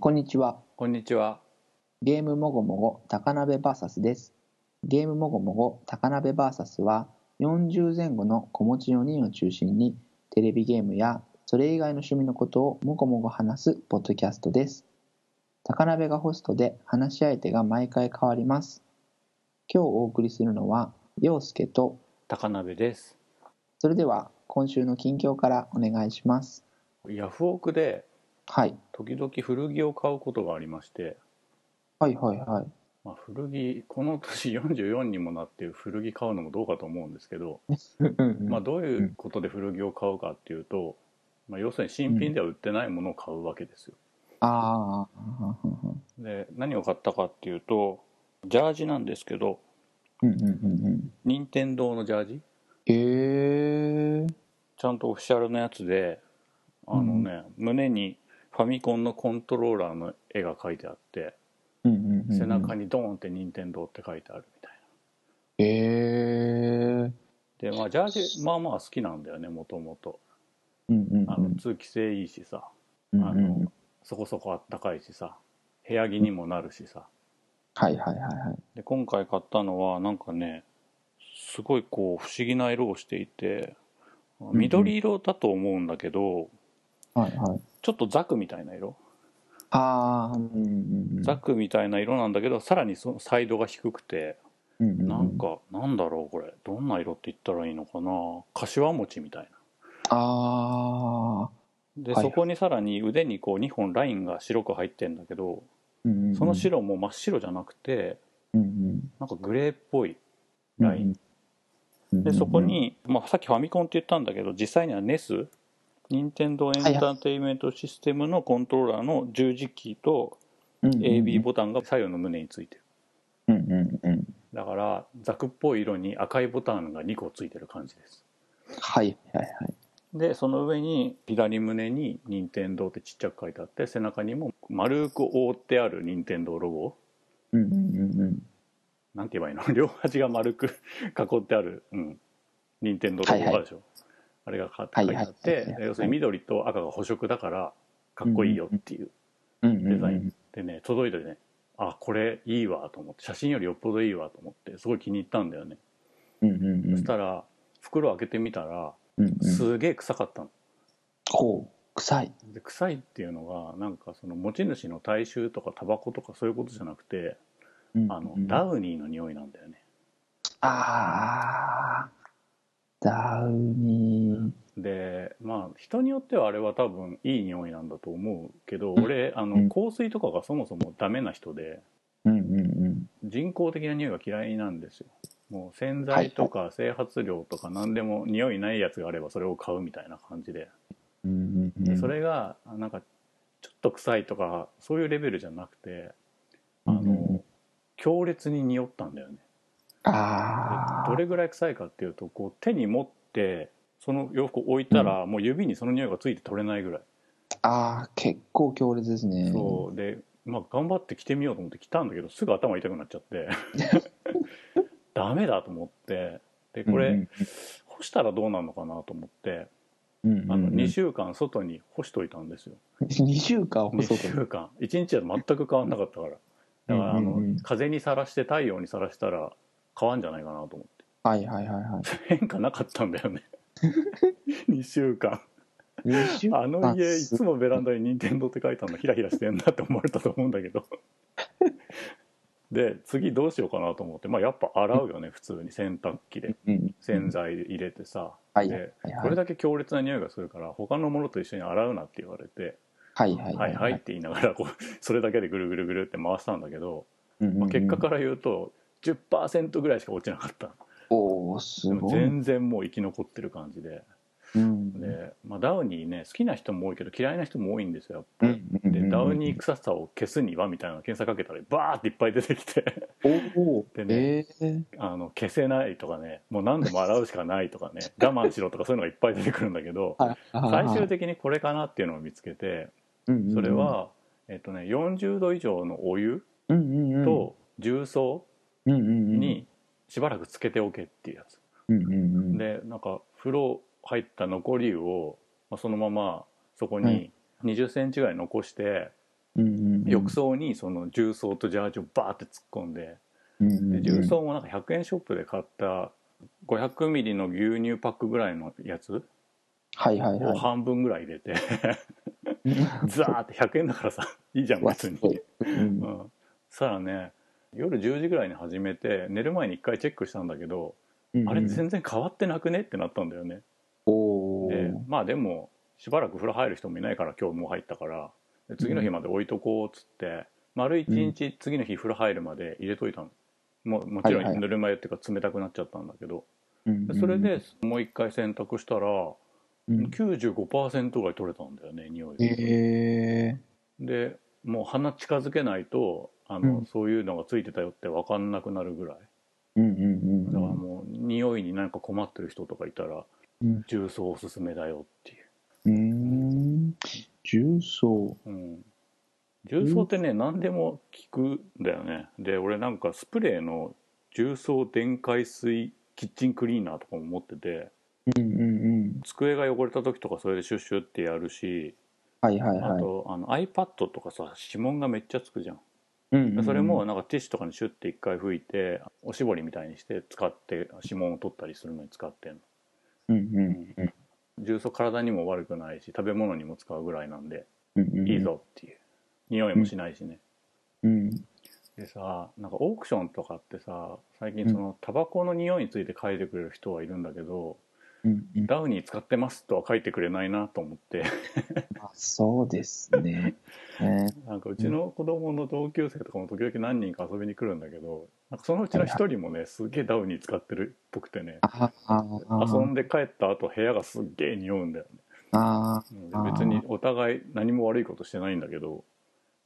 こんにちは。こんにちは。ゲームもごもご高鍋 VS です。ゲームもごもご高鍋 VS は40前後の子持ち4人を中心にテレビゲームやそれ以外の趣味のことをもごもご話すポッドキャストです。高鍋がホストで話し相手が毎回変わります。今日お送りするのは陽介と高鍋です。それでは今週の近況からお願いします。ヤフオクではい。時々古着を買うことがありまして、はいはいはい。まあ、古着この年44にもなって古着買うのもどうかと思うんですけど、うんうんまあ、どういうことで古着を買うかっていうと、まあ、要するに新品では売ってないものを買うわけですよ。ああ。で何を買ったかっていうとジャージなんですけどうんうんうんうん。任天堂のジャージええちゃんとオフィシャルのやつであのね、胸にファミコンのコントローラーの絵が描いてあって。背中ににドーンって「任天堂って書いてあるみたいええなでまあジャージまあまあ好きなんだよねもともとうんうんあの通気性いいしさうんうあんうんのそこそこあったかいしさ部屋着にもなるしさはいはいはいはいで今回買ったのはなんかねすごいこう不思議な色をしていてん緑色だと思うんだけどはいはいちょっとザクみたいな色ああうんうんうんザクみたいな色なんだけどさらにそのサイドが低くてうんうんうんなんかなんだろうこれどんな色って言ったらいいのかな柏餅みたいなああで、はいそこにさらに腕にこう2本ラインが白く入ってんだけどうんうんその白も真っ白じゃなくてうんうんなんかグレーっぽいライン、でそこに、まあ、さっきファミコンって言ったんだけど実際には NES 任天堂エンターテインメントシステムのコントローラーの十字キーと AB ボタンが左右の胸についてるうんうんうんだからザクっぽい色に赤いボタンが2個ついてる感じですはいはいはいでその上に左胸に任天堂ってちっちゃく書いてあって背中にも丸く覆ってある任天堂ロゴうんうんうんうんなんて言えばいいの 両端が丸く囲ってある、うん、任天堂のロゴがあるでしょ、あれがはか書いいはいてあって、はいはい要するに緑と赤が補色だからかっこいいよっていう、うんうんうんデザインでね届いてねあこれいいわと思って写真よりよっぽどいいわと思ってすごい気に入ったんだよね、うんうんうんそしたら袋開けてみたらうんうんすげえ臭かったの。ほう臭いで臭いっていうのがなんかその持ち主の体臭とかタバコとかそういうことじゃなくてあのダウウニーの匂いなんだよねああダウニーでまあ人によってはあれは多分いい匂いなんだと思うけうどん俺あうんの香水とかがそもそもダメな人でうんうんうん人工的な匂いが嫌いなんですよもう洗剤とか整髪料とか何でも匂いないやつがあればそれを買うみたいな感じでうんうんうでんそれがあなんかちょっと臭いとかそういうレベルじゃなくてあうんうんうの強烈に匂ったんだよねでああどれぐらい臭いかっていうとこう手に持ってその洋服を置いたらもう指にその匂いがついて取れないぐらいああ結構強烈ですねそうで、まあ、頑張って着てみようと思って着たんだけどすぐ頭痛くなっちゃって ダメだと思ってでこれ、うん干したらどうなるのかなと思ってうんうんあのうん2週間外に干しといたんですよ、 2週間2細く週間1日は全く変わんなかったからだからあうの、んうんうん風にさらして太陽にさらしたら変わんじゃないかなと思ってはいはいはいはい変化なかったんだ よね2週間2週間あの家いつもベランダに「任天堂って書いたのヒラヒラしてんなって思われたと思うんだ けどで次どうしようかなと思って、まあ、やっぱ洗うよね普通に洗濯機でうん洗剤入れてさ、はいはいでこれだけ強烈な匂いがするから他のものと一緒に洗うなって言われてはい「ははいいはい」って言いながらこうそれだけでぐるぐるぐるって回したんだけど、まあ、結果かから言うと10%ぐらいしか落ちなかったおおすでもごい全然もう生き残ってる感じでうんで、まあ、ダウニーね好きな人も多いけど嫌いな人も多いんですよやっうぱり。んうんでダウニー臭さを消すにはみたいな検索かけたらバーっていっぱい出てきて おおでねええあの消せないとかねもう何度も洗うしかないとかね 我慢しろとかそういうのがいっぱい出てくるんだけど最終的にこれかなっていうのを見つけてそれは、えっとね、40度以上のお湯と重曹にしばらくつけておけっていうやつでなんか風呂入った残り湯をまあそのままそこに20センチぐらい残してうんうんうん浴槽にその重曹とジャージをバーって突っ込んでうんうんうでん重曹もなんか100円ショップで買った500ミリの牛乳パックぐらいのやつはいはいをは半分ぐらい入れて い。ザーって100円だからさいいじゃんわ別すに。ごい。うんう。ん、そしたらね夜10時ぐらいに始めて寝る前に1回チェックしたんだけど、うんうんあれ全然変わってなくねってなったんだよね。おでーまあでもしばらく風呂入る人もいないから今日もう入ったからで次の日まで置いとこうっつって、丸一日次の日風呂入るまで入れといたの。ももちろはいはんいぬるま湯っていうか冷たくなっちゃったんだけど、うんでそれでもう一回洗濯したらうん95%ぐらい取れたんだよね匂いが。えでもう鼻近づけないとあの、うんそういうのがついてたよって分かんなくなるぐらいーうんうんうんだからもう匂いになんか困ってる人とかいたらうん重曹おすすめだよっていうーん重曹う、うん、重曹ってね、何でも効くんだよねで俺なんかスプレーの重曹電解水キッチンクリーナーとかも持っててうんうんうん机が汚れた時とかそれでシュッシュってやるしはいはいあはいとあの iPad とかさ指紋がめっちゃつくじゃんうんうんうんそれもなんかティッシュとかにシュッて一回拭いておしぼりみたいにして使って指紋を取ったりするのに使ってんのうんうんうん重曹体にも悪くないし食べ物にも使うぐらいなんでうんうんいいぞっていう、匂いもしないしね、うんでさなんかオークションとかってさ最近そのタバコの匂いについて書いてくれる人はいるんだけど、うんうんダウニー使ってますとは書いてくれないなと思ってあそうですねねなんかうちの子供の同級生とかも時々何人か遊びに来るんだけどなんかそのうちの一人もねすげえダウニー使ってるっぽくてねああ遊あんで帰った後部屋がすっげえ匂うんだよねあうんで別にお互い何も悪いことしてないんだけど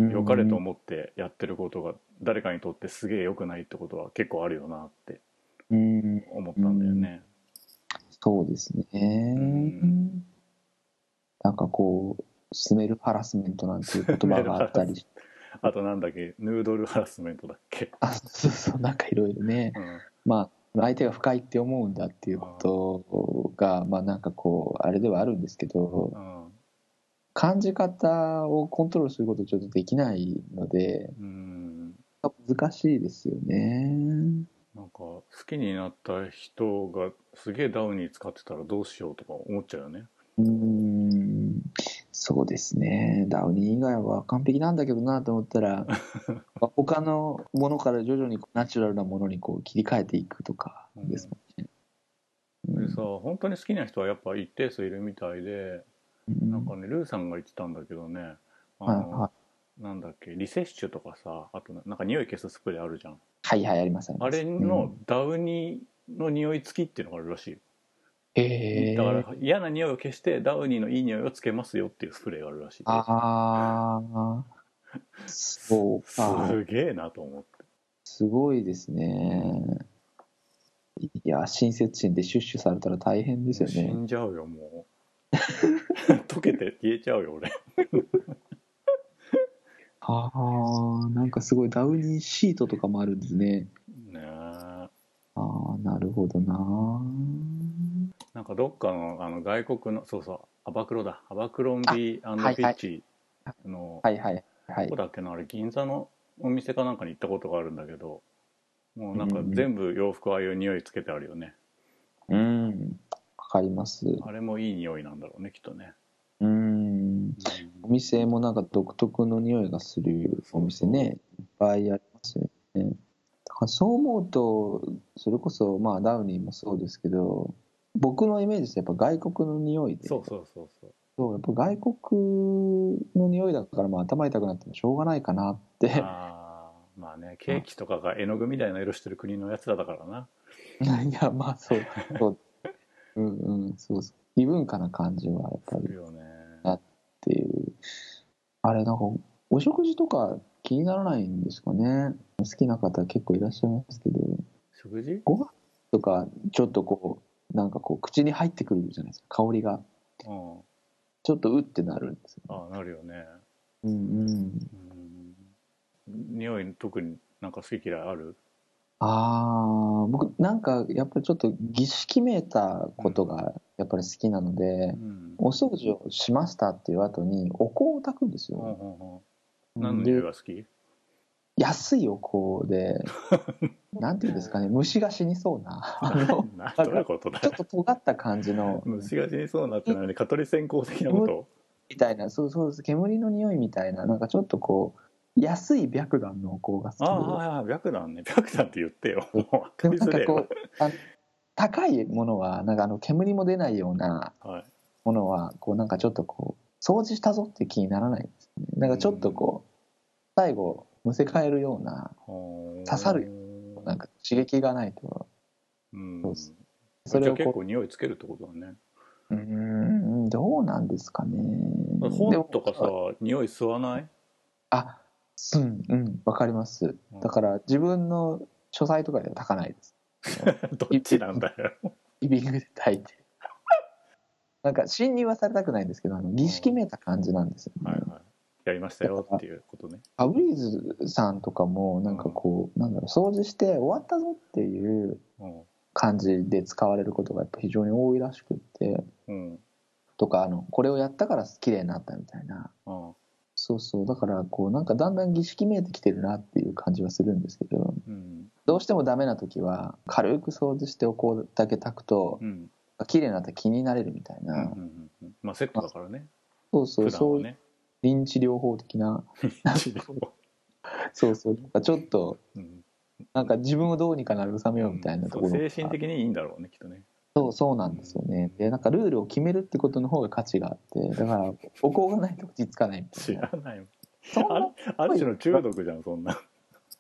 ー良かれと思ってやってることが誰かにとってすげえ良くないってことは結構あるよなってうんうん思ったんだよねそうですね、んなんかこうスメルハラスメントなんていう言葉があったりしてあとなんだっけヌードルハラスメントだっけ、あそうそうなんかいろいろねうんまあ相手が不快って思うんだっていうことがまあなんかこうあれではあるんですけどうん感じ方をコントロールすることちょっとできないのでうん、難しいですよねなんか好きになった人がすげえダウニー使ってたらどうしようとか思っちゃうよねうーんそうですねダウニー以外は完璧なんだけどなと思った ら他のものから徐々にナチュラルなものにこう切り替えていくとかですもんね。うでんさ本当に好きな人はやっぱ一定数いるみたいでなんかねルーさんが言ってたんだけどねあはいの、はなんだっけリセッシュとかさあとななんか匂い消すスプレーあるじゃんいはいはいありますありますれのダウニーの匂い付きっていうのがあるらしうんい、へえだから嫌な匂いを消してダウニーのいい匂いをつけますよっていうスプレーがあるらしいああそうすかげえなと思ってすごいですねいや親切心でシュッシュされたら大変ですよ死ねんじゃうよも う溶けて消えちゃうよ俺ああなんかすごいダウニーシートとかもあるんですねねえああなるほどななんかどっかのあの外国のそうそうアバクロだアバクロンビーはいピッチの、はいはいはいどこだっけなあれ銀座のお店かなんかに行ったことがあるんだけどもうなんかうんうん全部洋服ああいう匂いつけてあるよね、うんわかりますあれもいい匂いなんだろうねきっとね、うんお店もなんか独特の匂いがするお店ねいっぱいありますよねだからそう思うとそれこそまあダウニーもそうですけど僕のイメージですとやっぱ外国の匂いでそうそうそうそうそうやっぱ外国の匂いだからまあ頭痛くなってもしょうがないかなって あーまあねケーキとかが絵の具みたいな色してる国のやつらだからないやまあそうそううんうんそうそう異文化な感じはやっぱすりるよねっていうあれなんかお食事とか気にならないんですかね好きな方結構いらっしゃいますけど食事ご飯とかちょっとこうなんかこう口に入ってくるじゃないですか香りがうんちょっとうってなるんですよ、ああなるよねうんうんうん匂い特になんか好き嫌いあるああ僕なんかやっぱりちょっと儀式めいたことがやっぱり好きなので、うんお掃除をしましたっていう後にお香を炊くんですうんうよ、んうん何の匂いが好き安いお香 でなんていうんですかね虫が死にそうなあの なんということだちょっと尖った感じの虫が死にそうなってなに蚊取り線香的なことみたいなそうそうです煙の匂いみたいななんかちょっとこう安い白檀のお香が好きでああ白檀ね白檀って言ってよもう分でかもなんかりづれえわこうあの高いものはなんかあの煙も出ないようなはいものはこうなんかちょっとこう掃除したぞって気にならないですねなんかちょっとこう最後むせ返るような刺刺さるよなんか刺激がないとうんそうっじすゃそあれを結こ構匂いつけるってことだねううーんどうなんですかね本とかでさも匂い吸わないあうんうんわかりますだから自分の書斎とかでは炊かないです どっちなんだよリビングで炊いて なんか侵入はされたくないんですけどあの儀式めいた感じなんですよ、ねはいはいやりましたよっていうことねファブリーズさんとかもなんかこう、なんだろう掃除して終わったぞっていううん感じで使われることがやっぱ非常に多いらしくってうんとかあのこれをやったから綺麗になったみたいなうんそうそうだからこうなんかだんだん儀式めいてきてるなっていう感じはするんですけどうんどうしてもダメな時は軽く掃除しておこうだけ炊くとうん綺麗になった気になれるみたいうんうな、んうんまあセットだからねそうそ普う段そはういうね臨地療法的 な そうそうなんかちょっとうんなんか自分をどうにか慰めようみたいなところそう精神的にいいんだろうねきっとねそうそうなんですよねでなんかルールを決めるってことの方が価値があってだからお香がないと落ち着かないみた知い ならないもんそんあなるある種の中毒じゃんそんな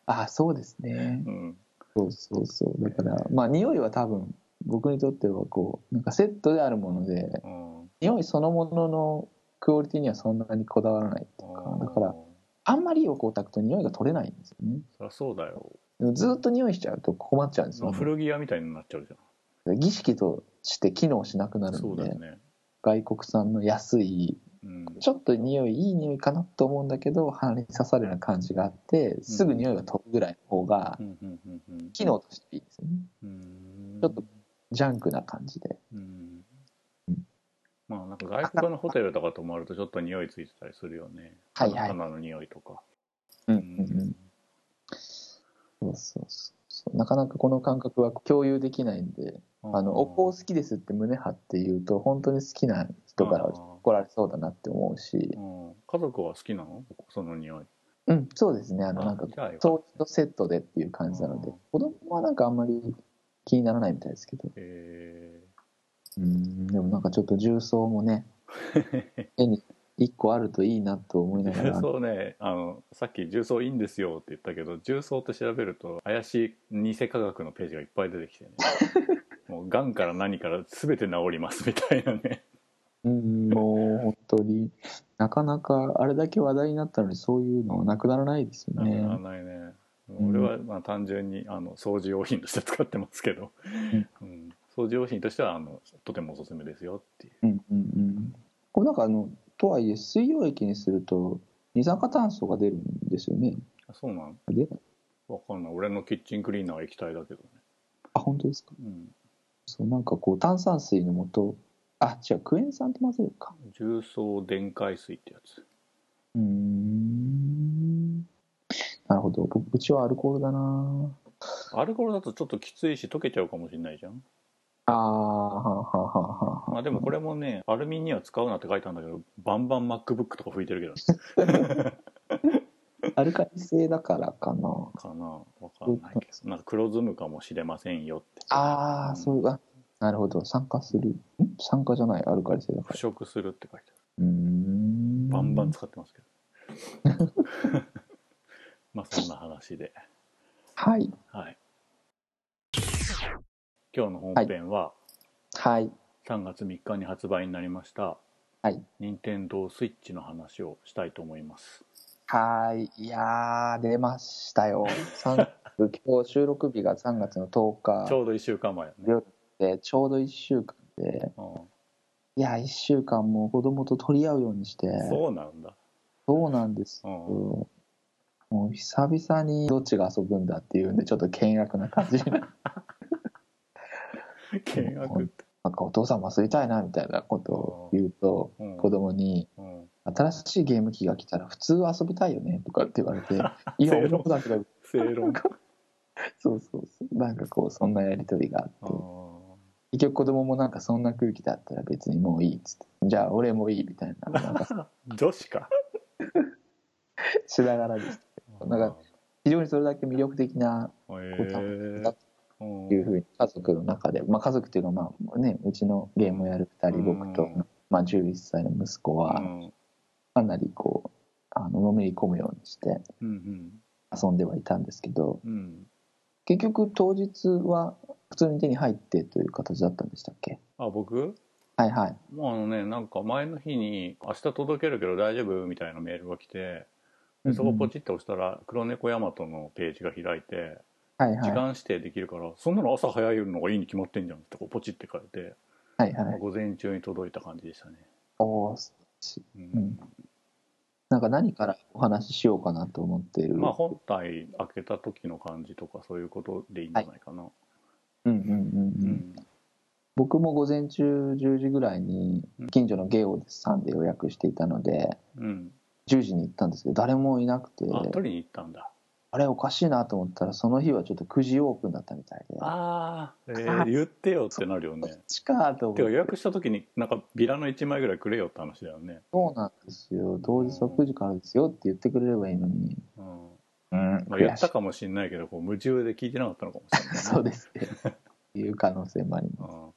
あそうですねうんそうそうそうだからまあ匂いは多分僕にとってはこうなんかセットであるものでうん匂いそのもののクオリティにはそんなにこだわらないっていうかだからあんまりいいお香を炊くと匂いが取れないんですよねそりゃそうだよでもずっと匂いしちゃうと困っちゃうんですまあよ、古着屋みたいになっちゃうじ儀式として機能しなくなゃんるそのうだで、よね外国産の安いうんちょっと匂いいい匂いかなと思うんだけど鼻に刺さるような感じがあってすぐ匂いが飛ぶぐらいの方がうんうんうんうん機能としていいですよねうんちょっとジャンクな感じでうんうんまあなんか外国のホテルとか泊まるとちょっと匂いついてたりするよねはいはい花の匂いとかうんううんうんそうそうそうそうなかなかこの感覚は共有できないんであのお香好きですって胸張って言うと本当に好きな人からあー怒られそうだなって思うしうん家族は好きなのその匂いうんそうですねあのあなんかじゃあよか掃った除とセットでっていう感じなのであー子供はなんかあんまり気にならないみたいですけどえうんでもなんかちょっと重曹も ね絵に一個あるといいなと思いながー、重ら曹ねあのさっき「重曹いいんですよ」って言ったけど重曹って調べると怪しい偽科学のページがいっぱい出て きてねもうがんから何から全て治りますみたいなねうんもう本当になかなかあれだけ話題になったのにそういうのはなくならないですよならね。ないねん俺はまあ単純にあの掃除用品として使ってますけど、うん、掃除用品としてはあのとてもおすすめですよっていううんうんうん、これなんかあのとはいえ水溶液にすると二酸化炭素が出るんですよね。あそうなん出ないわかんない俺のキッチンクリーナーは液体だけどね、あ本当ですかうん、そうなんかこう炭酸水の元あ違うクエン酸と混ぜるか。重曹電解水ってやつうーんなるほど僕うちはアルコールだなアルコールだとちょっときついし溶けちゃうかもしれないじゃんあーはあはあはあはあまあでもこれもねアルミには使うなって書いたんだけどバンバン MacBook とか拭いてるけどアルカリ性だからかな。かなわかんないけどなんか黒ずむかもしれませんよってああ、そういう、あ、なるほど。酸化する。ん酸化じゃない、アルカリ性だか腐ら。食するって書いてあるうーん。バンバン。使ってますけど まあそんな話ではい。はい今日の本編ははい。 3月3日に発売になりました、はい、任天堂スイッチの話をしたいと思いますはい。いやー、出ましたよ。3 今日収録日が3月の10ち日ょうど1週間前ね、で、ちょうど1週間で、うん、いやー、1週間もう子供と取り合うようにして、そうなんだそうなんですうよ。んもう久々にどっちが遊ぶんだっていうんで、ちょっと険悪な感 じになって見学ってなんかお父さんも遊びたいなみたいなことを言うとうん子供にうん「新しいゲーム機が来たら普通遊びたいよねとかって言われ ていや正論俺もだけど正論かそうそうそうなんかこうそんなやり取りがああってー結局子供もなんかそんな空気だったら別にもういいっつってじゃあ俺もいいみたいななんか女子かしながらですなんか非常にそれだけ魅力的なあーこう多へ分えだというふうに家族の中で、まあ、家族っていうかまあねうちのゲームをやる2人僕とうん、まあ、11歳の息子はうんかなりこうあののめり込むようにしてうん遊んではいたんですけどうんうん結局当日は普通に手に入ってという形だったんでしたっけあ僕はいはいもうあのねなんか前の日に「明日届けるけど大丈夫?」みたいなメールが来てうんうんでそこポチッと押したら黒猫ヤマトのページが開いてはい時はい間指定できるから「そんなの朝早いのがいいに決まってんじゃん」ってこうポチって書いてはいはい午前中に届いた感じでしたね。おーううんんなんか何からお話ししようかなと思っているまあ本体開けた時の感じとかそういうことでいいんじゃないかな。うんうんうんううんん僕も午前中10時ぐらいに近所のゲオさんで予約していたのでうん、 10時に行ったんですけど誰もいなくてあ取りに行ったんだ。あれおかしいなと思ったらその日はちょっと9時オープンだったみたいであああ、えあー、言ってよってなるよね。 ちかと思ってか予約した時になんかビラの1枚ぐらいくれよって話だよね。そうなんですよ当日は9時からですよって言ってくれればいいのに、うんうんまあ、言った悔しかもしれないけどこう夢中で聞いてなかったのかもしれないいね。そうですねいう可能性もありうま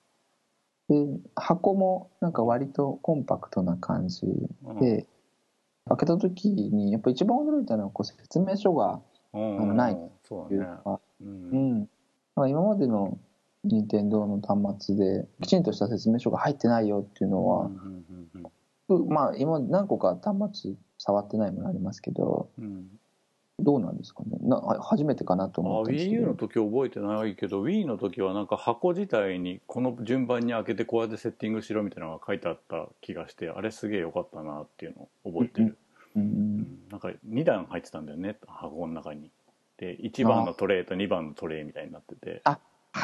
すで箱もなんか割とコンパクトな感じんうんで開けた時にやっぱ一番驚いたのはこう説明書がうんあのないそうといだうね。か、う、うんん、なんか今までの任天堂の端末できちんとした説明書が入ってないよっていうのはうん、うんうんまあ今何個か端末触ってないものありますけどうんうんどうなんですかねなは初めてかなとあ思ったんですけ WiiU のど時覚えてないけど Wii の時はなんか箱自体にこの順番に開けてこうやってセッティングしろみたいなのが書いてあった気がしてあれすげえ良かったなっていうのを覚えてる、うんううんんなんか2段入ってたんだよね箱の中にで1番のトレイと2番のトレイみたいになってては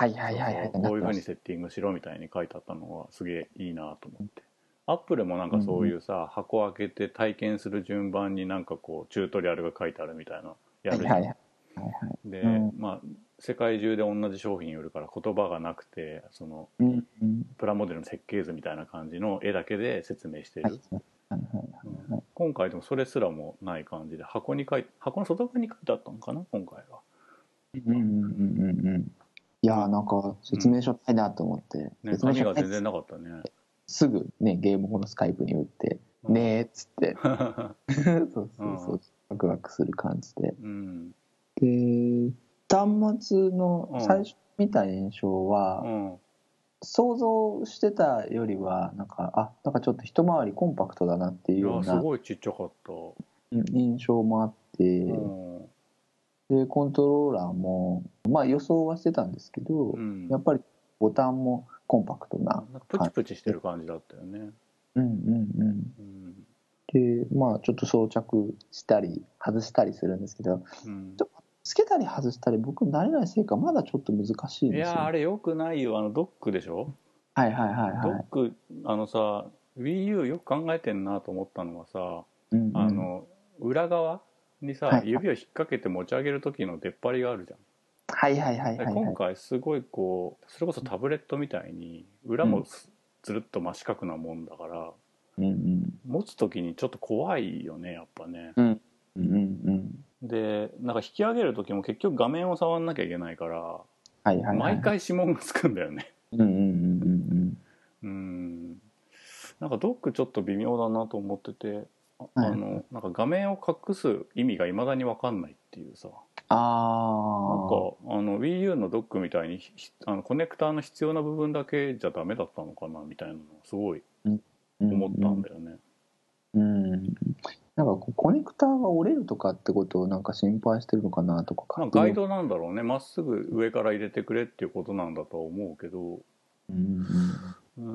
いはいはいはいこうこういうふなうにってセッティングしろみたいに書いてあったのがすげえいいなと思ってアップルもなんかそういうさ、箱を開けて体験する順番になんかこうチュートリアルが書いてあるみたいなまやるすじはゃいんはいはいはいはいで、うんまあ世界中で同じ商品売るから言葉がなくてそのうんうんプラモデルの設計図みたいな感じの絵だけで説明してはる、いはいはいうん今回でもそれすらもない感じで箱に書い箱の外側に書いてあったのかな今回はうんうんうんうんうんいやーなんか説明書ないなと思って、ね説明紙書がない全然なかったねすぐねゲーム後のスカイプに打って「うんねえ」っつって そうそうそう、うんワクワクする感じで うんで端末の最初見た印象は、うん想像してたよりはなんかあなんかちょっと一回りコンパクトだなっていういよやうすなごいちっちゃかった、うん印象もあって、うんでコントローラーもまあ予想はしてたんですけど、うんやっぱりボタンもコンパクトななんかプチプチしてる感じだったよね、うんうんうんうんでまあちょっと装着したり外したりするんですけどうんちょつけたり外したり僕慣れないせいかまだちょっと難しいんいですよやーあれよくないよあのドックでしょはいはいはいドはッい、クあのさ WiiU よく考えてんなと思ったのがさうんうんあの裏側にさ、はい指を引っ掛けて持ち上げる時の出っ張りがあるじはいはいはゃいん、はでいはい今回すごいこうそれこそタブレットみたいに裏うもんすつるっと真四角なもんだからうんうん持つ時にちょっと怖いよねやっぱねうんうんうんでなんか引き上げる時も結局画面を触んなきゃいけないからはいはいはい毎回指紋がつくんだよねうんうんうんうんうんなんかドックちょっと微妙だなと思っててあはいあのなんか画面を隠す意味がいまだに分かんないっていうさあなんかああの WiiU のドックみたいにひひあのコネクターの必要な部分だけじゃダメだったのかなみたいなのをすごい思ったんだよね。うん、うん、なんかこうコネクターが折れるとかってことをなんか心配してるのかなとかなんかガイドなんだろうねまっすぐ上から入れてくれっていうことなんだとは思うけどうんうん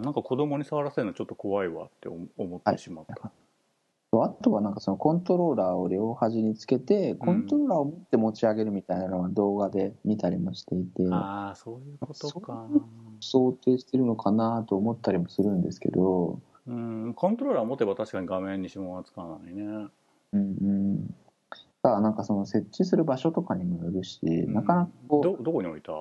うんなんか子供に触らせるのちょっと怖いわって思思ってしまった。あとはなんかそのコントローラーを両端につけてコントローラーを持って持ち上げるみたいなのは動画で見たりもしていて、ああそういうことか想定してるのかなと思ったりもするんですけどうんコントローラー持てば確かに画面に指紋はつかないねうんうんただなんかその設置する場所とかにもよるし、なかなかこうどどこに置いた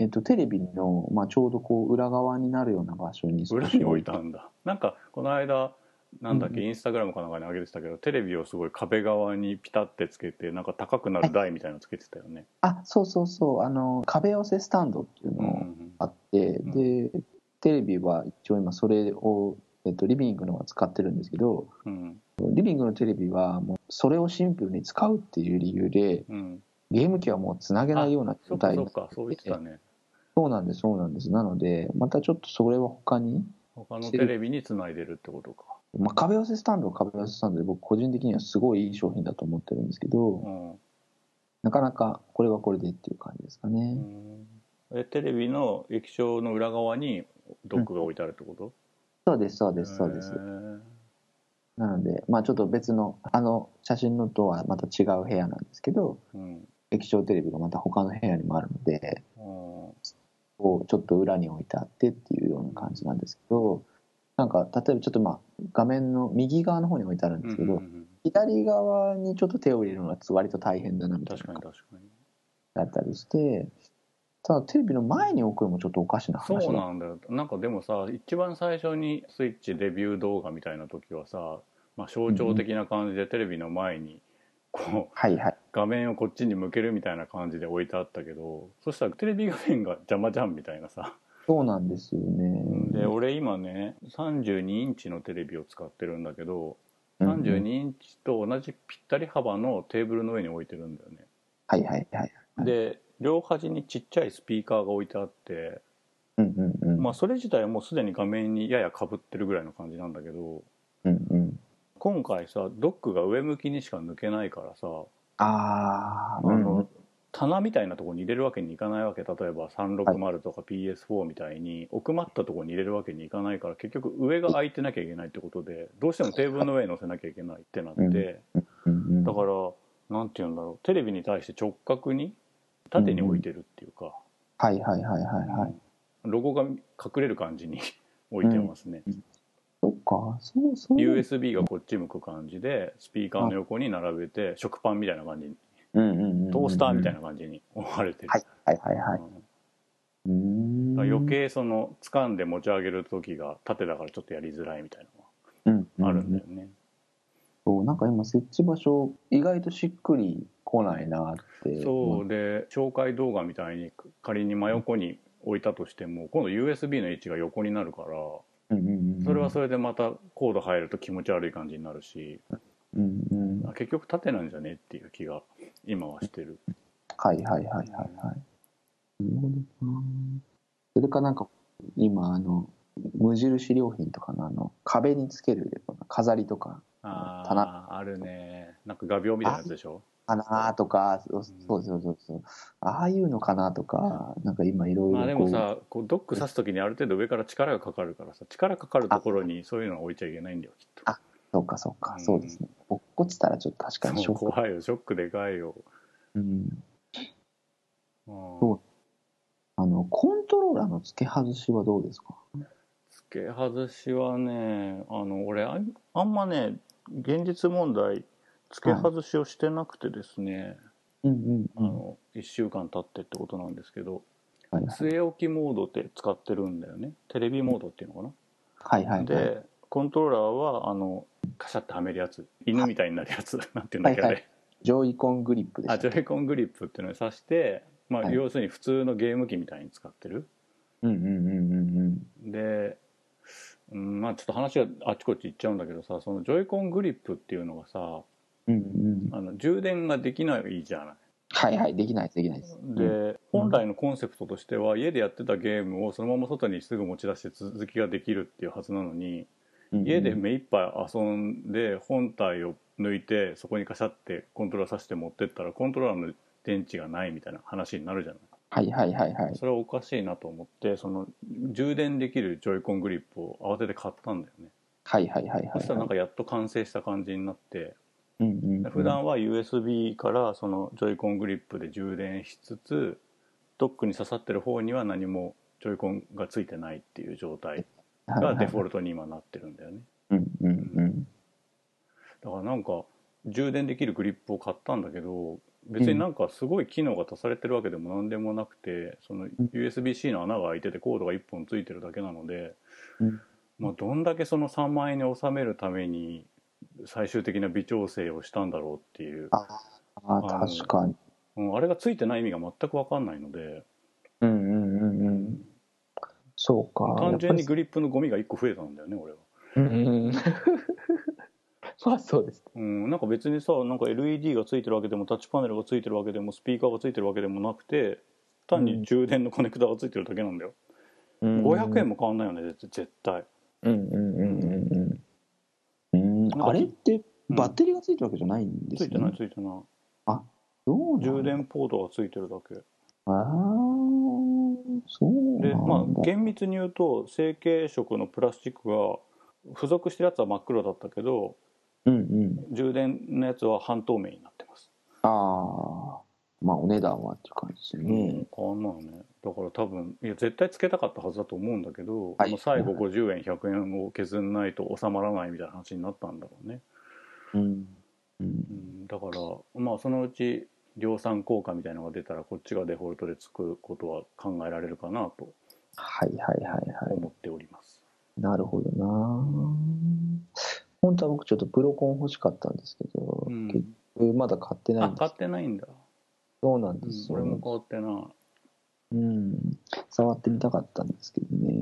えっと、テレビの、まあ、ちょうどこう裏側になるような場所に少し裏に置いたんだ なんかこの間なんだっけ、インスタグラムかなんかに上げてたけどテレビをすごい壁側にピタってつけてなんか高くなる台みたいなのつけてたよね、あそうそうそうあの壁寄せスタンドっていううんうのんがあって、んでテレビは一応今それを、えっと、リビングのは使ってるんですけどうんリビングのテレビはもうそれをシンプルに使うっていう理由でうんうんゲーム機はもうつなげないようなそ状っか態そっかそう言ってたねそうなんですそうなんですなのでまたちょっとそれは他に他のテレビにつないでるってことかまあ、壁寄せスタンドは壁寄せスタンドで僕個人的にはすごいいい商品だと思ってるんですけうどんなかなかこれはこれでっていう感じですかうねんえテレビの液晶の裏側にドックが置いてあるってこと、そうですそうですそうですへーなのでまあちょっと別のあの写真のとはまた違う部屋なんですけどうん液晶テレビがまた他の部屋にもあるのでうんこうちょっと裏に置いてあってっていうような感じなんですけどなんか例えばちょっとまあ画面の右側の方に置いてあるんですけうんうどん左側にちょっと手を入れるのは割と大変だなうんみたい確なかに確かにだったりしてただテレビの前に置くのもちょっとおかしな話そうだなんだよなんかでもさ一番最初にスイッチレビュー動画みたいな時はさ、まあ、象徴的な感じでテレビの前にこうはいはい画面をこっちに向けるみたいな感じで置いてあったけどそしたらテレビ画面が邪魔じゃんみたいなさそうなんですよねで俺今ね32インチのテレビを使ってるんだけどうん32インチと同じぴったり幅のテーブルの上に置いてるんだよねはいはいはいはいで両端にちっちゃいスピーカーが置いてあってうんうんうんまあそれ自体はもうすでに画面にややかぶってるぐらいの感じなんだけどうんうん今回さドックが上向きにしか抜けないからさあああうんうんの棚みたいなところに入れるわけにいかないわけ例えば360とか PS4 みたいに奥まったところに入れるわけにいかないから結局上が空いてなきゃいけないってことでどうしてもテーブルの上に乗せなきゃいけないってなって。うんうんうんだからなんて言うんだろうテレビに対して直角に縦に置いてるっていうか、はいはいはいはいはいロゴが隠れる感じに 置いてますね、そっかそうそう USB がこっち向く感じでスピーカーの横に並べて食パンみたいな感じにうんうんうんうんトースターみたいな感じに思われてる、はいはいはいはいううーんんだから余計その掴んで持ち上げる時が縦だからちょっとやりづらいみたいなのがあるんだよね、そうなんか今設置場所意外としっくりこないなってそうで紹介動画みたいに仮に真横に置いたとしても今度 USB の位置が横になるからうんうんうんそれはそれでまたコード入ると気持ち悪い感じになるしうんうんあ結局縦なんじゃねっていう気が今はしてるはいはいはいはいはい。なるほどな。それかなんか今あの無印良品とかのあの壁につけるような飾りとかあああるねなんか画鋲みたいなやつでしょ花とかそうそうそうそうそうああいうのかなとかなんか今いろいろまあでもこさこうドック刺す時にある程度上から力がかかるからさ力かかるところにそういうのは置いちゃいけないんだよきっとあうそうかそうか、うんそうですね落っこちたらちょっと確かにショそうック、怖いよショックでかいよ、うん、うんそうあのコントローラーの付け外しはどうですか付け外しはねあの俺あんあんまね現実問題付け外しをしてなくてですね、うんうんあの1週間経ってってことなんですけどはい据え置きモードって使ってるんだよねテレビモードっていうのかな、はいはいはいでコントローラーはあのカシャってはめるやつ犬みたいになるやつ なんていうんだっけ、はいあはジョイコングリップでれあすジョイコングリップっていうのに挿して、まあはい要するに普通のゲーム機みたいに使ってるうんうんうんうんうんで、うん、まあちょっと話があっちこっち行っちゃうんだけどさそのジョイコングリップっていうのがさうんうんあの充電ができないじゃないはいはい、できないです、できないです。で、本来のコンセプトとしては家でやってたゲームをそのまま外にすぐ持ち出して続きができるっていうはずなのにうん、家でうん目いっぱい遊んで本体を抜いてそこにカシャってコントローラーさして持ってったらコントローラーの電池がないみたいな話になるじゃないはいはいはいはい。それはおかしいなと思ってその充電できるジョイコングリップを慌てて買ったんだよねはいはいはいはい。そしたらなんかやっと完成した感じになってうんうんうん、普段は USB からそのジョイコングリップで充電しつつドックに刺さってる方には何もジョイコンがついてないっていう状態はいはがいデフォルトに今なってるんだよねうんうんうんだからなんか充電できるグリップを買ったんだけど別になんかすごい機能が足されてるわけでも何でもなくてその USB-C の穴が開いててコードが1本ついてるだけなので、うんまあ、どんだけその3万円に収めるために最終的な微調整をしたんだろうっていうああーあの確かにうん、あれがついてない意味が全く分かんないのでうんうんうんうんそうか単純にやっぱグリップのゴミが1個増えたんだよね俺は。りうんうん うんまあそうですうん、なんか別にさなんか LED がついてるわけでもタッチパネルがついてるわけでもスピーカーがついてるわけでもなくて単に充電のコネクタがついてるだけなんだよ、500円もも変わんないよね絶絶対うんうんうんうんうんうんあれってバッテリーがついてるわけじゃないんですつよいねてないついてないどうなんだ充電ポートがついてるだけああそうなんだでまあ厳密に言うと成型色のプラスチックが付属してるやつは真っ黒だったけどうんうん充電のやつは半透明になってます、ああまあお値段はって感じですね変わんないよねだから多分いや絶対つけたかったはずだと思うんだけど、はいもう最後50円100円を削んないと収まらないみたいな話になったんだろうねうんうんうんだからまあそのうち量産効果みたいなのが出たらこっちがデフォルトでつくことは考えられるかなとはいはいはいはい思っております。なるほどな本当は僕ちょっとプロコン欲しかったんですけど、うん結局まだ買ってないあんで買すってないんだ。そうなんうでんすよ、俺も変わってない。うん、触ってみたかったんですけどねう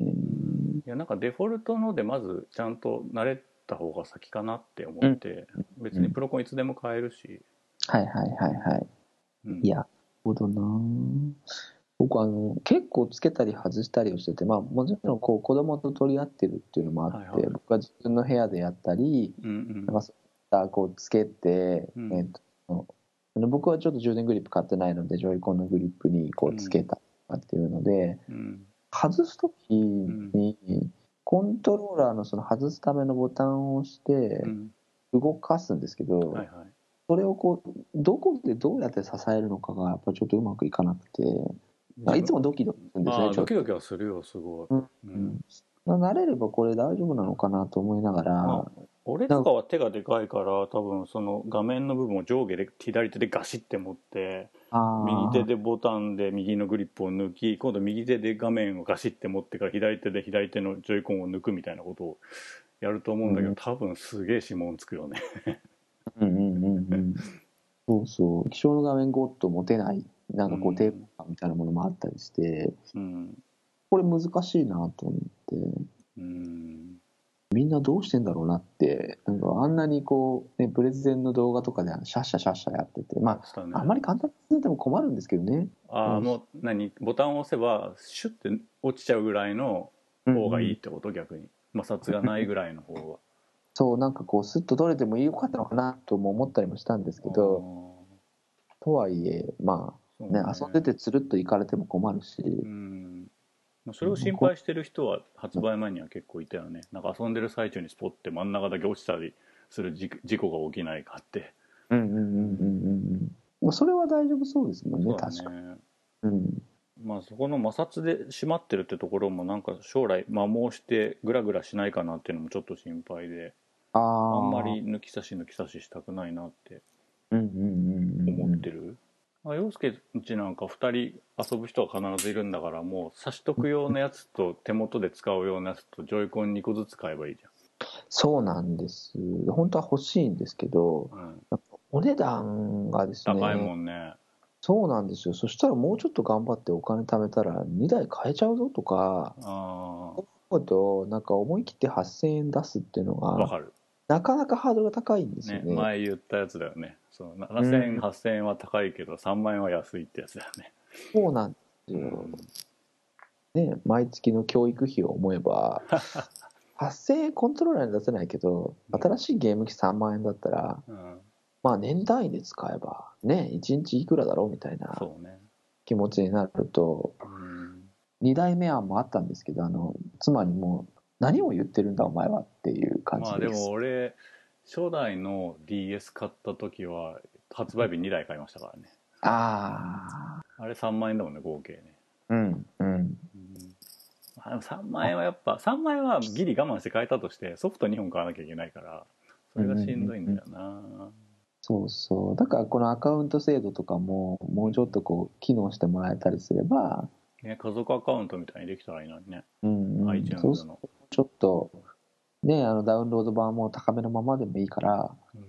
んいやなんかデフォルトのでまずちゃんと慣れた方が先かなって思って、別にプロコンいつでも買えるし。はいはいはいはいうんいやなるほどな僕あの結構つけたり外したりをしててまあもちろんこう子供と取り合ってるっていうのもあって、はいはい僕は自分の部屋でやったりうんうんなんかそういったこうつけて、うんえっとあの僕はちょっと充電グリップ買ってないのでジョイコンのグリップにこうつけたとかっていうので、うん外す時に、コントローラーのその外すためのボタンを押してうん動かすんですけど、はいはいそれをこうどこでどうやって支えるのかがやっぱりちょっとうまくいかなくて、まあいつもドキドキするんですあねーちょドっとキドキはするよすごい。うんうんまあ慣れればこれ大丈夫なのかなと思いながら、あ俺とかは手がでかいから多分その画面の部分を上下で左手でガシッて持ってあー右手でボタンで右のグリップを抜き今度右手で画面をガシッて持ってから左手で左手のジョイコンを抜くみたいなことをやると思うんだけど、うん多分すげえ指紋つくよねうんうんうんうんそうそう気象の画面ごっと持てないなんかこううんテープ感みたいなものもあったりして、うんこれ難しいなと思ってうんみんなどうしてんだろうなってなんかあんなにこう、ね、プレゼンの動画とかでシャッシャシャッシャやっててましたねああんまり簡単にても困るんですけどねあーうんもう何ボタンを押せばシュッて落ちちゃうぐらいの方がいいってこと、逆に摩擦がないぐらいの方がそうなんかこうスッと取れてもよかったのかなとも思ったりもしたんですけど、とはいえまあーあねそう遊んでてつるっと行かれても困るし、うんまあそれを心配してる人は発売前には結構いたよねなんか遊んでる最中にスポッて真ん中だけ落ちたりする事事故が起きないかってうんうんうんうんうんうんそれは大丈夫そうですもんねそうだ確かねに、うん、まあそこの摩擦で締まってるってところもなんか将来摩耗してグラグラしないかなっていうのもちょっと心配であああんまり抜き差し抜き差ししたくないなってうんうんうんうん思ってる、まあ、陽介んちなんか2人遊ぶ人は必ずいるんだからもう差しとく用のやつと手元で使う用のやつとジョイコン2個ずつ買えばいいじそうなんです本当は欲しいんですけどゃん、うん、お値段がですね高いもんねそうなんですよそしたらもうちょっと頑張ってお金貯めたら2台買えちゃうぞとかあ思うとなんか思い切って8000円出すっていうのあわがかるなかなかハードルが高いんですよねね前言ったやつだよねその7000円、うん8000円は高いけど3万円は安いってやつだよね、そうなんですよ、ね、毎月の教育費を思え ば8000円コントローラーに出せないけど新しいゲーム機3万円だったらうん、まあ年単位で使えばね1日いくらだろうみたいなそうね、気持ちになるとうん、 2代目案もあったんですけどあの妻にもう何を言ってるんだお前はっていう感まあじでです、も俺初代の DS 買った時は発売日2台買いましたからねあああれ3万円だもんね合計ね、うんうんうん、ああでも3万円はやっぱ3万円はギリ我慢して買えたとしてソフト2本買わなきゃいけないからそれがしんどいんだよな、そうそう。だからこのアカウント制度とかも、もうちょっとこう、機能してもらえたりすれば、ね、家族アカウントみたいにできたらいいのにねうん、うん、 iTunes そうするの、とちょっと、ね、あのダウンロード版も高めのままでもいいから、うん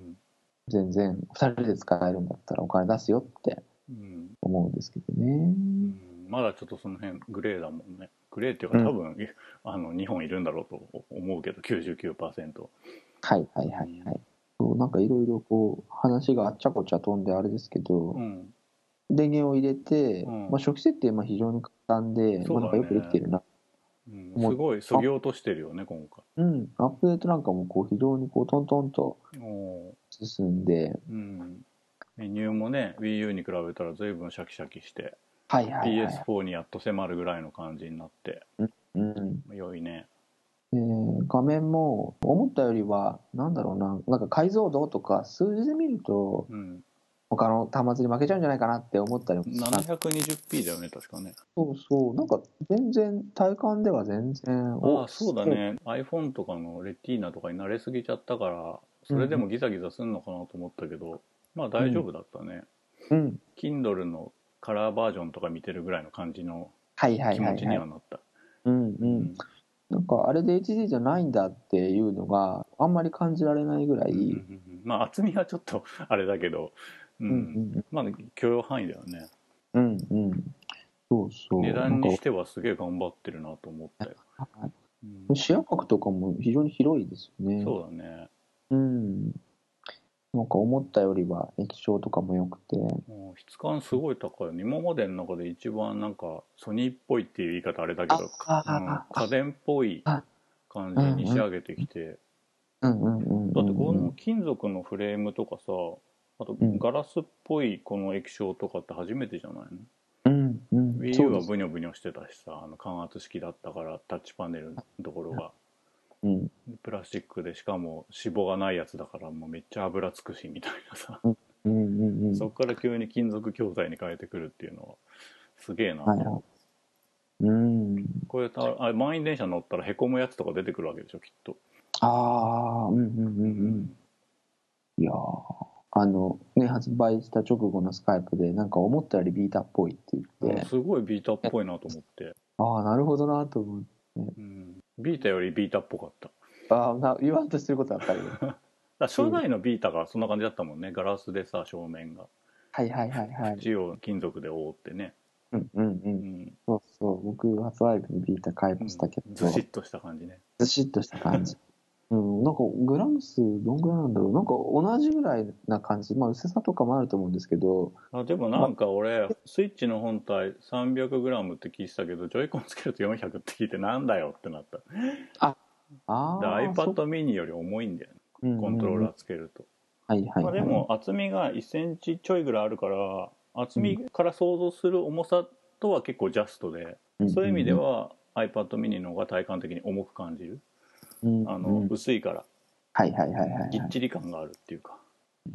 全然2人で使えるんだったらお金出すよってうん思うんですけどね。うんまだちょっとその辺グレーだもんねグレーっていうか多分、 あの2本いるんだろうと思うけど99%はいはいはいはい。そうなんかいろいろこう、話があっちゃこっちゃ飛んであれですけど、うん電源を入れて、うんまあ、初期設定も非常に簡単で、そうだねまあ、なんかよくできてるな。うんもうすごいそぎ落としてるよね今うん。アップデートなんかもこう、非常にこう、トントンと回お進んで、ーうんメニューもね WiiU に比べたら随分シャキシャキしてはいはいはい。 PS4 にやっと迫るぐらいの感じになってうん。良いねえー画面も思ったよりはなんだろうななんか解像度とか数字で見るとうん他の端末に負けちゃうんじゃないかなって思ったりもした 720p だよね確かねそうそうなんか全然体感では全然あおあそうだね iPhone とかのレティーナとかに慣れすぎちゃったからそれでもギザギザすんのかなと思ったけど、まあ大丈夫だったね、うん、 Kindle のカラーバージョンとか見てるぐらいの感じのはいはい気は持い、ちには、はいなった、うんうんなんかあれで HD じゃないんだっていうのがあんまり感じられないぐらい、うんうんうんうんまあ厚みはちょっと あれだけど、うんうんまあ許容範囲だよねうんうんうんそうそう値な段んかにしてはすげえ頑張ってるなと思ったよ、はうんい視野角とかも非常に広いですよねそうだねうん。なんか思ったよりは液晶とかも良くて。もう質感すごい高いよね今までの中で一番なんかソニーっぽいっていう言い方あれだけど、ああうん家電っぽい感じに仕上げてきて、うんうんうんうん。だってこの金属のフレームとかさあとうんガラスっぽいこの液晶とかって初めてじゃないの、うんうん。 Wii そ U うはですブニョブニョしてたしさあの感圧式だったからタッチパネルのところがうんプラスチックでしかも脂肪がないやつだからもうめっちゃ油つくしみたいなさ、うんうんうん。そっから急に金属筐体に変えてくるっていうのはすげえな、はいはい。うん。これたあれ満員電車乗ったらへこむやつとか出てくるわけでしょきっと、ああ、うんうんうんうん。いやーあの、ね、発売した直後のスカイプで、なんか思ったよりビータっぽいって言って、すごいビーターっぽいなと思って、ああ、なるほどなと思って。うんビータよりビータっぽかったああ、な言わんとしてることは分かるよ。だ初代のビータがそんな感じだったもんねガラスでさ正面がはいはいはい はい。縁を金属で覆ってね、うんうんう。うんんそうそう。僕、発売日にビータ買いうんましたけど。ずしっとした感じねずしっとした感じ。 うん、なんかグラム数どんぐらいなんだろうなんか同じぐらいな感じ、まあ、薄さとかもあると思うんですけどあでもなんか俺スイッチの本体 300g って聞いてたけどジョイコンつけると400って聞いてなんだよってなったああだ iPad mini より重いんだよねコントローラーつけると、はいはい、まはあ、い、でも厚みが1センチちょいぐらいあるから厚みから想像する重さとは結構ジャストでんそういう意味で、は iPad mini の方が体感的に重く感じるうんうんあのうん薄いからはいはいはいはいぎはっいちり感があるっていうか、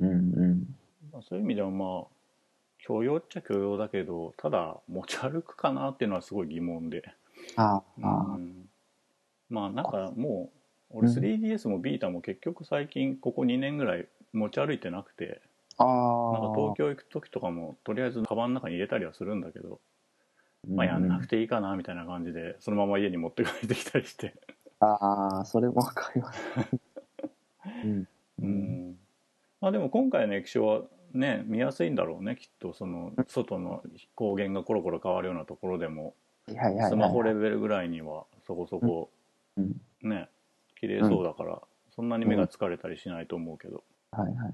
うんうんまあ、そういう意味ではまあ許容っちゃ許容だけどただ持ち歩くかなっていうのはすごい疑問で、あうあああん、まあなんかもう俺うん 3DS もビータも結局最近ここ2年ぐらい持ち歩いてなくてあなんか東あ京行く時とかもとりあえずカバンの中に入れたりはするんだけど、まあ、やんなくていいかなみたいな感じでそのまま家に持って帰ってきたりして、ああそれもわかります うんううんんまあでも今回の液晶はね見やすいんだろうねきっとその外の光源がコロコロ変わるようなところでもはいはいはいはいスマホレベルぐらいにはそこそこうんね綺麗そうだからそんなに目が疲れたりしないと思うけど、はいはいはい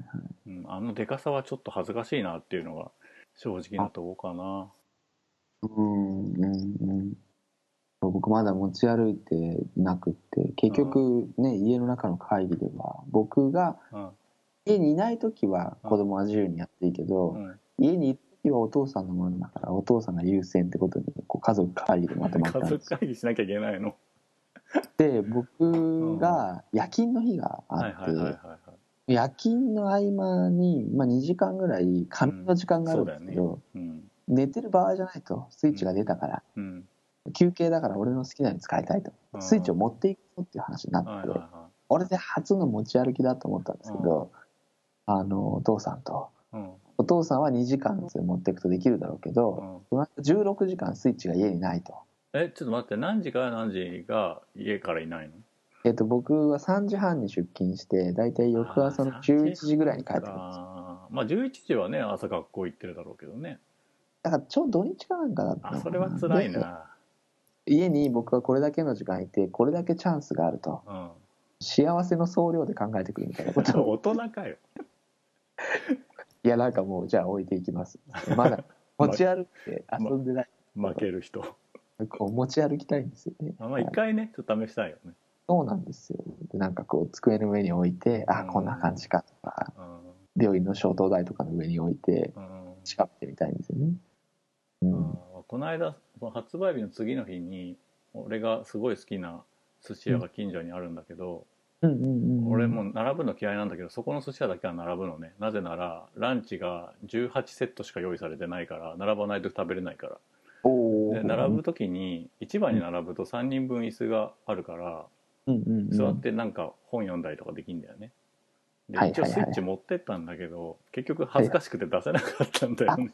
うん、あのでかさはちょっと恥ずかしいなっていうのが正直なとこかなうんうんうん僕まだ持ち歩いてなくって結局ね、家の中の会議では僕がうん家にいない時は子供は自由にやっていいけど、うん家にいる時はお父さんのものだからお父さんが優先ってことにこう家族会議でまとま 家ったん族です会議しなきゃいけないので僕が夜勤の日があはいっはいて、はいはいはい夜勤の合間に、まあ、2時間ぐらい仮眠の時間があるんですけうど、うん寝てる場合じゃないとスイッチが出たから、うん休憩だから俺の好きなように使いたいとうんスイッチを持っていこうっていう話になって、はいはいは俺で初の持ち歩きだと思ったんですけど、あのお父さんというんお父さんは2時間それ持っていくとできるだろうけうど、ん16時間スイッチが家にないと,、えちょっと待って何時から何時が家からいないのえっと僕は3時半に出勤して大体翌朝のあー11時ぐらいに帰ってくるんですあーまあ11時はね朝学校行ってるだろうけどねだからちょうど土日かなんかだったのかあなそれは辛いで な家に僕はこれだけの時間いてこれだけチャンスがあるとうん幸せの総量で考えてくるみたいなこ 大とを人かよいやなんかもうじゃあ置いていきますまだ持ち歩いて遊んでない、負ける 人こう持ち歩きたいんですよねあまあ一回ねちょっと試したいよねそうなんですよでなんかこう机の上に置いてあうんこんな感じかとかうん病院の消灯台とかの上に置いてうん調べてみたいんですよねううんんこの間その発売日の次の日に俺がすごい好きな寿司屋が近所にあるんだけど、うんうんうん俺もう並ぶの嫌いなんだけどそこの寿司屋だけは並ぶのねなぜならランチが18セットしか用意されてないから並ばないと食べれないからおでー並ぶ時に1番に並ぶと3人分椅子があるからうんうんうん座ってなんか本読んだりとかできんだよね。ではいはい一は応いスイッチ持ってったんだけど結局恥ずかしくて出せなかったんだ よね。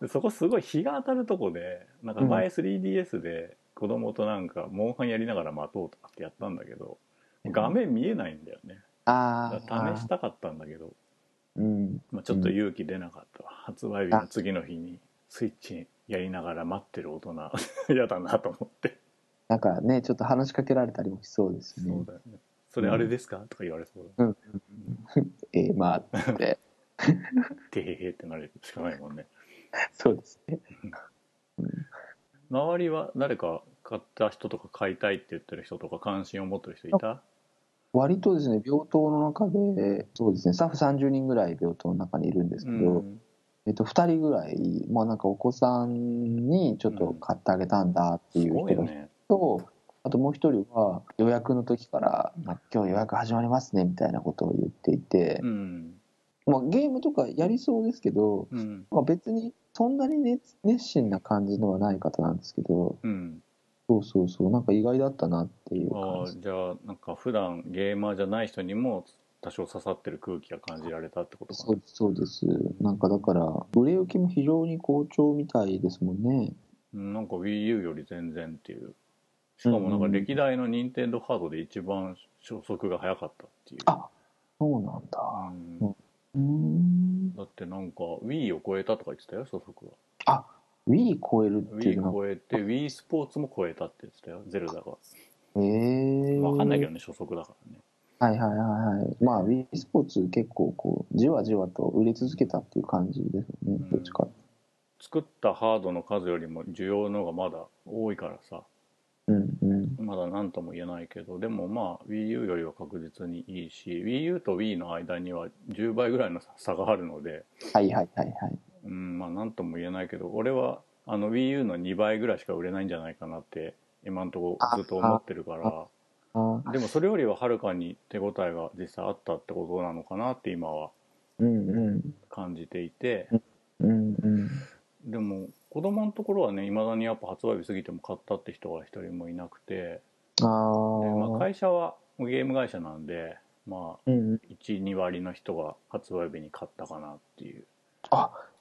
でそこすごい日が当たるとこでなんか前 3DS で子供となんかモンハンやりながら待とうとかってやったんだけど画面見えないんだよね。だあからあ試したかったんだけど、うんまあ、ちょっと勇気出なかったわ、発売日の次の日にスイッチやりながら待ってる大人 嫌だなと思って。なんかねちょっと話しかけられたりもしそうですそねうだよね。それあれですか、とか言われそうだ。ええまあって てへへってなるしかないもんね。そうですね周りは誰か買った人とか買いたいって言ってる人とか関心を持ってる人いた？割とですね病棟の中でそうですねスタッフ30人ぐらい病棟の中にいるんですけど、うんえっと、2人ぐらい、まあ、なんかお子さんにちょっと買ってあげたんだってすいうご人いよがね。と、あともう一人は予約の時から、まあ、今日予約始まりますねみたいなことを言っていてう、ん。まあ、ゲームとかやりそうですけど、うん。まあ、別にそんなに熱熱心な感じではない方なんですけどうん。そうそうそうなんか意外だったなっていうあ感あじじゃあなんか普段ゲーマーじゃない人にも多少刺さってる空気が感じられたってことかそな。うそうですなんかだから売れ行きも非常に好調みたいですもんねうんなんか Wii U より全然っていう。しかもなんか歴代の任天堂ハードで一番初速が早かったっていう。あそうなんだうんうーんだってなんか Wii を超えたとか言ってたよ初速は。 Wii 超えるっていう Wii のは超えて Wii スポーツも超えたって言ってたよゼルダがえー、分かんないけどね初速だからねはいはいはいはいまあ w e スポーツ結構こうじわじわと売れ続けたっていう感じですよねうんどっちか作ったハードの数よりも需要の方がまだ多いからさうんうんまだ何とも言えないけどでもまあ WiiU よりは確実にいいし WiiU と Wii の間には10倍ぐらいの差があるのではいはいはいはいうんまあ何とも言えないけど俺はあの WiiU の2倍ぐらいしか売れないんじゃないかなって今んとこずっと思ってるからあーでもそれよりははるかに手応えが実際あったってことなのかなって今はうんうん感じていてうんうんでも子供のところはねいまだにやっぱ発売日過ぎても買ったって人が一人もいなくてあで、まあ、あ会社はゲーム会社なんでまあうん12割の人が発売日に買ったかなっていう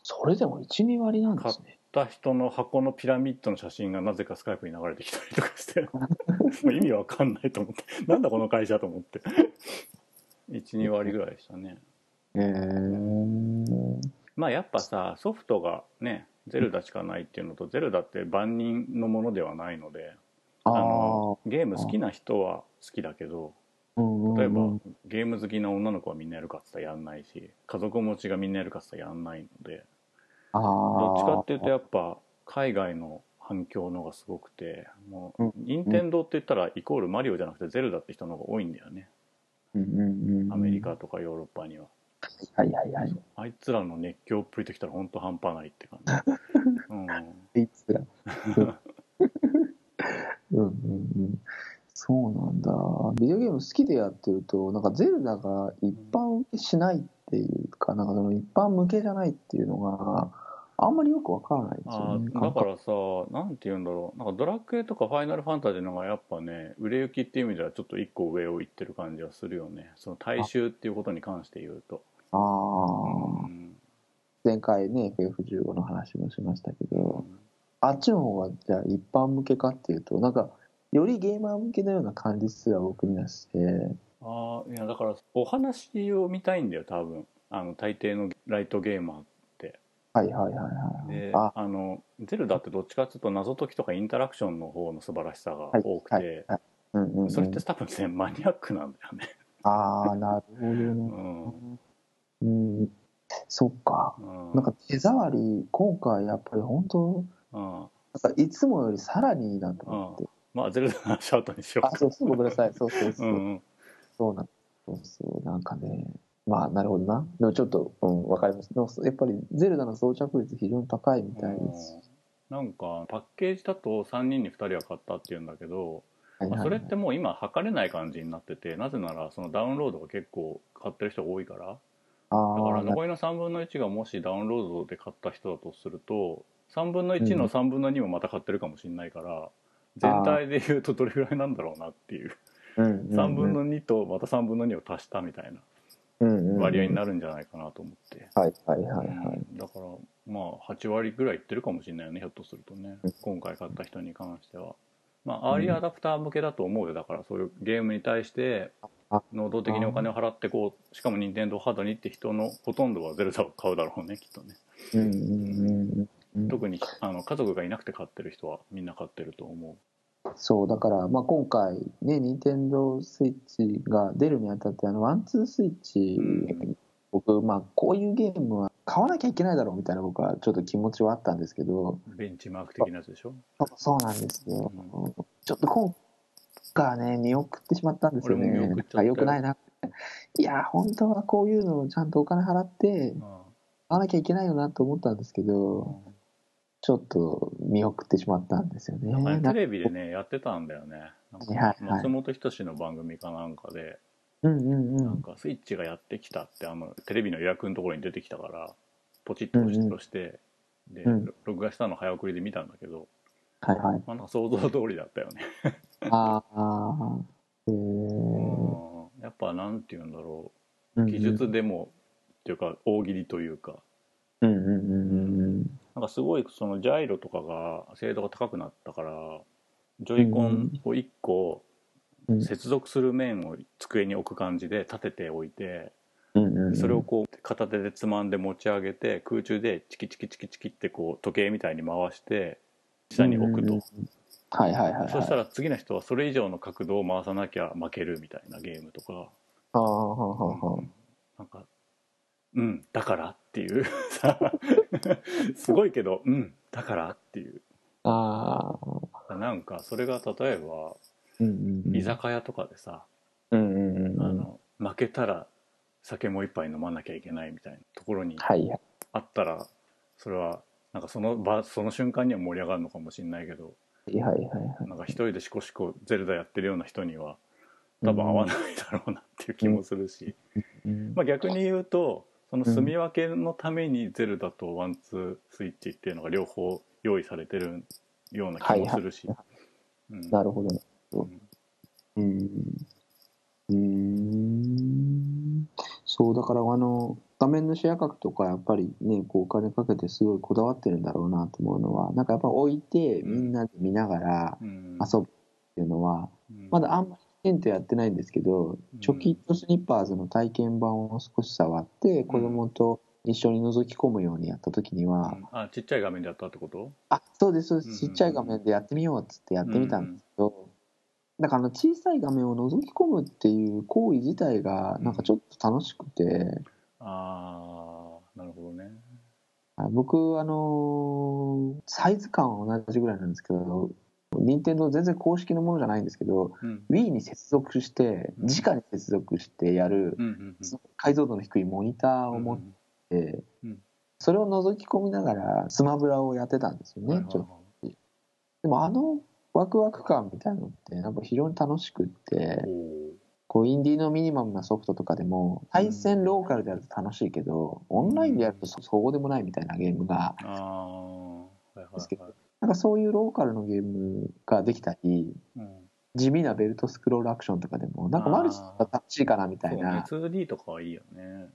それでも12割なんですね買った人の箱のピラミッドの写真がなぜかスカイプに流れてきたりとかして もう意味わかんないと思ってなんだこの会社と思って12割ぐらいでしたねへえー、まあやっぱさソフトがねゼルダしかないっていうのとゼルダって万人のものではないのであああのゲーム好きな人は好きだけど例例えば、ゲーム好きな女の子はみんなやるかっつったらやんないし家族持ちがみんなやるかっつったらやんないのであどっちかっていううとやっぱ海外の反響の方がすごくてもうんう任天堂って言ったらイコールマリオじゃなくてゼルダって人の方が多いんだよねと、うんうんうん、アメリカとかヨーロッパには、はいはいはいあいつらの熱狂っぷりときたら本当半端ないって感 じ、うん、いつ ら。うんうんうん。そうなんだ。ビデオゲーム好きでやってると、なんかゼルダが一般受けしないっていうか、なんかその一般向けじゃないっていうのが、あんまりよくわからないですあよね。ーだからさなんて言うんだろうなんかドラクエとかファイナルファンタジーの方がやっぱね売れ行きっていう意味ではちょっと一個上を行ってる感じはするよねその大衆っていうことに関して言うと。あうあん前回ね FF15 の話もしましたけどあっちの方はじゃあ一般向けかっていうとなんかよりゲーマー向けのような感じすら僕にはしてあーいやだからお話を見たいんだよ多分あの大抵のライトゲーマはいはいはいーはいでああのゼルダってどっちかっていうと謎解きとかインタラクションの方の素晴らしさがはい多くて、はいはいうんうん、うん、それって多分ねマニアックなんだよね。ああなるほどうねんうんそっかうんなんか手触り今回やっぱり本当うんなんかいつもよりさらにいいなと思ってまあゼルダの話は後にしようあそうそうごめんなさいそうそううそう、んうんそうなんそうそうなんかねまあなるほどなでもちょっとうんわかりますでもやっぱりゼルダの装着率非常に高いみたいです、なんかパッケージだと3人に2人は買ったっていうんだけど、はいまあ、はいそれってもう今測れない感じになっててなぜならそのダウンロードが結構買ってる人が多いからだかああらな残りの3分の1がもしダウンロードで買った人だとすると3分の1の3分の2もまた買ってるかもしれないから全体で言うとどれぐらいなんだろうなっていううん3分の2とまた3分の2を足したみたいな割合になるんじゃないかなと思って。るはいはいはいはいうんだからまあ8割ぐらいいってるかもしれないよねひょっとするとねうん今回買った人に関してはまあアーリーアダプター向けだと思うよだからそういうゲームに対してあ能動的にお金を払ってこうしかも任天堂ハードにって人のほとんどはゼルダを買うだろうねきっとねうんうんうんうん特にあの家族がいなくて買ってる人はみんな買ってると思そうだから、まあ、今回ね任天堂スイッチが出るにあたってあのワンツースイッチ、うん僕、まあ、こういうゲームは買わなきゃいけないだろうみたいな僕はちょっと気持ちはあったんですけどうベンチマーク的なやつでしょそうそうなんですよ、ちょっと今回はね見送ってしまったんですよね俺も見送っちゃったあよよくないないや本当はこういうのをちゃんとお金払ってあ買わなきゃいけないよなと思ったんですけあどちょっと見送ってしまったんですよねなんかねテなレビでねやってたんだよねなんかはいはい松本人志の番組かなんかで、うんうんうなんんかスイッチがやってきたってあのテレビの予約のところに出てきたからポチッと押しうんうん押して、で、うん録画したの早送りで見たんだけど、はいはいまあ、なんか想像通りだったよね、ああ、えー、うんやっぱなんて言うんだろうんう技術でもっていうか大喜利というかうんうんうんうんうん。なんかすごいそのジャイロとかが精度が高くなったからジョイコンを1う個ん接続する面を机に置く感じで立てておいてうんうんうん、それをこう片手でつまんで持ち上げて空中でチキチキチキチキってこう時計みたいに回して下に置くうんうとんはいはいはい、はい、そしたら次の人はそれ以上の角度を回さなきゃ負けるみたいなゲームとかあーはんはんはんなんか「うんだから」っ ていうさすごいけど「うんだから」っていうあーなんかそれが例えばうんうんうん居酒屋とかでさうんうんうんあの負けたら酒もう一杯飲まなきゃいけないみたいなところにはいはいあったらそれはなんかその場その瞬間には盛り上がるのかもしれないけどはいはいはいなんか一人でシコシコゼルダやってるような人には多分合わないだろうなっていう気もするし、うんまあ、逆に言うとその住み分けのためにゼルダとワンツースイッチっていうのが両方用意されてるような気もするし。うんなるほどなるほどうんうーんそうだからあの画面のシェア額とかやっぱりねこうお金かけてすごいこだわってるんだろうなと思うのはなんかやっぱ置いてみんなで見ながらうん遊ぶっていうのは、うんまだあんまりきちんとやってないんですけど、んチョキッとスニッパーズの体験版を少し触って、子供と一緒に覗き込むようにやった時には、うんあちっちゃい画面でやったってことあそうですそうでうんすちっちゃい画面でやってみようっつってやってみたんですけど、だからあの小さい画面を覗き込むっていう行為自体がなんかちょっと楽しくて、ああなるほどねあ僕あのーサイズ感は同じぐらいなんですけど任天堂全然公式のものじゃないんですけどうん Wii に接続してうん直に接続してやる、うんうんうんその解像度の低いモニターを持っうて、うんそれを覗き込みながらスマブラをやってたんですよんね、ちょっとでもあのワクワク感みたいなのってやっぱ非常に楽しくっておー子こうインディーのミニマムなソフトとかでも対戦ローカルでやると楽しいけど、オンラインでやるとそうでもないみたいなゲームがああはいはいですけどはいなんかそういうローカルのゲームができたりうん地味なベルトスクロールアクションとかでもなんかマルチが楽しいかなみたそういねな、 2D とかはいいよね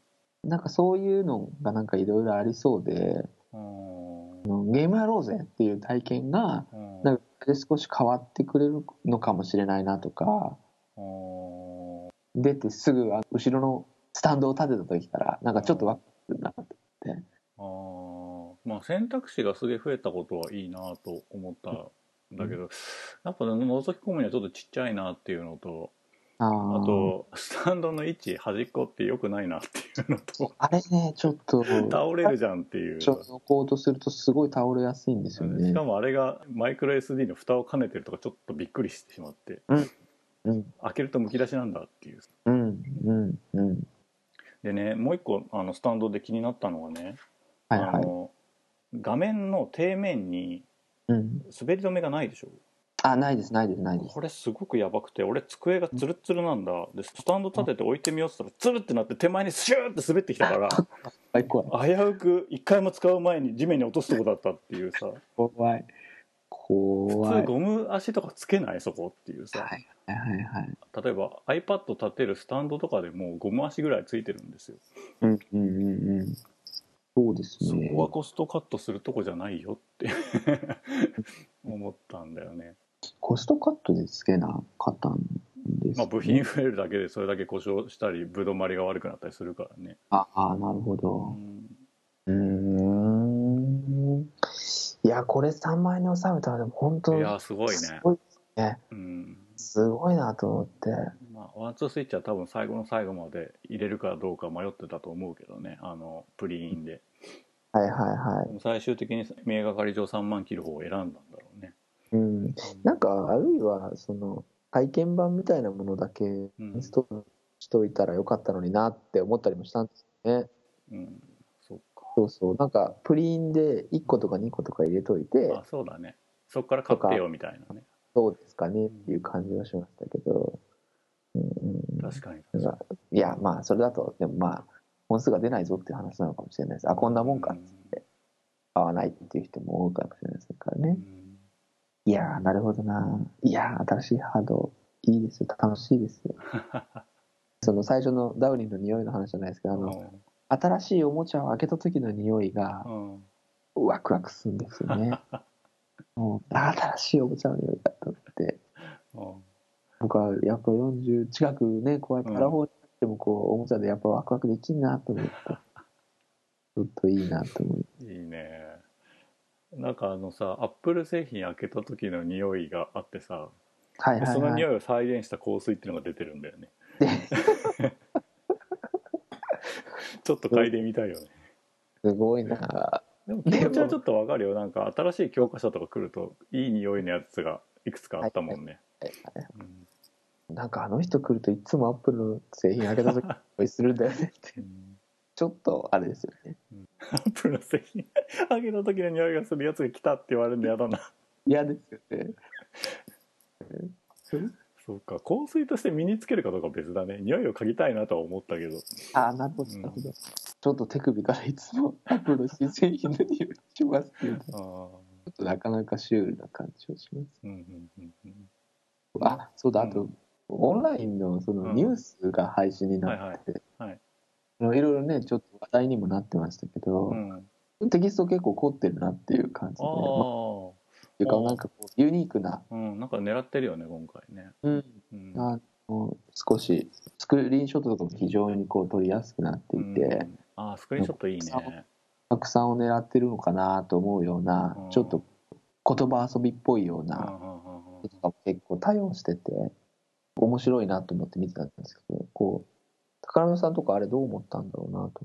なんかそういうのがなんかいろいろありそうでうんうんゲームやろうぜっていう体験がうんなんかで少し変わってくれるのかもしれないなとかうん出てすぐあ後ろのスタンドを立てた時からなんかちょっとワクワクするなってあーまあ選択肢がすげえ増えたことはいいなと思ったんだけど、やっぱ覗き込むにはちょっとちっちゃいなっていうのとああーとスタンドの位置端っこってよくないなっていうのとあれねちょっと倒れるじゃんっていう。ちょっとこうとするとすごい倒れやすいんですよねしかもあれがマイクロ SD の蓋を兼ねてるとかちょっとびっくりしてしまってうん開けるとむき出しなんだっていううんうんうんでねもう一個あのスタンドで気になったのがね、はいあはいの画面の底面にうん滑り止めがないでしょあないですないですないですこれすごくやばくて俺机がツルッツルなんだでスタンド立てて置いてみようって言ったらツルってなって手前にシューって滑ってきたから はい怖い危うく一回も使う前に地面に落とすとこだったっていうさ怖い怖普い通ゴム足とかつけないそこっていうさはいはいはいはい例えば iPad 立てるスタンドとかでもうゴム足ぐらいついてるんですようんうんうんうんそうですそねこはコストカットするとこじゃないよって 思ったんだよねコストカットでつけなかったんです、まあ部品増えるだけでそれだけ故障したりぶどまりが悪くなったりするからねああなるほうどんうーんいやこれ3万円に収めたらでも本当いやすごいねすごいねうんすごいなと思ってまあ、ワンツースイッチは多分最後の最後まで入れるかどうか迷ってたと思うけどねあのプリインではいはいはいでも最終的に名がかり上3万切る方を選んだんだろうねうん、なんかあるいはその体験版みたいなものだけイうんンストールしといたらよかったのになって思ったりもしたんですよねうんそっかそうそうなんかプリンで1個とか2個とか入れといてあそうだねそっから買ってよみたいなねどうですかねっていう感じはしましたけど、うんうん、確かになんかいやまあそれだとでもまあ本数が出ないぞっていう話なのかもしれないですあこんなもんかっつって買わないっていう人も多いかもしれないですからうねんいやーなるほどないやー新しいハードいいですよ楽しいです よその最初のダウリンの匂いの話じゃないですけどあの、新しいおもちゃを開けた時の匂いがうんワクワクするんですよ ねもう新しいおもちゃの匂いだと思ってうん僕はやっぱ40近くねこうやってアラフォーになってもこうおもちゃでやっぱワクワクできんなと思ってちょっといいなと思ういいねなんかあのさアップル製品開けた時の匂いがあってさはいではいそのはい匂いを再現した香水っていうのが出てるん だよねちょっと嗅いでみたいよねすごいなでも気持ちはちょっとわかるよなんか新しい教科書とか来るといい匂いのやつがいくつかあったもんね、うんなんかあの人来るといつもアップルの製品開けた時おいするんだよねってうん ちょっとあれですよねアップルの製品開けた時の匂いがするやつが来たって言われるの嫌だな嫌ですよねそうか香水として身につけるかどうかは別だね匂いを嗅ぎたいなとは思ったけどああなるほどなるほど、ちょっと手首からいつもアップルの新製品の匂いがしますっていうちあょっとなかなかシュールな感じをしますーうんうんうんうんあそうだうあんと、オンラインのそのうんニュースが配信になってて、はいはいあのいろいろねちょっと話題にもなってましたけどう、んテキスト結構凝ってるなっていう感じで、あまああっていうかうんなんかこうユニークな、うん、なんか狙ってるよね今回ね、うん、うん、あの少しスクリーンショットとかも非常にこう撮りやすくなっていて、うんあースクリーンショットいいね拡散を狙ってるのかなと思うような、うんちょっと言葉遊びっぽいよううんうなんうんうんことかも結構多用してて面白いなと思って見てたんですけどこう高野さんとかあれどう思ったんだろうなと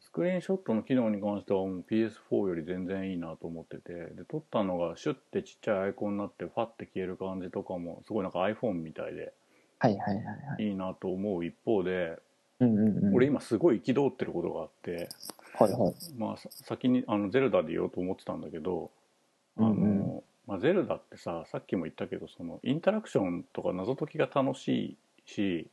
スクリーンショットの機能に関してはもう PS4 より全然いいなと思っててで撮ったのがシュッてちっちゃいアイコンになってファッて消える感じとかもすごいなんか iPhone みたいではいはいはいはいいいなと思う一方で、うんうんうん俺今すごい憤ってることがあって、はいはいまあ、さ先にあのゼルダで言おうと思ってたんだけどあの、うんまあ、ゼルダってささっきも言ったけどそのインタラクションとか謎解きが楽しいし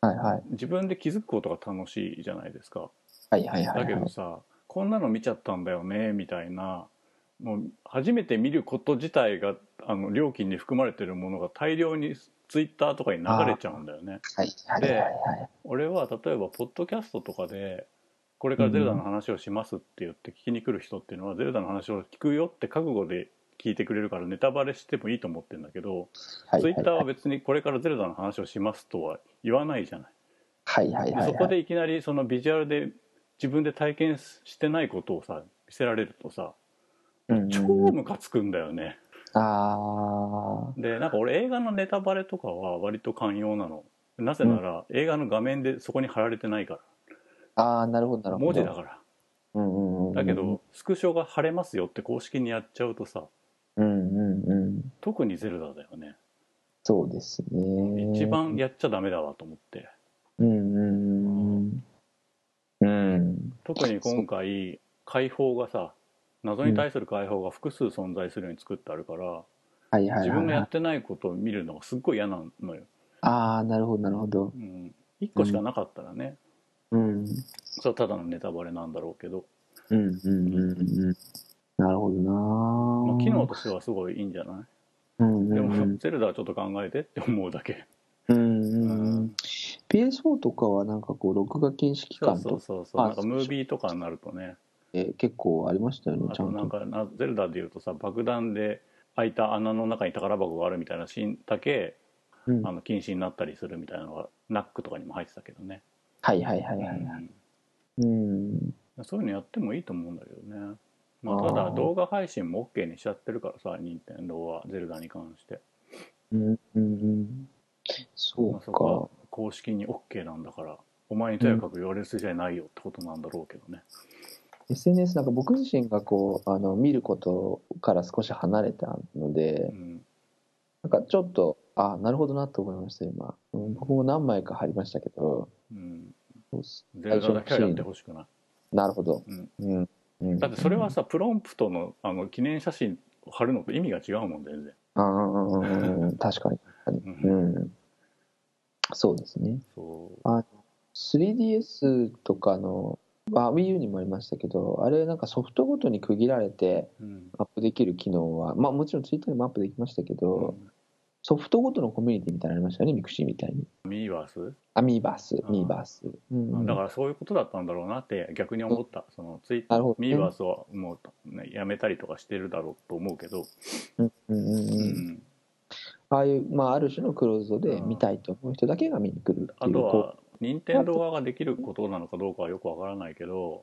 はいはい自分で気づくことが楽しいじゃないですか。はいはいはいだけはどいさこんなの見ちゃったんだよねみたいなもう初めて見ること自体があの料金に含まれてるものが大量にツイッターとかに流れちゃうんだよね。はいはいはいはい俺は例えばポッドキャストとかでこれからゼルダの話をしますって言って聞きに来る人っていうのはゼルダの話を聞くよって覚悟で聞いてくれるからネタバレしてもいいと思ってるんだけどはいツイはいッターは別にこれからゼルダの話をしますとは言わないじゃない。はいはいではいそこでいきなりそのビジュアルで自分で体験してないことをさ見せられるとさうん超ムカつくんだよね。あでなんか俺映画のネタバレとかは割と寛容なの。なぜなら映画の画面でそこに貼られてないかーあーなるほどなるらほど文字だから。うんうんうんだけどスクショが貼れますよって公式にやっちゃうとさうんうんうん特にゼルダだよねそうですね一番やっちゃダメだわと思ってうんうんうんうん特に今回解放がさ謎に対する解放が複数存在するように作ってあるからはいはいはいはい自分がやってないことを見るのがすっごい嫌なのよ、ああなるほどなるほどうん、1個しかなかったらねうんそれはただのネタバレなんだろうけど、うんうんうんうんなるほどなまあ、ー機能としてはすごいいいんじゃないうんうんでうんもゼルダはちょっと考えてって思うだけうんうんううんん PS4 とかはなんかこう録画禁止期そう間そとうかそうそうなんかムービーとかになるとねって結構ありましたよねあちゃとんなんとかなゼルダでいうとさ爆弾で開いた穴の中に宝箱があるみたいなシーンだけうんあはいの禁止になったりするみたいなのがナックとかにも入ってたけどね、はいはいはいはういんうんそういうのやってもいいと思うんだけどね、まあ、たあだー動画配信も OK にしちゃってるからさ任天堂はゼルダに関して、うんうんうんそまあ、うそかこは公式に OK なんだからお前にとやかく言われる筋合いないよってことなんだろうけどね、 SNS なんか僕自身がこうあの見ることから少し離れたのでうんなんかちょっとあなるほどなと思いました今、うん、僕も何枚か入りましたけどうん、そうっすゼルダだけはやってほしくない、なるほど、うんうんうん、だってそれはさプロンプトのあの記念写真を貼るのと意味が違うもん全然ああ 確かに確かに、ううん、そうですねそう 3DS とかの、まあ、WiiU にもありましたけどあれなんかソフトごとに区切られてうん、アップできる機能は、まあ、もちろん Twitter にもアップできましたけど、ソフトごとのコミュニティみたいなのありましたよねミクシーみたいにミーバース、アミーバースうんミーバース、うんだからそういうことだったんだろうなって逆に思った、そのツイッタなるほーどねミーバースをもう、ね、やめたりとかしてるだろうと思うけど、うんうんううん、んああいう、まあ、ある種のクローズドで見たいと思う人だけが見に来るってあいうとこは任天堂側ができることなのかどうかはよくわからないけど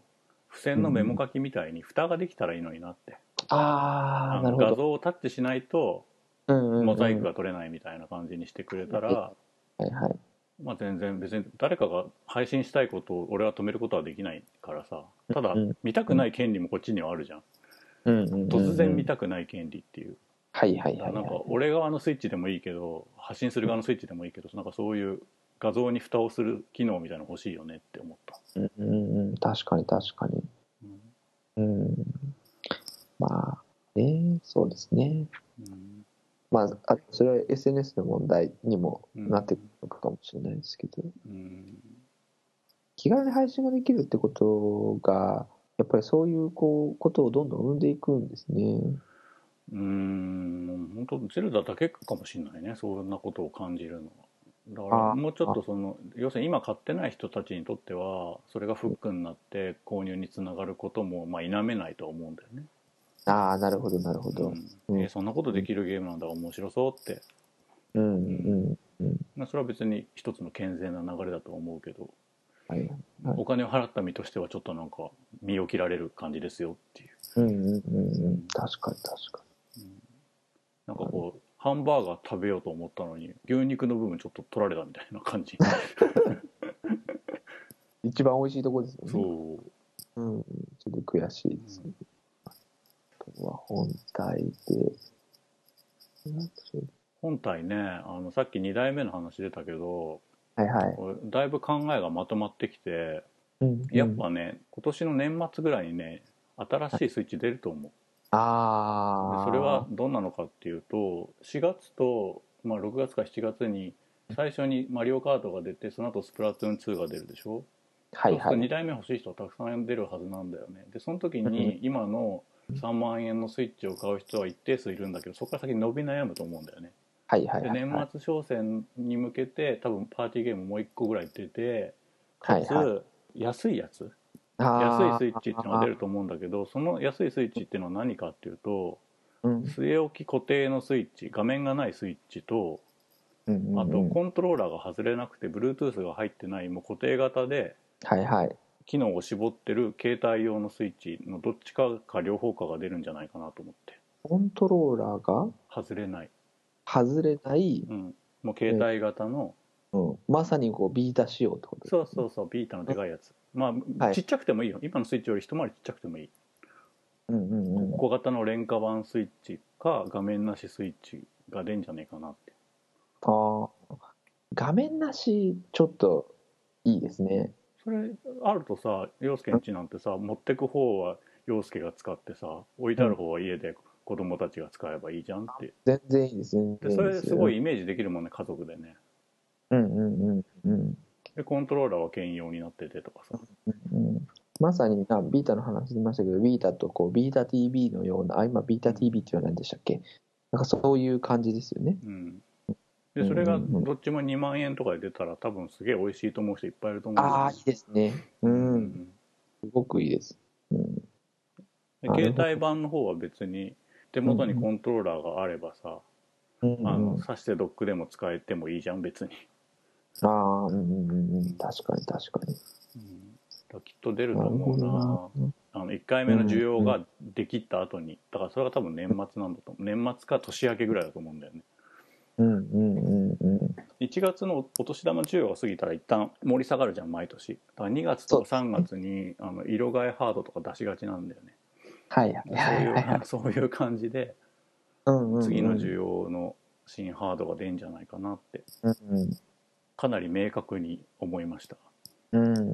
付箋のメモ書きみたいに蓋ができたらいいのになって、うあああなるのほ画ど像をタッチしないとうんうんうんモザイクが取れないみたいな感じにしてくれたら、はいはいまあ、全然別に誰かが配信したいことを俺は止めることはできないからさただうん見たくない権利もこっちにはあるじゃんうんうんうんうん突然見たくない権利っていうはいはいはいなんかはい俺側のスイッチでもいいけど発信する側のスイッチでもいいけどなんかそういう画像に蓋をする機能みたいなの欲しいよねって思った、うんうんうん確かに確かにうんうんまあねそうですねうんまああそれは SNS の問題にもなってくるのかもしれないですけど、うん気軽に配信ができるってことがやっぱりそういうこうことをどんどん生んでいくんですね。うん本当ゼルダだけかもしれないねそんなことを感じるのは。だからあもうちょっとその要するに今買ってない人たちにとってはそれがフックになって購入につながることもまあ否めないとは思うんだよね。ああなるほどなるほど。うんうんえーそんなことできるゲームなんだ面白そうって、うんうん。まあ、それは別に一つの健全な流れだとは思うけどはい。お金を払った身としてはちょっとなんか身を切られる感じですよっていう、うんうんうんうん。確かに確かうんなんかこうハンバーガー食べようと思ったのに牛肉の部分ちょっと取られたみたいな感じに。一番美味しいとこですよね。。そうん。ちょっと悔しいですね。あとは本体で。本体ねあのさっき2代目の話出たけどはいはい。これだいぶ考えがまとまってきてうんやっぱね、今年の年末ぐらいにね新しいスイッチ出ると思うあであ。それはどんなのかっていうと4月と、まあ、6月か7月に最初に「マリオカート」が出てその後スプラトゥーン2」が出るでしょはいはそうすると2い。代目欲しい人はたくさん出るはずなんだよねでその時に今の3万円のスイッチを買う人は一定数いるんだけどそこから先伸び悩むと思うんだよねはいはいではいはい年。末商戦に向けて多分パーティーゲームもう1個ぐらい出てはかいつは安いやつあ安いースイッチっていうのが出ると思うんだけどその安いスイッチっていうのは何かっていうとうん据え置き固定のスイッチ画面がないスイッチとうんうんあとうんコントローラーが外れなくて Bluetooth が入ってないもう固定型ではいはい。機能を絞ってる携帯用のスイッチのどっちかか両方かが出るんじゃないかなと思ってコントローラーが外れない、外れない、うん、もう携帯型の、うん、まさにこうビータ仕様ってことですそうそうそうビータのでかいやつまあ、はいちっちゃくてもいいよ今のスイッチより一回りちっちゃくてもいいうんうんうん。小型の廉価版スイッチか画面なしスイッチが出んじゃねえかなってああ。画面なし、ちょっといいですね。それあるとさ陽介んちなんてさ持ってく方は陽介が使ってさ置いてある方は家で子供たちが使えばいいじゃんって全然いいですね。でそれすごい。イメージできるもんね家族でねうんうんうんうん。でコントローラーは兼用になっててとかさうん、まさにな、ビータの話出ましたけど、ビータとこう、ビータ TV のような、あ、今ビータ TV って言わないんでしたっけなんかそういう感じですよね。うんでそれがうんうんうんどっちも2万円とかで出たら多分すげえ美味しいと思う人いっぱいいると思うんだよねああ、いいですね。う、うんんすごくいいです。うん、でなるほど携帯版の方は別に手元にコントローラーがあればさうんあうのん、挿してドックでも使えてもいいじゃん別に、ああ、うんうんうん、確かに確かに。うん、だからきっと出ると思うなな。あの1回目の需要ができた後にだからそれが多分年末なんだと思う年末か年明けぐらいだと思うんだよねうんうんうんうん。 1月のお年玉需要が過ぎたら一旦盛り下がるじゃん毎年だから2月とか3月にあの色替えハードとか出しがちなんだよねはいはいそうはいいはいうそう いう感じでうんうんうん。次の需要の新ハードが出んじゃないかなってうんかなり明確に思いましたうん。うん。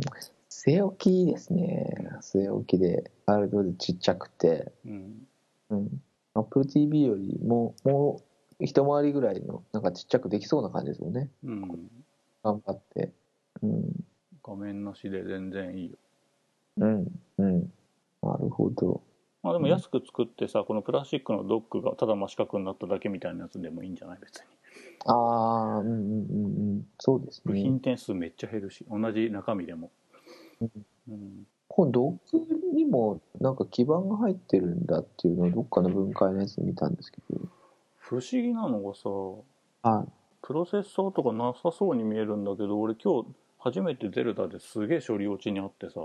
据え置きですね。据え置きで、あれどでちっちゃくて、うんうん。Apple TV よりも、もう一回りぐらいの、なんかちっちゃくできそうな感じですもんね。うん頑張って。うん。画面なしで全然いいようんうん。なるほど。まあでも安く作ってさこのプラスチックのドックがただ真四角になっただけみたいなやつでもいいんじゃない別にああ、うんうんうんうん。そうです部ね品。点数めっちゃ減るし同じ中身でもうんうんこのドックにも、なんか基板が入ってるんだっていうのを、どっかの分解のやつで見たんですけど。不思議なのがさはい。プロセッサーとかなさそうに見えるんだけど俺今日初めてゼルダですげえ処理落ちにあってさ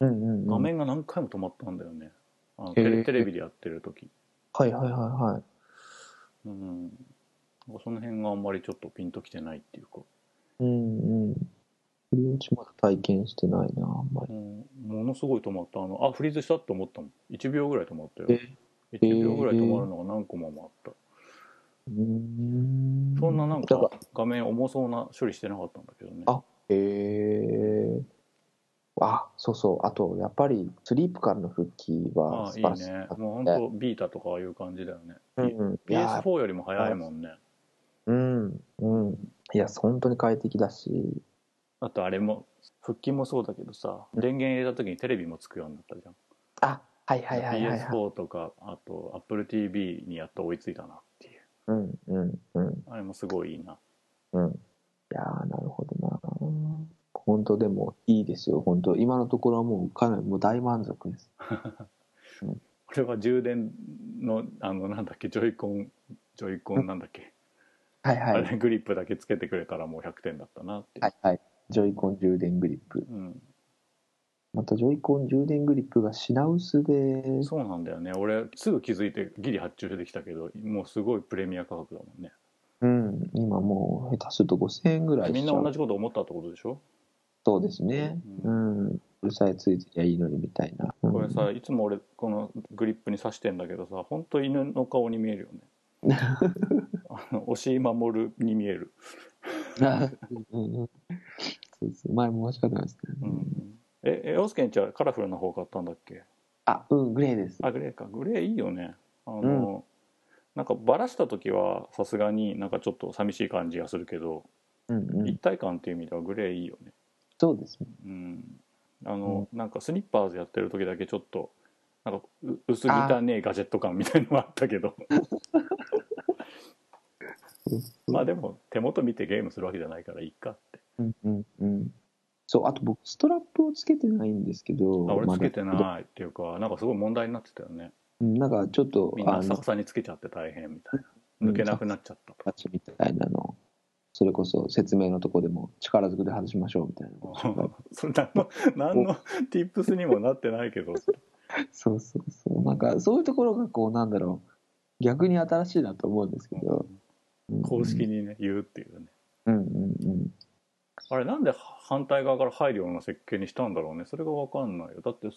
うんうん、うん。画面が何回も止まったんだよね、あのへテえレテレビでやってる時はいはいはいはい。うんなんかその辺があんまりちょっとピンときてないっていうか、うんうん。フリオチまだ体験してないな、あんまうり。ん、ものすごい止まったあのあフリーズしたって思ったもん1秒ぐらい止まったよえ1秒ぐらい止まるのが何個もあった、うーん。そんななんだから画面重そうな処理してなかったんだけどねあへえあ、そうそう。あと、やっぱり、スリープからの復帰あはあい素い晴らしい。ねもう本当ビータとかああいう感じだよね、うん、うん。いや、 PS4 よりも早いもんねうん、うん。いや、本当に快適だし。あとあれも復帰もそうだけどさ電源入れた時にテレビもつくようになったじゃんあ、はいはいはいはい、はい。 PS4 とかあと AppleTV にやっと追いついたなっていううん、うん、うん、あれもすごいいいなうん。いやーなるほどな。本当でも、いいですよ。本当今のところはもう、かなり、もう大満足です。これは充電のあのなんだっけジョイコンジョイコンなんだっけ、はいはい。あれグリップだけつけてくれたらもう100点だったなって、はいはい。ジョイコン充電グリップ。うん、またジョイコン充電グリップが品薄で、そうなんだよね俺すぐ気づいてギリ発注できたけどもうすごいプレミア価格だもんねうん、今もう下手すると5000円ぐらいみしんちなゃう。同じこと思ったってことでしょ、そうですね。ううん。うるさいついてりゃいいのにみたいな。うんこれさいつも俺このグリップに刺してんだけどさほんと犬の顔に見えるよね あの押井守るに見える、うんうんそうです前も欲しかったんですけどね、うん、ええオスケンちゃんカラフルな方買ったんだっけあ、うん、グレーです。あグレーかグレーいいよねあの、なんかバラした時はさすがになんかちょっと寂しい感じがするけどうんう一ん、体感っていう意味ではグレーいいよねそうですねうんあの、なんかスニッパーズやってる時だけちょっとなんかう薄汚ねえガジェット感みたいのもあったけどまあでも手元見てゲームするわけじゃないからいいかってうんうんうんそうあと僕ストラップをつけてないんですけどあ俺つけてまだないっていうかなんかすごい問題になってたよねうんなんかちょっとみんあなの逆さにつけちゃって大変みたいうんな抜けなくなっちゃったとパチみたいなのそれこそ説明のとこでも力ずくで外しましょうみたいなこと とかそれ何の何の tips にもなってないけどそうそうそうなんかそういうところがこうなんだろう逆に新しいなと思うんですけど、うん公式にね言うっていうねうんうんうんあれなんで反対側から入るような設計にしたんだろうねそれが分かんないよだってさジ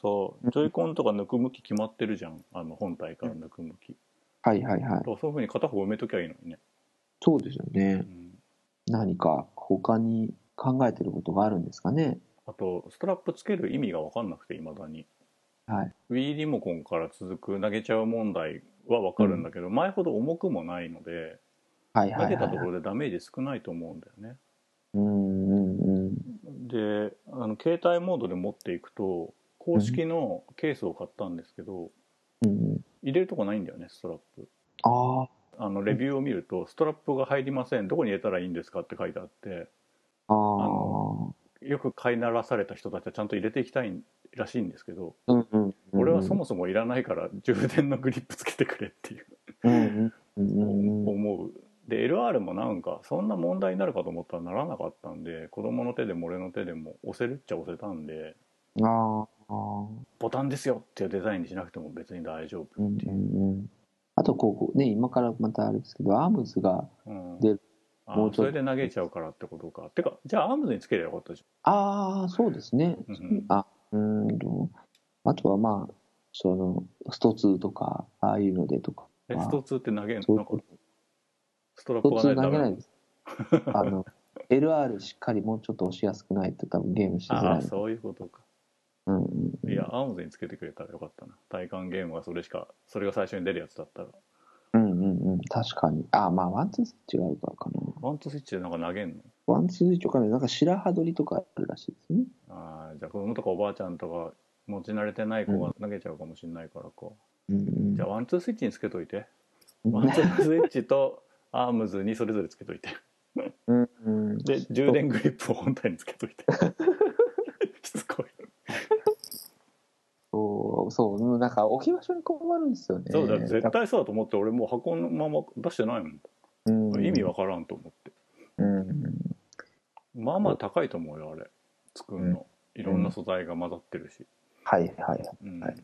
ョイコンとか抜く向き決まってるじゃんあの本体から抜く向きはいはいはいだからそういうふうに片方埋めときゃいいのにね、そうですようねん何か他に考えてることがあるんですかねあとストラップつける意味が分かんなくていまだに、はい、 Wii リモコンから続く投げちゃう問題は分かるんだけど、前ほど重くもないのではいは投いげはたいところでダメージ少ないと思うんだよね、うんうんうんであの携帯モードで持っていくと公式のケースを買ったんですけど、うんうん入れるとこないんだよねストラップああのレビューを見ると「ストラップが入りませんどこに入れたらいいんですか?」って書いてあってああのよく飼いならされた人たちはちゃんと入れていきたいらしいんですけどうんうんうんうん俺はそもそもいらないから充電のグリップつけてくれっていううんうんうんうんうん思うで LR もなんかそんな問題になるかと思ったらならなかったんで子供の手でも俺の手でも押せるっちゃ押せたんでああボタンですよっていうデザインにしなくても別に大丈う夫っんていうう、んうんあとこうね今からまたあれですけどアームズがうんであもうーちょそっとれで投げちゃうからってことかてかじゃあアームズにつければよかったじああそうですね、うんうんあうーんとあとはまあそのスト2とかああいうのでとかゃんえスト2って投げるそういうのなんかことストラップ普が通ないと投ダげメなないのです。あ の LR しっかりもうちょっと押しやすくないと多分ゲームしづあらあい。そういうことかうんうんうんいやアームズにつけてくれたらよかったな体感ゲームはそれしかそれが最初に出るやつだったらうんうんうん確かに。あまあワンツースイッチがあるからかな。ワンツースイッチでなんか投げんのワンツースイッチとかねなんか白羽取りとかあるらしいですね。ああじゃあ子供とかおばあちゃんとか持ち慣れてない子が投げちゃうかもしれないからか、うんじゃあワンツースイッチにつけといてうんワンツースイッチとアームズにそれぞれつけといてうんうんで充電グリップを本体につけと いてしつこいそうそうなんか置き場所に困るんですよね。そうだ絶対そうだと思って俺もう箱のまま出してないもん、うん意味わからんと思ってうんうんまあまあ高いと思うよあれ作るの、いろんな素材が混ざってるし、はいはい。うんはい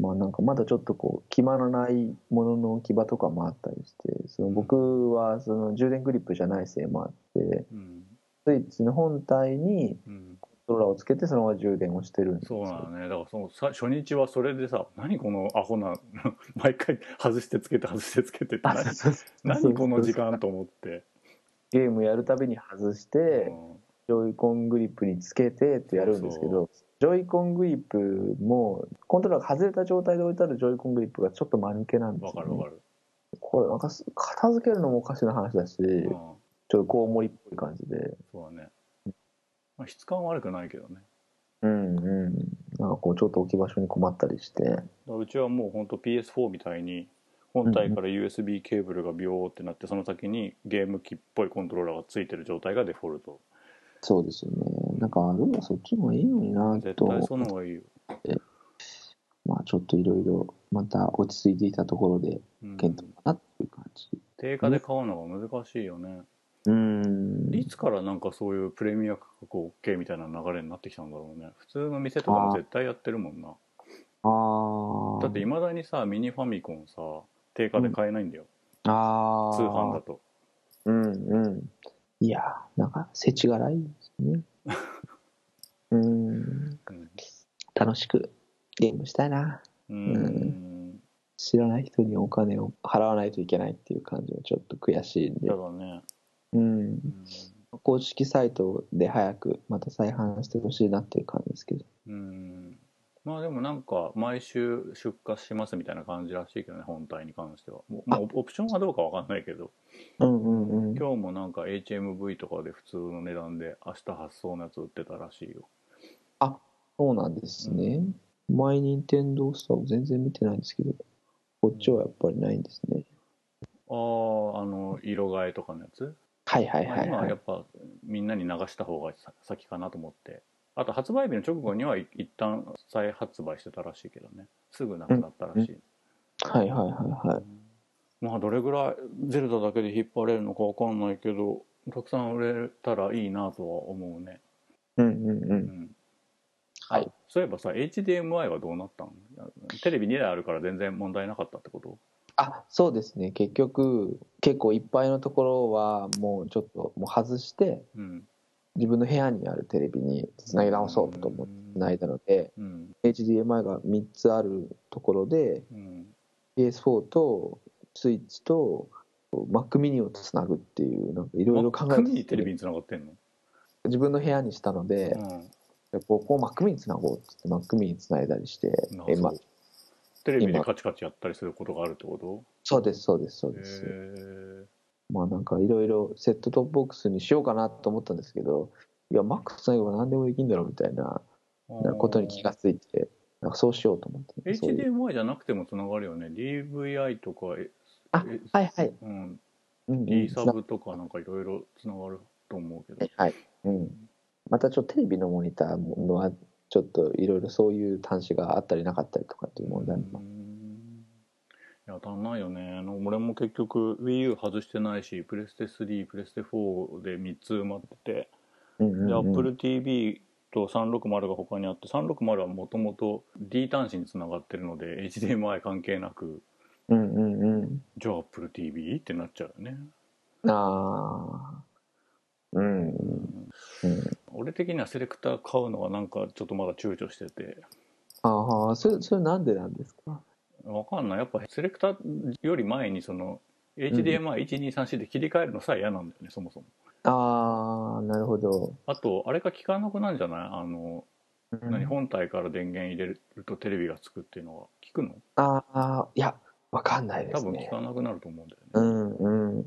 まあなんかまだちょっとこう決まらないものの置き場とかもあったりして、その僕はその充電グリップじゃないせいもあって、うんスイッチの本体にうんコントローラーをつけてそのまま充電をしてるんですそうなよ。のねだからそのさ初日はそれでさ何このアホな 毎回外してつけて外してつけてってあ何そうそうそう何この時間と思って、ゲームやるたびに外して、ジョイコングリップにつけてってやるんですけどジョイコングリップもコントローラーが外れた状態で置いてあるジョイコングリップがちょっと間抜けなんうんでわすかよ、るね、わかる、これなんかす片付けるのもおかしな話だしちうんょっとコウモリっぽい感じでそうだね、まあ、質感は悪くないけどねうんうんなんかこうちょっと置き場所に困ったりしてだからうちはもうほんと PS4 みたいに本体から USB ケーブルがビョーってなってその先にゲーム機っぽいコントローラーがついてる状態がデフォルトそうですよねなんかあるいはそっちの方がいいのにな絶と対その方がいいよ、まあちょっといろいろまた落ち着いていたところでうん検討かなっていう感じ定価で買うのが難しいよねうんいつからなんかそういうプレミア価格 OK みたいな流れになってきたんだろうね普通の店とかも絶対やってるもんなああだっていまだにさミニファミコンさ定価で買えないんだよ、ああ通販だとうんうんいやーなんか世知辛いです ねうんうん楽しくゲームしたいなうんう知らない人にお金を払わないといけないっていう感じはちょっと悔しいんでた、だね、うんう、ん公式サイトで早くまた再販してほしいなっていう感じですけどうんまあでもなんか毎週出荷しますみたいな感じらしいけどね本体に関してはもうまあオオプションはどうかわかんないけどうんうんうん。今日もなんか HMV とかで普通の値段で明日発送のやつ売ってたらしいよそうなんですね。前、任天堂スターを全然見てないんですけど、こっちはやっぱりないんですね。あああの色替えとかのやつ、はいはいはいまあは今やいっ。ぱみんなに流した方がさ先かなと思ってあと発売日の直後にはい一旦再発売してたらしいけどねすぐなくなったらしい、はいはいはいはい。まあどれぐらいゼルダだけで引っ張れるのかわかんないけどたくさん売れたらいいなとは思うねうんうんう。うんんはい。そういえばさ HDMI はどうなったんテレビ2台あるから全然問題なかったってことあ、そうですね。結局、結構いっぱいのところは、もうちょっと、もう外して、うん自分の部屋にあるテレビにつなぎ直そうと思ってつないだので、うん、 HDMI が3つあるところで、うん、 PS4 とスイッチと Mac mini をつなぐっていう、なんかいろいろ考え組にてテレビに繋がってんの、自分の部屋にしたので、うんでここを Mac mini につなごうって言って Mac mini につないだりしてな、えるまほあど、テレビで今カチカチやったりすることがあるってこそうですそうですそうとへです、えまあなんかいろいろセットトップボックスにしようかなと思ったんですけどいや Mac つなげば何でもできるんだろうみたいなことに気がついてなんかそうしようと思ってそういう HDMI じゃなくてもつながるよね DVI とか、えあえはいはい、うん、うんうん D サブとかなんかいろいろつながると思うけどはい、うん、またちょっとテレビのモニターのはちょっといろいろそういう端子があったりなかったりとかっていう問題うも、んいや足んないよねあの俺も結局 WiiU 外してないしプレステ3プレステ4で3つ埋まっててうんうんでうん AppleTV と360が他にあって360はもともと D 端子につながってるので HDMI 関係なくうんうんうんじゃあ AppleTV ってなっちゃうよねああうんうん俺的にはセレクター買うのはなんかちょっとまだ躊躇しててああそれそれなんでなんですかわかんないやっぱセレクターより前にその HDMI1234 で切り替えるのさえ嫌なんだよねそもそもああなるほど、あとあれが効かなくなんじゃないあのうん何本体から電源入れるとテレビがつくっていうのは効くのああいやわかんないで多す分ね効かなくなると思うんだよね、うんうん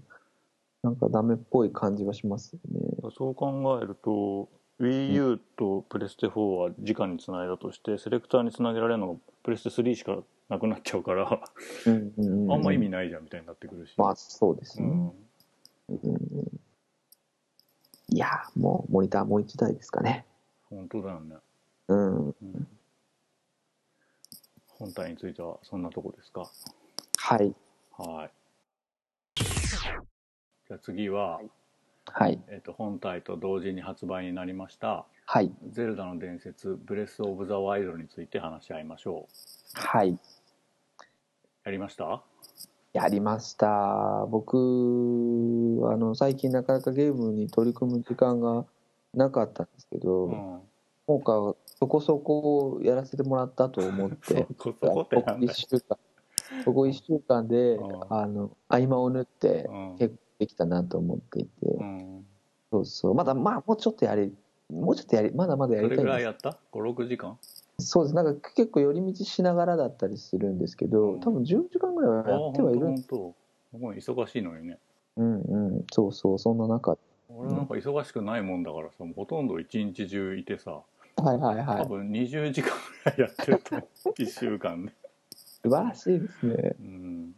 なんかダメっぽい感じはしますよねそう考えると WiiU とプレステ4は直につないだとしてセレクターにつなげられるのがプレステ3しかなくなっちゃうからうんううあんま意味ないじゃんみたいになってくるし、まあそうですうね、ん、うんうんいやーもうモニターもう一台ですかね本当だよね、うんうん本体についてはそんなとこですかはいはいじゃあ次は、はいえっと本体と同時に発売になりましたはい「ゼルダの伝説ブレス・オブ・ザ・ワイルド」について話し合いましょうはいやりましたやりました僕あの最近なかなかゲームに取り組む時間がなかったんですけど、うん今回はそこそこやらせてもらったと思っそてこ そここってこなんだ1週よ間ここ一週間でうんあの合間を縫ってうん結構できたなと思っていて、うんそうそうまだまあもうちょっとやりもうちょっとやりまだまだやどりれたいぐんらいでやった56時間すそうですなんか結構寄り道しながらだったりするんですけど、うん多分10時間ぐらいはああや本ってはいる当本当すごい忙しいのにねうんうんそうそうそんな中俺なんか忙しくないもんだからさもうほとんど一日中いてさはいはいは多い分20時間ぐらいやってると思う1週間で、素晴らしいですねうん、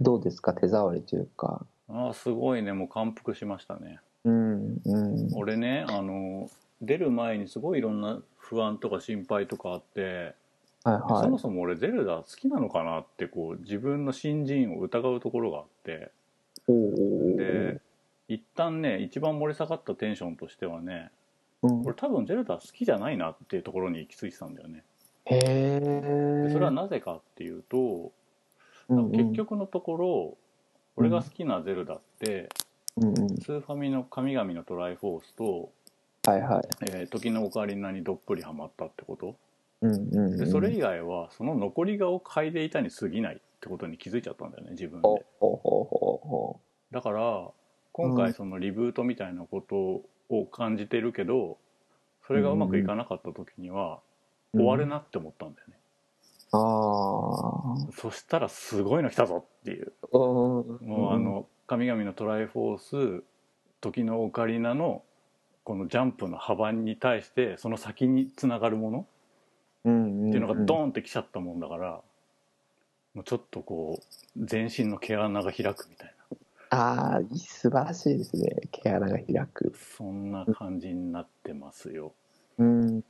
どうですか手触りというかああすごいねもう感服しましたねうんうん俺ねあの出る前にすごいいろんな不安とか心配とかあって、はいそはもそも俺ゼルダ好きなのかなってこう自分の新人を疑うところがあっていおうおうおうで一旦ね一番盛り下がったテンションとしてはねうん俺多分ゼルダ好きじゃないなっていうところに行き着いてたんだよねへえでそれはなぜかっていうと結局のところうん俺が好きなゼルダってうんうんスーファミの「神々のトライフォースと」はいはいえー時のオカリナ」にどっぷりハマったってことうんうんうんでそれ以外はその残りがを嗅いでいたに過ぎないってことに気づいちゃったんだよね自分ほうでほうほうほうほだから今う回んそのリブートみたいなことを感じてるけどそれがうまくいかなかった時には終わるなって思ったんだよね、ああそしたらすごいの来たぞっていううんもうあの神々のトライフォース時のオカリナのこのジャンプの幅に対してその先につながるものうんっていうのがドンーンってきちゃったもんだから、もうちょっとこう全身の毛穴が開くみたいなああ素晴らしいですね毛穴が開くそんな感じになってますよ。うん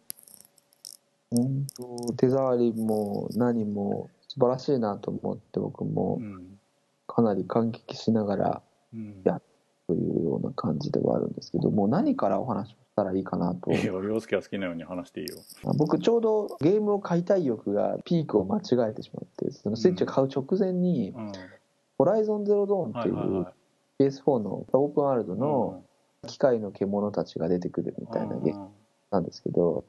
本当手触りも何も素晴らしいなと思って僕もうんかなり感激しながらうん、やというような感じではあるんですけどもう何からお話ししたらいいかなといいよ凌介は好きなように話していいよ。僕ちょうどゲームを買いたい欲がピークを間違えてしまってそのスイッチを買う直前にうん、 「ホライゾンゼロドーン」っていう PS4 のオープンワールドの機械の獣たちが出てくるみたいなゲームムなんですけど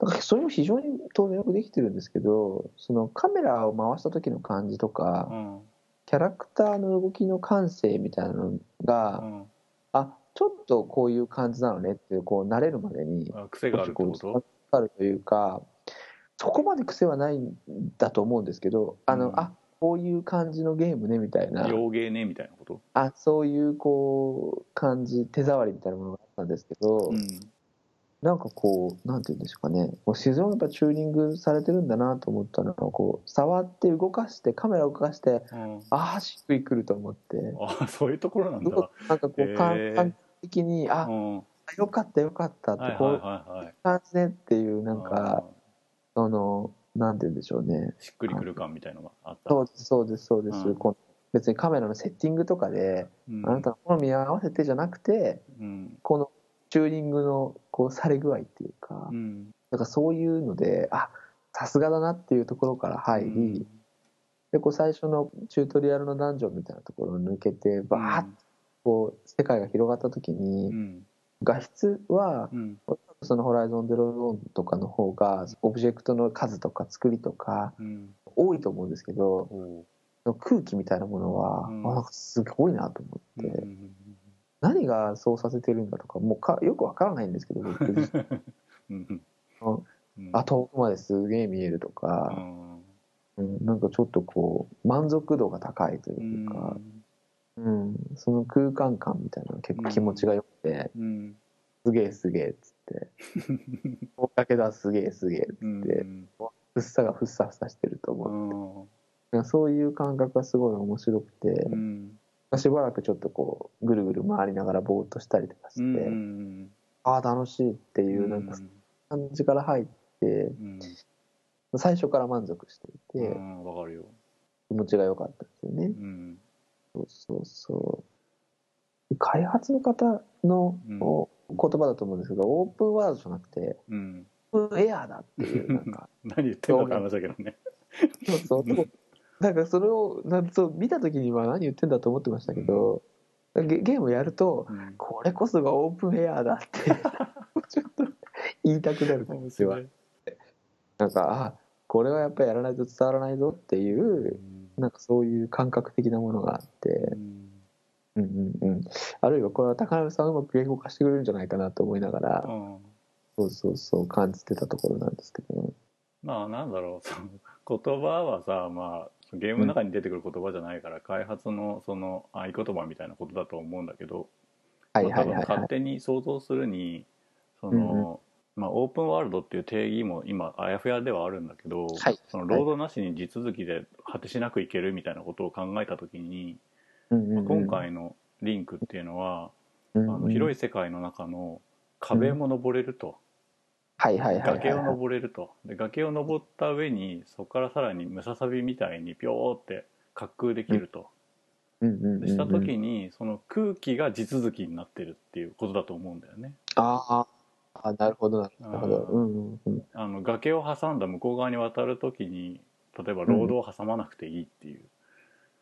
なんかそれも非常に当然よくできてるんですけどそのカメラを回した時の感じとうかんキャラクターの動きの感性みたいなのうがんあちょっとこういう感じなのねっていうこう慣れるまでにあ癖があるってことかるというかそこまで癖はないんだと思うんですけどあの、うんあこういう感じのゲームねみたいな洋芸ねみたいなこと、あそういうこう感じ手触りみたいなものがあったんですけど、うんなんかこうなんていうんですかねもう静岡やっぱチューニングされてるんだなと思ったのはこう触って動かしてカメラを動かしてうん、ああしっくりくると思ってあそういうところなんすごだく。なんかこへうー感感覚的にうあん、はよかったよかったっいはいてこういうはいはい。感じねっていうなんかうんそのなんていうんでしょうねしっくりくる感みたいのがあった。そうですそうですそうです、うんこの別にカメラのセッティングとかで、うんあなたの好みに合わせてじゃなくてうんこのチューニングのこうされ具合っていうか、うんなんかそういうのであさすがだなっていうところから入り、でこう最初のチュートリアルのダンジョンみたいなところを抜けてバーッとこう世界が広がった時に、うん画質はうんその「ホライゾンゼロドーン」とかの方がオブジェクトの数とか作りとかうん多いと思うんですけど、おう空気みたいなものは、うんあなんかすごいなと思うって、ん何がそうさせてるんだとかもうかよくわからないん ですけど僕自身うんうんあ遠くまですげえ見えるとうか、んうんなんかちょっとこう満足度が高いとういんうか、うんその空間感みたいなのが結構気持ちが良くて、うんすげえすげえっつって 「追っかけだすげえすげえ」っつって、うんふっさがふっさふさしてるとう思う、んなんかそういう感覚がすごい面白くて、うんしばらくちょっとこうぐるぐる回りながらぼーっとしたりとかして。うんああ楽しいっていうなんか感じから入ってうん最初から満足していうてんわかるよ気持ちが良かったんですよねうんそうそうそう開発の方のうんお言葉だと思うんですけどオープンワールドじゃなくてうんオープンエアーだっていうなんか何言ってんのか話だけどねそうそうでもなんかそれをなんそう見た時には何言ってんだと思ってましたけどゲゲームやるとうんこれこそがオープンエアーだってちょっと言いたくなる感じはなんかあこれはやっぱりやらないと伝わらないぞっていうなんかそういう感覚的なものがあってう、んうんうんうん、あるいはこれは高鍋さんうまく言語化してくれるんじゃないかなと思いながらうんそうそうそう感じてたところなんですけど、まあなんだろうそ の言葉はさまあゲームの中に出てくる言葉じゃないから、開発のその合言葉みたいなことだと思うんだけど、はいまあは多い分はいはい勝手に想像するにそうんの、まあ、オープンワールドっていう定義も今あやふやではあるんだけど、はいその労働なしに地続きで果てしなくいけるみたいなことを考えた時に、うんうんまうあん今回のリンクっていうのは、うんあうのん広い世界の中の壁も登れると。はいはいはいはい崖をはい登れるとで崖を登った上にそこからさらにムササビみたいにピョーって滑空できると、うんうんうんうでしたん時にその空気が地続きになってるっていうことだと思うんだよねあーあなるほどなるほどあーうんうんうんあの崖を挟んだ向こう側に渡る時に例えばロードを挟まなくていいっていう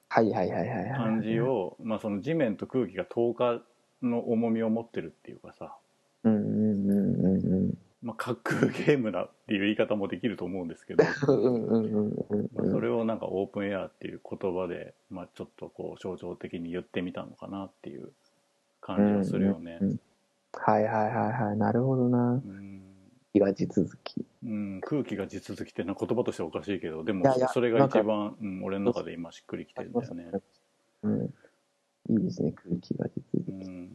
はいはいはいはいはい感じを、まあ、その地面と空気が等価の重みを持ってるっていうかさ、うんうんうんうんうんまあ、滑空ゲームだっていう言い方もできると思うんですけどうんうんうんうんまあうんそれをなんかオープンエアっていう言葉で、まあ、ちょっとこう象徴的に言ってみたのかなっていう感じはするよね。うんはいはいはいはいなるほどなうん気が地続き。うん、空気が地続きってな言葉としてはおかしいけどでもいやいやそれがなんか一番、うん、俺の中で今しっくりきてるんだよね。うん。いいですね、空気が地続うき。ん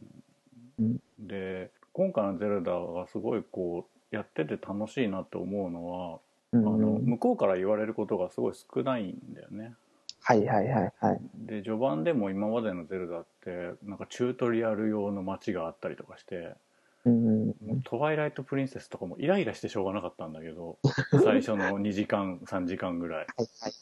うんで今回の「ゼルダ」がすごいこうやってて楽しいなと思うのは、うんあのうん向こうから言われることがすごい少ないんだよね。はいはいはいはい。で序盤でも今までの「ゼルダ」ってなんかチュートリアル用の街があったりとかしてうんうん「もうトワイライト・プリンセス」とかもイライラしてしょうがなかったんだけ ど最初の2時間3時間ぐらはい。い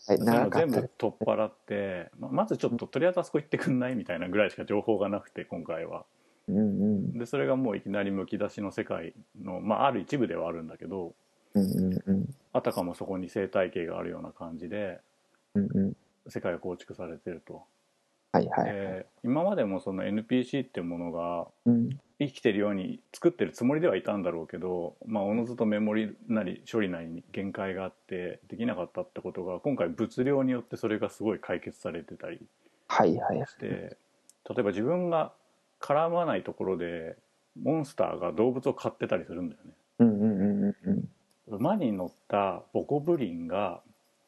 はいはい。そういう長のか全ったで部取っ払ってままずちょっととりあえずあそこ行ってくんないみたいなぐらいしか情報がなくて今回はす。うんうん。でそれがもういきなりむき出しの世界の、まあ、ある一部ではあるんだけどうんうんうん。あたかもそこに生態系があるような感じでうんうん。世界が構築されてると、はいはい。で今までもその NPC ってものがうん。生きてるように作ってるつもりではいたんだろうけどまあおのずとメモリなり処理なりに限界があってできなかったってことが今回物量によってそれがすごい解決されてたりはいはい。で例えば自分が絡まないところでモンスターが動物を飼ってたりするんだよねうんうんうんうんうん。馬に乗ったボコブリンが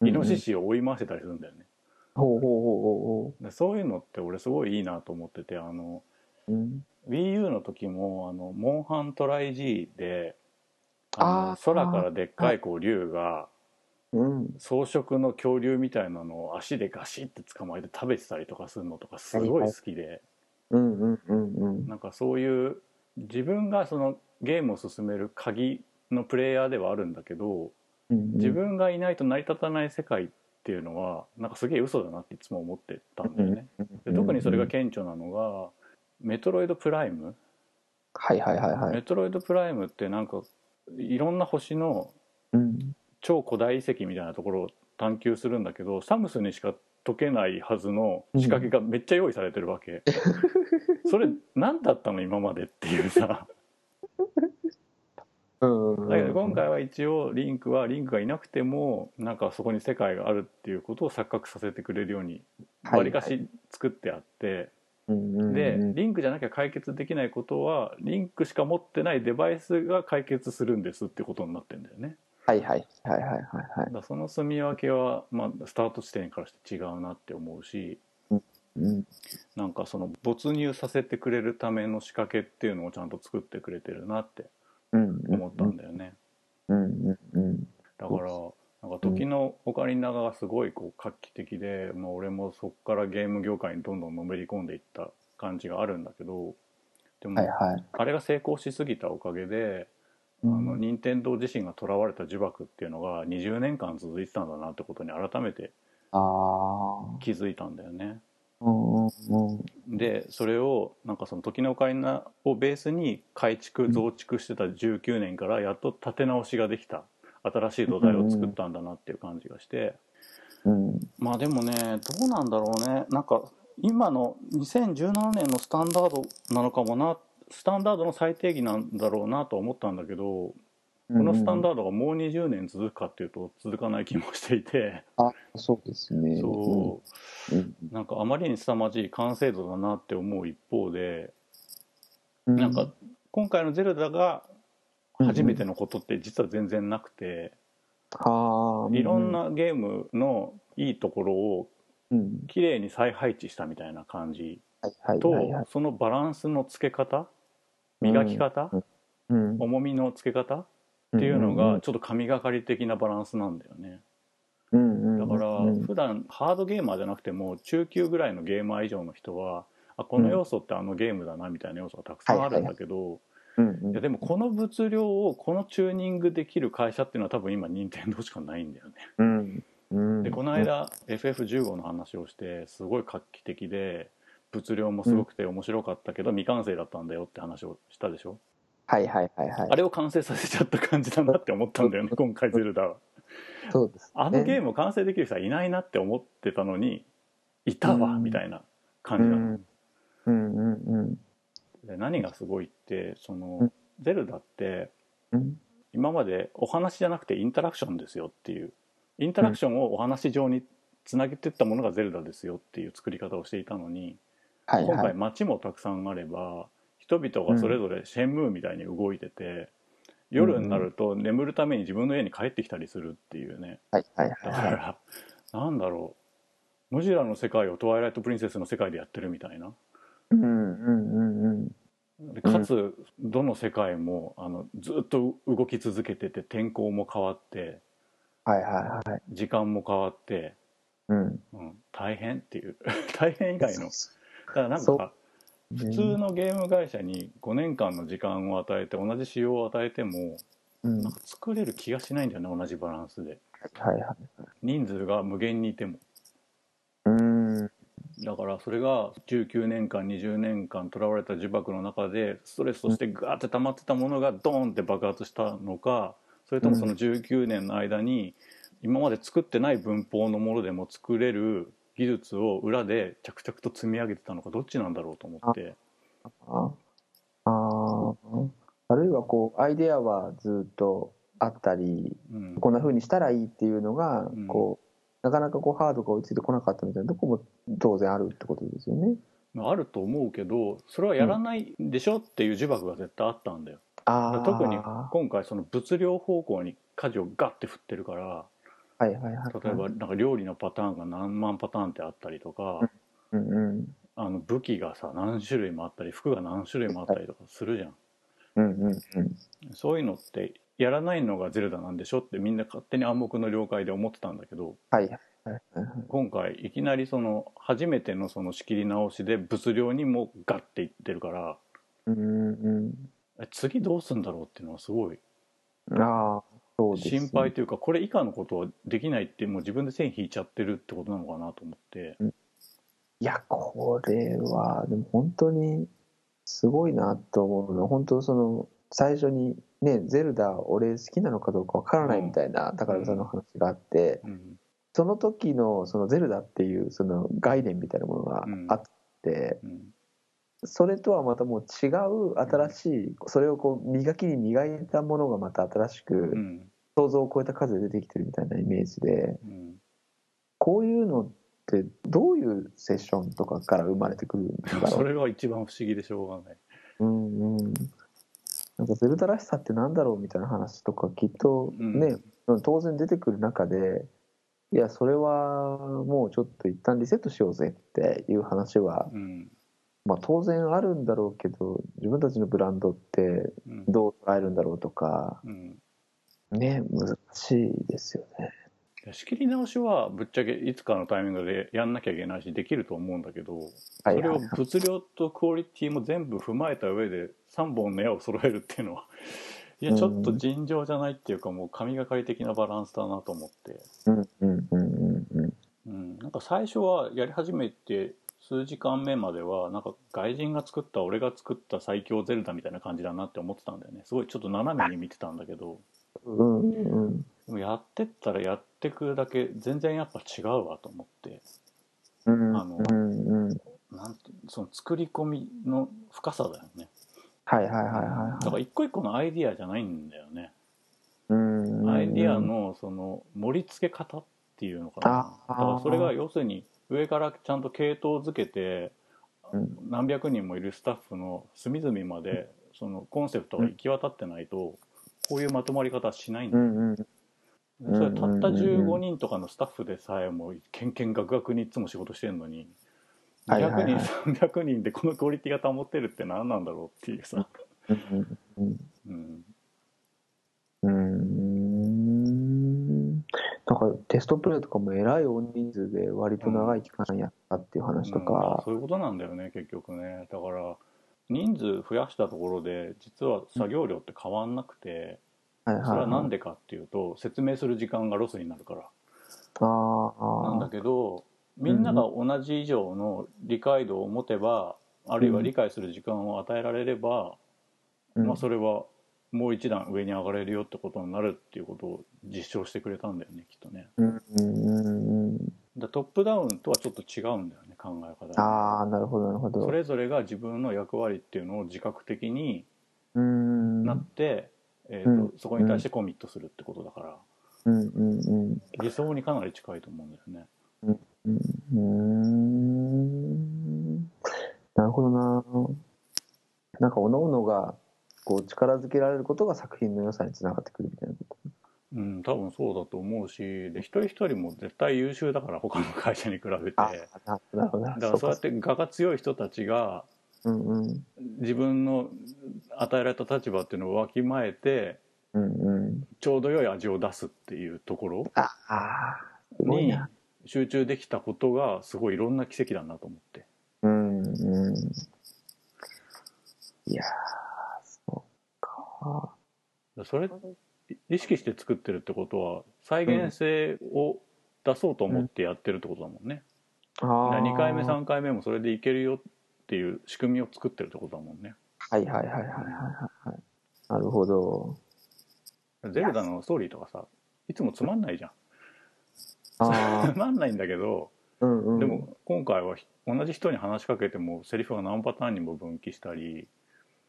イノシシを追い回してたりするんだよね、ほうほうほでそういうのって俺すごいいいなと思っててあのうほうほう。うん。 WiiU の時もあのモンハントライ G であのあー空からでっかいこう竜がうん。草食の恐竜みたいなのを足でガシッて捕まえて食べてたりとかするのとかすごい好きで。うんうんうんうん。なんかそういう自分がそのゲームを進める鍵のプレイヤーではあるんだけどうん自分がいないと成り立たない世界っていうのはなんかすげえ嘘だなっていつも思ってたんだよね。で特にそれが顕著なのがメトロイドプライムはいはいはいはメい。トロイドプライムってなんかいろんな星のうん。超古代遺跡みたいなところを探求するんだけどサムスにしか解けないはずの仕掛けがめっちゃ用意されてるわ け、それ何だったの今までっていうさうんうんうん。だけど今回は一応リンクはリンクがいなくてもなんかそこに世界があるっていうことを錯覚させてくれるようにわりかし作ってあってでリンクじゃなきゃ解決できないことはリンクしか持ってないデバイスが解決するんですってことになってんだよねはいはいはいはいはいはだからその住み分けはまあスタート地点からして違うなって思うしい。うん。なんかその没入させてくれるための仕掛けっていうのをちゃんと作ってくれてるなってうん。思ったんだよね。うんうんうん。だからなんか時のオカリナがすごいこう画期的で、まあ、俺もそこからゲーム業界にどんどんのめり込んでいった感じがあるんだけどでも、はいはい。あれが成功しすぎたおかげで、あの任天堂自身がとらわれた呪縛っていうのが20年間続いてたんだなってことに改めてああ。気づいたんだよね。うんうんうん。でそれをなんかその時のオカリナをベースに改築増築してた19年からやっと立て直しができた新しい土台を作ったんだなっていう感じがして。うん。まあでもねどうなんだろうねなんか今の2017年のスタンダードなのかもなスタンダードの最定義なんだろうなと思ったんだけどこのスタンド。ダードがもう20年続くかっていうと続かない気もしていてあ、そうですね。。そううんうなんかあまりに凄まじい完成度だなって思う一方でうん。なんか今回の「ゼルダ」が初めてのことって実は全然なくてああ。いろん。なゲームのいいところをうん。綺麗に再配置したみたいな感じはいはいと、はいはい。そのバランスのつけ方磨き方、うん。重みのつけ方っていうのがちょっと神がかり的なバランスなんだよねうんうだん。からうん普段ハードゲーマーじゃなくても中級ぐらいのゲーマー以上の人はあこの要素ってあのゲームだなみたいな要素がたくさんあるんだけどうんいやでもこの物量をこのチューニングできる会社っていうのは多分今任天堂しかないんだよね。うん。うん。でこの。間 FF15 の話をしてすごい画期的で物量もすごくて面白かったけど未完成だったんだよって話をしたでしょはいはいはいはい。あれを完成させちゃった感じだなって思ったんだよ ね今回ゼルダはそうです。あのゲームを完成できる人はいないなって思ってたのにいたわうんみたいな感じなの、うんうんで何がすごいってその、うんゼルダってうん。うん。今までお話じゃなくてインタラクションですよっていうインタラクションをお話上につなげてったものがゼルダですよっていう作り方をしていたのにはい今は回い。街もたくさんあれば人々がそれぞれシェンムーみたいに動いてて、夜になると眠るために自分の家に帰ってきたりするっていうねはいはいだはいかはいらなんだろう野ラの世界をトワイライト・プリンセスの世界でやってるみたいなうんうんうんうんでかつどの世界もあのずっと動き続けてて天候も変わってはいはいはい時間も変わって、うんうん、大変っていう 大変以外のだからなんそかう普通のゲーム会社に5年間の時間を与えて同じ仕様を与えてもうんなはんか作れる気がしないんだよね同じバランスでいはい人数が無限にいてもうんだからそれが19年間20年間とらわれた呪縛の中でストレスとしてガーって溜まってたものがドーンって爆発したのかそれともその19年の間に今まで作ってない文法のものでも作れる技術を裏で着々と積み上げてたのかどっちなんだろうと思ってあああるいはこうアイデアはずっとあったりうんこんな風にしたらいいっていうのがうんこう、なかなかこうハードが追いついてこなかったみたいなとこも当然あるってことですよねまああると思うけどそれはやらないでしょっていう呪縛が絶対あったんだよあー特には今回その物量方向に舵をガッて振ってるからいはいはい例えばなんか料理のパターンが何万パターンってあったりとか、うんうんあの武器がさ何種類もあったり服が何種類もあったりとかするじゃん、うんうんうんそういうのってやらないのがゼルダなんでしょってみんな勝手に暗黙の了解で思ってたんだけどはいはいはいはい今回いきなりその初めてのその仕切り直しで物量にもガッていってるからうんうんえ次どうすんだろうっていうのはすごいうんああそうですね心配というかこれ以下のことはできないってもう自分で線引いちゃってるってことなのかなと思っていや、これは、でも本当にすごいなと思うのは、本当その、最初にね、ゼルダ、俺好きなのかどうかわからないみたいな、宝部さんの話があって、うんその時の、そのゼルダっていう、その概念みたいなものがあって、うんそれとはまたもう違う新しい、それをこう、磨きに磨いたものがまた新しうく、ん想像を超えた数で出てきてるみたいなイメージで、うんこういうのって、どういうセッションとかから生まれてくるんだろう それが一番不思議でしょうがないうんうん、なんかゼルダらしさってなんだろうみたいな話とかきっとね、当然出てくる中でいやそれはもうちょっと一旦リセットしようぜっていう話は、うんまあ、当然あるんだろうけど自分たちのブランドってうんどう捉えるんだろうとかうんね難しいですよね。いや仕切り直しはぶっちゃけいつかのタイミングでやんなきゃいけないしできると思うんだけどはそいれはをいはい物量とクオリティも全部踏まえた上で3本の矢を揃えるってい うのはいやちょっと尋常じゃないっていうかもう神がかり的なバランスだなと思って。うんうんうんうんうんうん、なんか最初はやり始めて数時間目まではなんか外人が作った俺が作った最強ゼルダみたいな感じだなって思ってたんだよねすごいちょっと斜めに見てたんだけどうんうんでもやってったらやってくだけ全然やっぱ違うわと思ってうんあのうんうんなんてその作り込みの深さだよねはいはいはいはいだかはら一個一個のアイディアじゃないんだよねいうんうん。アイディアのその盛り付け方っていうのかなあだからそれあがー要するに上からちゃんと系統づけてうん何百人もいるスタッフの隅々までそのコンセプトが行き渡ってないとこういうまとまり方はしないんうだよんうんうんそれはたったうんうんうん15人とかのスタッフでさえもけんけんがくがくにいつも仕事してるのにはいはいは200い人300人でこのクオリティが保ってるって何なんだろうっていうさ、うんうんうん、うーんなんかテストプレイとかもえらい大人数で割と長い期間やったっていう話とうんか、そういうことなんだよね結局ねだから人数増やしたところで実は作業量って変わんなくてはいそれははないんでかっていうと説明する時間がロスになるからあなんーだあけどみんなが同じ以上の理解度を持てば、あるいは理解する時間を与えられれば、ー、まあ、それはもう一段上に上がれるよってことになるっていうことを実証してくれたんだよねきっとね。うんうんうんうんだトップダウンとはちょっと違うんだよね考え方がああなるほどなるほどそれぞれが自分の役割っていうのを自覚的にうーんなって、えーとうそこに対してコミットするってことだかうら、んうんうん理想にかなり近いと思うんだよね。うーんなるほどななんかおのおのがこう力づけられることが作品の良さにつながってくるみたいなことうん、多分そうだと思うしで一人一人も絶対優秀だから他の会社に比べてあだななるほどなるほどからそうやって我が強い人たちがうんうん自分の与えられた立場っていうのをわきまえてうんうんちょうど良い味を出すっていうところああーすごいにな集中できたことがすごいいろんな奇跡だなと思ってうんうんいやーそうかそれ意識して作ってるってことは再現性を出そうと思ってやってるってことだもんね、あだからー2回目3回目もそれでいけるよっていう仕組みを作ってるってことだもんねはいはいはいはいはいはいはいなるほどゼルダのストーリーとかさいつもつまんないじゃんああつまんないんだけど、うんうんでも今回はひ同じ人に話しかけてもセリフが何パターンにも分岐したり、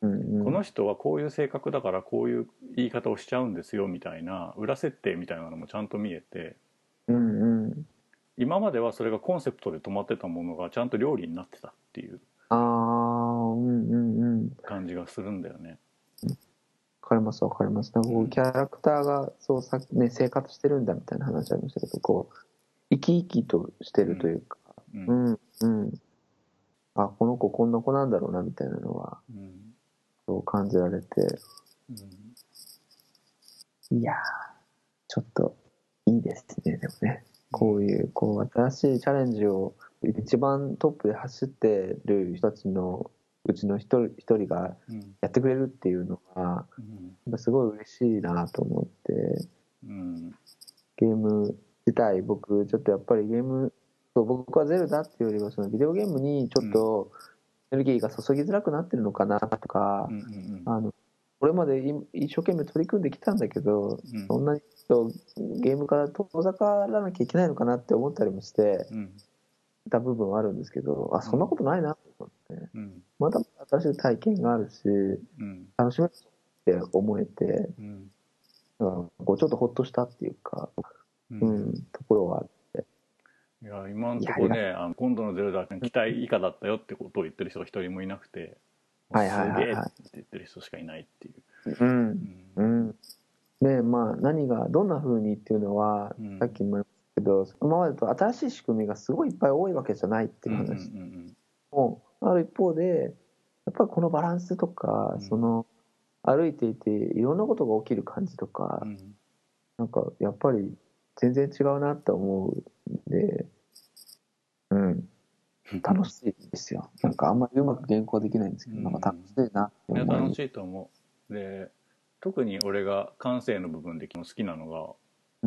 うんうんこの人はこういう性格だからこういう言い方をしちゃうんですよみたいな裏設定みたいなのもちゃんと見えてうんうん今まではそれがコンセプトで止まってたものがちゃんと料理になってたっていうああうんうんうん感じがするんだよね。わかりますわかりますなんかこうキャラクターがそうさ、ね、生活してるんだみたいな話ありましたけどこう生き生きとしてるというかうんうんうんあこの子こんな子なんだろうなみたいなのはうんそう感じられてうんいやーちょっといいですねでもねこういうこう新しいチャレンジを一番トップで走ってる人たちのうちの一人一人がうんやってくれるっていうのはうんやっぱすごい嬉しいなと思ってうんゲーム自体僕ちょっとやっぱりゲームそう僕はゼルダっていうよりはそのビデオゲームにちょっとエネルギーが注ぎづらくなってるのかなとかう、んうんあのこれまでい一生懸命取り組んできたんだけど、うんそんなにちょっとゲームから遠ざからなきゃいけないのかなって思ったりもしてうんた部分はあるんですけどあそんなことないなと思ってうんまた新しい体験があるしうん楽しめるって思えて、うんうんこうちょっとほっとしたっていうか、うんうん、ところはあって。いや今のところねあの今度の「ゼルダ」期待以下だったよってことを言ってる人が一人もいなくて「はいはいはいはいすげえ」って言ってる人しかいないっていう。うんううんん、でまあ何がどんな風にっていうのは、うんさっきも言いましたけど今までと新しい仕組みがすごいいっぱい多いわけじゃないっていううん話うんうんも、ある一方でやっぱりこのバランスとか、うんその歩いていていろんなことが起きる感じとか、うんなんかやっぱり全然違うなって思うんで、うん、楽しいですよなんかあんまりうまく原稿できないんですけど、うんなんか楽しいなっていや思う楽しいと思うで特に俺が感性の部分で好きなのが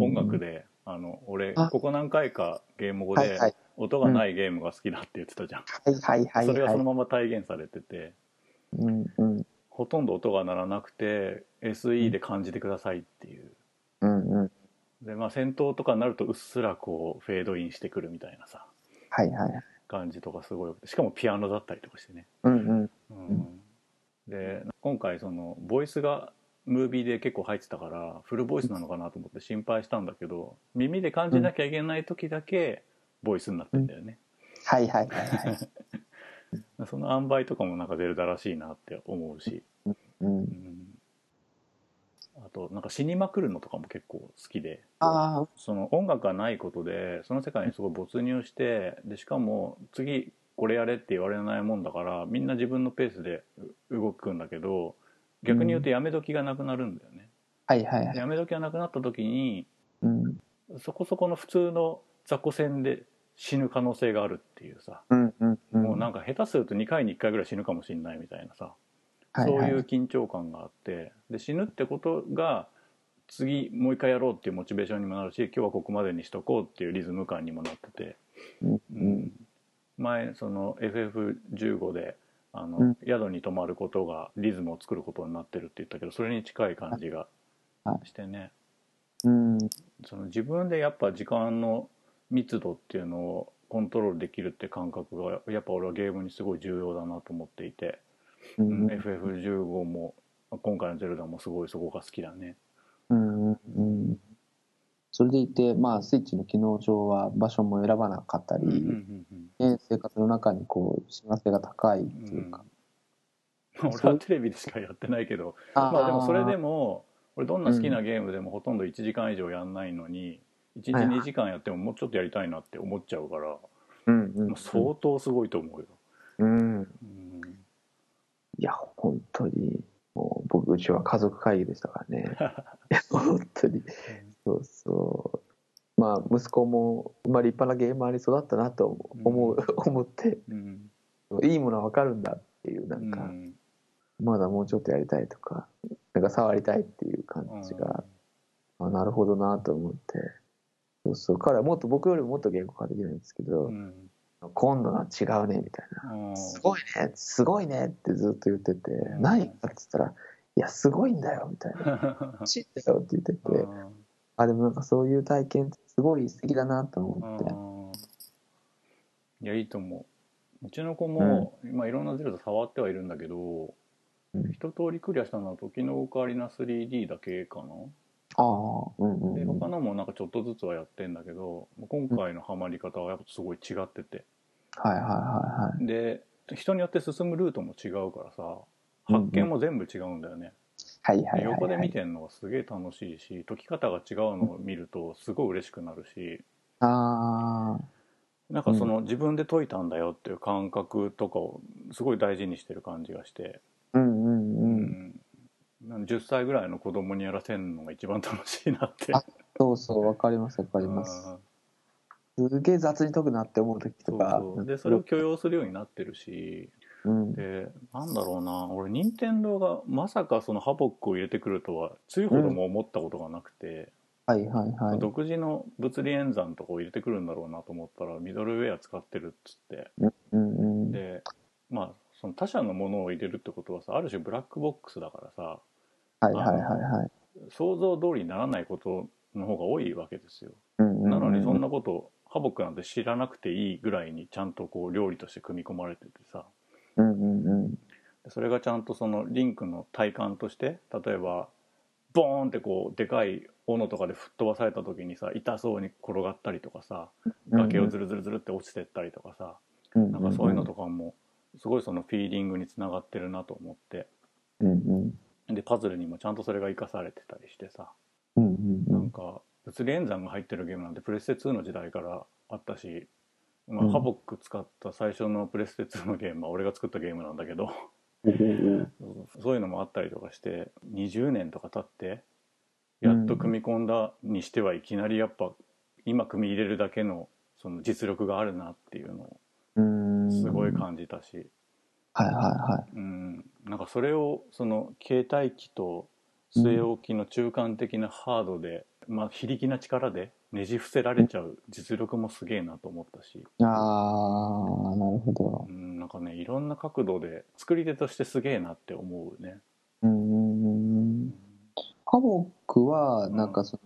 音楽で、あの俺あここ何回かゲーム語はいはでい音がないゲームが好きだって言ってたじゃん、はいはいはいそれがはそいのまま体現されてて、うんうんほとんど音が鳴らなくて SE で感じてくださいっていううんうんでまあ戦闘とかになるとうっすらこうフェードインしてくるみたいなさはいはいはい感じとかすごいしかもピアノだったりとかしてね、うんうんうんで今回そのボイスがムービーで結構入ってたからフルボイスなのかなと思って心配したんだけど耳で感じなきゃいけない時だけボイスになってんだよね、はいはいはいはい。その塩梅とかもなんかゼルダらしいなって思うし、うんう、 ん、あとなんか死にまくるのとかも結構好きでああ、その音楽がないことでその世界にすごい没入してでしかも次これやれって言われないもんだからみんな自分のペースでう動くんだけど逆に言うとやめ時がなくなるんだよね、はいはいはい。やめ時がなくなった時にうん、そこそこの普通の雑魚戦で死ぬ可能性があるっていうさ、うん、うん、うん。もうなんか下手すると2回に1回ぐらい死ぬかもしれないみたいなさ、はそうはいう緊張感があってで死ぬってことが次もう一回やろうっていうモチベーションにもなるし今日はここまでにしとこうっていうリズム感にもなってて、うんうん前その FF15 であの、うん宿に泊まることがリズムを作ることになってるって言ったけどそれに近い感じがはしてねうん、その自分でやっぱ時間の密度っていうのをコントロールできるって感覚がやっぱ俺はゲームにすごい重要だなと思っていて。ううんん、 FF15 も今回の「ゼルダ」もすごいそこが好きだね。うん、うん。それでいて、まあ、スイッチの機能上は場所も選ばなかったり、うんうんうんね、生活の中にこう、親和性が高いっていうか、うん俺はテレビでしかやってないけどまあでもそれでも俺どんな好きなゲームでもほとんど1時間以上やんないのに1日はいはい2時間やってももうちょっとやりたいなって思っちゃうからうんうんまあ相当すごいと思うよ。うんうんいや本当にもう僕うちは家族会議でしたからねいや本当にそうそうまあ息子も、まあ、立派なゲーマーに育ったなと思う、思ってうんいいものは分かるんだっていうなんか、うんまだもうちょっとやりたいとかなんか触りたいっていう感じが、あなるほどなと思ってそうそう彼はもっと僕よりももっと言語化できないんですけど、 うん今度のは違うねみたいなうんすごいねすごいねってずっと言ってて、うん何かって言ったら「いやすごいんだよ」み たいな「知ってよ」って言ってて、あでもなんかそういう体験ってすごい素敵だなと思って、いやいいと思ううちの子も、まあ、いろんなゼルダ触ってはいるんだけど、うん一通りクリアしたのは時のオカリナ 3D だけかな、ああうんうんでうん他のもなんかちょっとずつはやってんだけど今回のハマり方はやっぱすごい違っててはいはいはいはいで人によって進むルートも違うからさ発見も全部違うんだよね、はいはいはいはい横で見てんのがすげえ楽しいし解き方が違うのを見るとすごい嬉しくなるし、ああなんかその自分で解いたんだよっていう感覚とかをすごい大事にしてる感じがして、うんうんううん、んなん10歳ぐらいの子供にやらせるのが一番楽しいなって あそうそうわかりますわかりますうんすげえ雑に解くなって思う時そとうかそうでそれを許容するようになってるしうん、でなんだろうな俺任天堂がまさかそのハボックを入れてくるとはつゆほども思ったことがなくて、はいはいはい独自の物理演算とかを入れてくるんだろうなと思ったらミドルウェア使ってるっつって。うんうんでまあその他社のものを入れるってことはさある種ブラックボックスだからさはいはいはいはい想像通りにならないことの方が多いわけですようんうんうんなのにそんなことハボックなんて知らなくていいぐらいにちゃんとこう料理として組み込まれててさうんうんうんそれがちゃんとそのリンクの体感として例えばボーンってこうでかい斧とかで吹っ飛ばされた時にさ痛そうに転がったりとかさ崖をずるずるずるって落ちてったりとかさななんかそういうのとかもすごいそのフィーリングにつながってるなと思ってうんうんでパズルにもちゃんとそれが生かされてたりしてさうんうんうなんんか物理演算が入ってるゲームなんてプレステ2の時代からあったし、まあうんハボック使った最初のプレステ2のゲームは俺が作ったゲームなんだけど そういうのもあったりとかして20年とか経ってやっと組み込んだにしてはいきなりやっぱ今組み入れるだけのその実力があるなっていうのうんうをんすごい感じたし。はいはいはうん、なんかそれをその携帯機と据え置きの中間的なハードで、まあ非力な力でねじ伏せられちゃう実力もすげえなと思ったし、いああなるほどうん、なんかねいろんな角度で作り手としてすげえなって思うね。うんうんうんうんハボックはなんかそ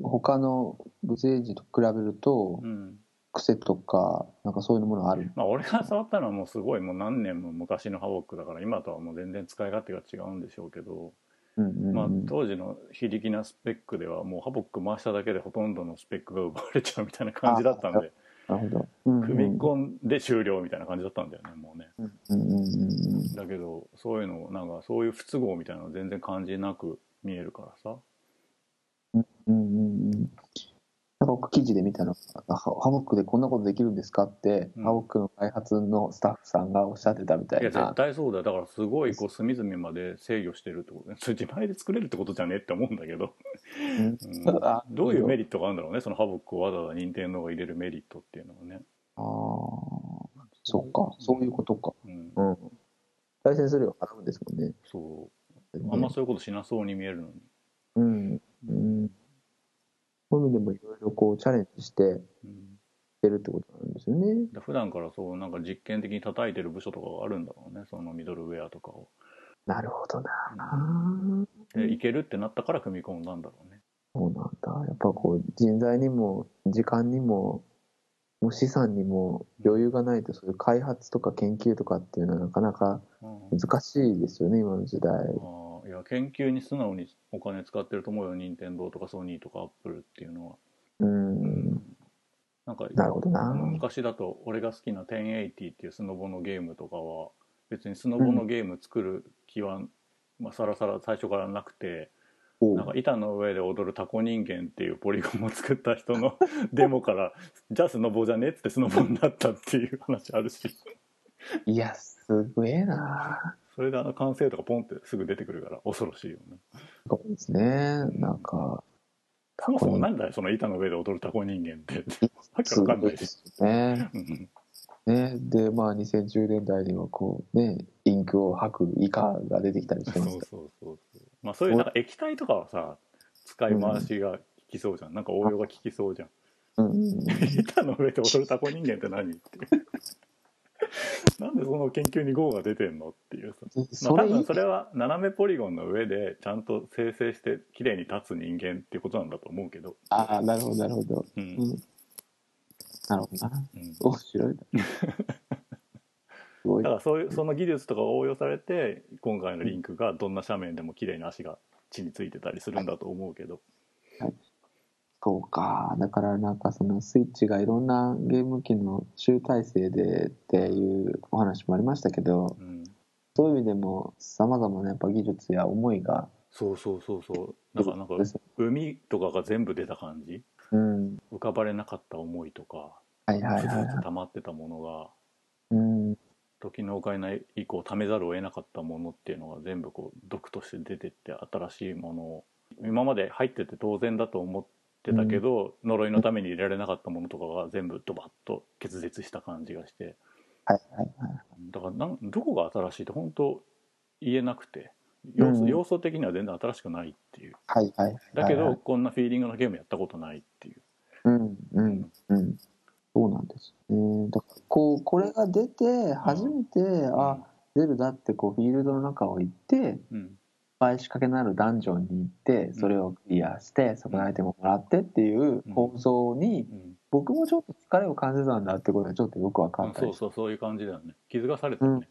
の他の物理エンジンと比べるとうん癖とかなんかそういうものあるまあ、俺が触ったのはもうすごいもう何年も昔のハボックだから今とはもう全然使い勝手が違うんでしょうけど、うんうんうんまあ、当時の非力なスペックではもうハボック回しただけでほとんどのスペックが奪われちゃうみたいな感じだったんでなるほどうんうん組み込んで終了みたいな感じだったんだよねもうねうんうんうんうんだけどそういうのをなんかそういう不都合みたいなの全然感じなく見えるからさうんうんうんなんか僕記事で見たのがハハボックでこんなことできるんですかって、うんハボックの開発のスタッフさんがおっしゃってたみたいいなや絶対そうだよだからすごいこう隅々まで制御してるってことねそれ自前で作れるってことじゃねって思うんだけど、うんうんあどういうメリットがあるんだろうねそのハボックをわざわざ任天堂が入れるメリットっていうのはね、ああそうかそういうことかうんうん対戦するよ払うんですもんねそうあんまそういうことしなそうに見えるのにうんうんそういう意味でもいろいろこうチャレンジしてうんやるってことなんですよねだから普段からそうなんか実験的に叩いてる部署とかがあるんだろうねそのミドルウェアとかを、なるほどなうんあでいけるってなったから組み込んだんだろうねそうなんだやっぱこう人材にも時間にももう資産にも余裕がないとそういう開発とか研究とかっていうのはなかなかうん難しいですよね今の時代ああいや研究に素直にお金使ってると思うよ任天堂とかソニーとかアップルっていうのは、うんなんかなるほどな昔だと俺が好きな1080っていうスノボのゲームとかは別にスノボのゲーム作る気は、まあ、さらさら最初からなくておうなんか板の上で踊るタコ人間っていうポリゴンを作った人の デモからじゃあスノボじゃねっつってスノボになったっていう話あるしいやすごえなそれであの完成度がポンってすぐ出てくるから恐ろしいよね。すごいですねなんかそもそもなんだよその板の上で踊るタコ人間ってわけすごわかいんないでし。すねうんねでまあ2010年代にはこうねインクを吐くイカが出てきたりしそてうまそすうそうそう。まあそういうなんか液体とかはさ使い回しが効きそうじゃん。なんか応用が効きそうじゃん。うんうんうん板の上で踊るタコ人間って何 っていうなんでその研究に GO が出てんのっていうさ、そまあ、れい多い分それは斜めポリゴンの上でちゃんと生成して綺麗に立つ人間っていうことなんだと思うけど、ああなるほどなるほど、うんうん、なるほどなうん面白い なすごいだからそういうその技術とかが応用されて今回のリンクがどんな斜面でも綺麗に足が地についてたりするんだと思うけど、そうか。だからなんかそのスイッチがいろんなゲーム機の集大成でっていうお話もありましたけど、うん、そういう意味でも様々なやっぱ技術や思いが。そうそうそうそうだからなんか海とかが全部出た感じうん。浮かばれなかった思いとかはいはいずはい、っはとい。溜まってたものがうん。時のオカリナ以降貯めざるを得なかったものっていうのが全部こう毒として出てって新しいものを今まで入ってて当然だと思ってたけど、呪いのために入れられなかったものとかが全部ドバッと決絶した感じがしてはいはいはい。だからなんどこが新しいって本当言えなくて要素,、うん要素的には全然新しくないっていうはいはい。だけど、はいはい、こんなフィーリングのゲームやったことないっていううんうんうん。そうなんですね。だからこう、これが出て初めて、あ、ゼルダってこうフィールドの中を行って、うんいっぱい仕掛けのあるダンジョンに行ってそれをクリアしてそこのアイテムをもらってっていう構造にうん僕もちょっと疲れを感じたんだってことがちょっとよく分かあったそりうしてそうそういう感じだよね気づかされたよね、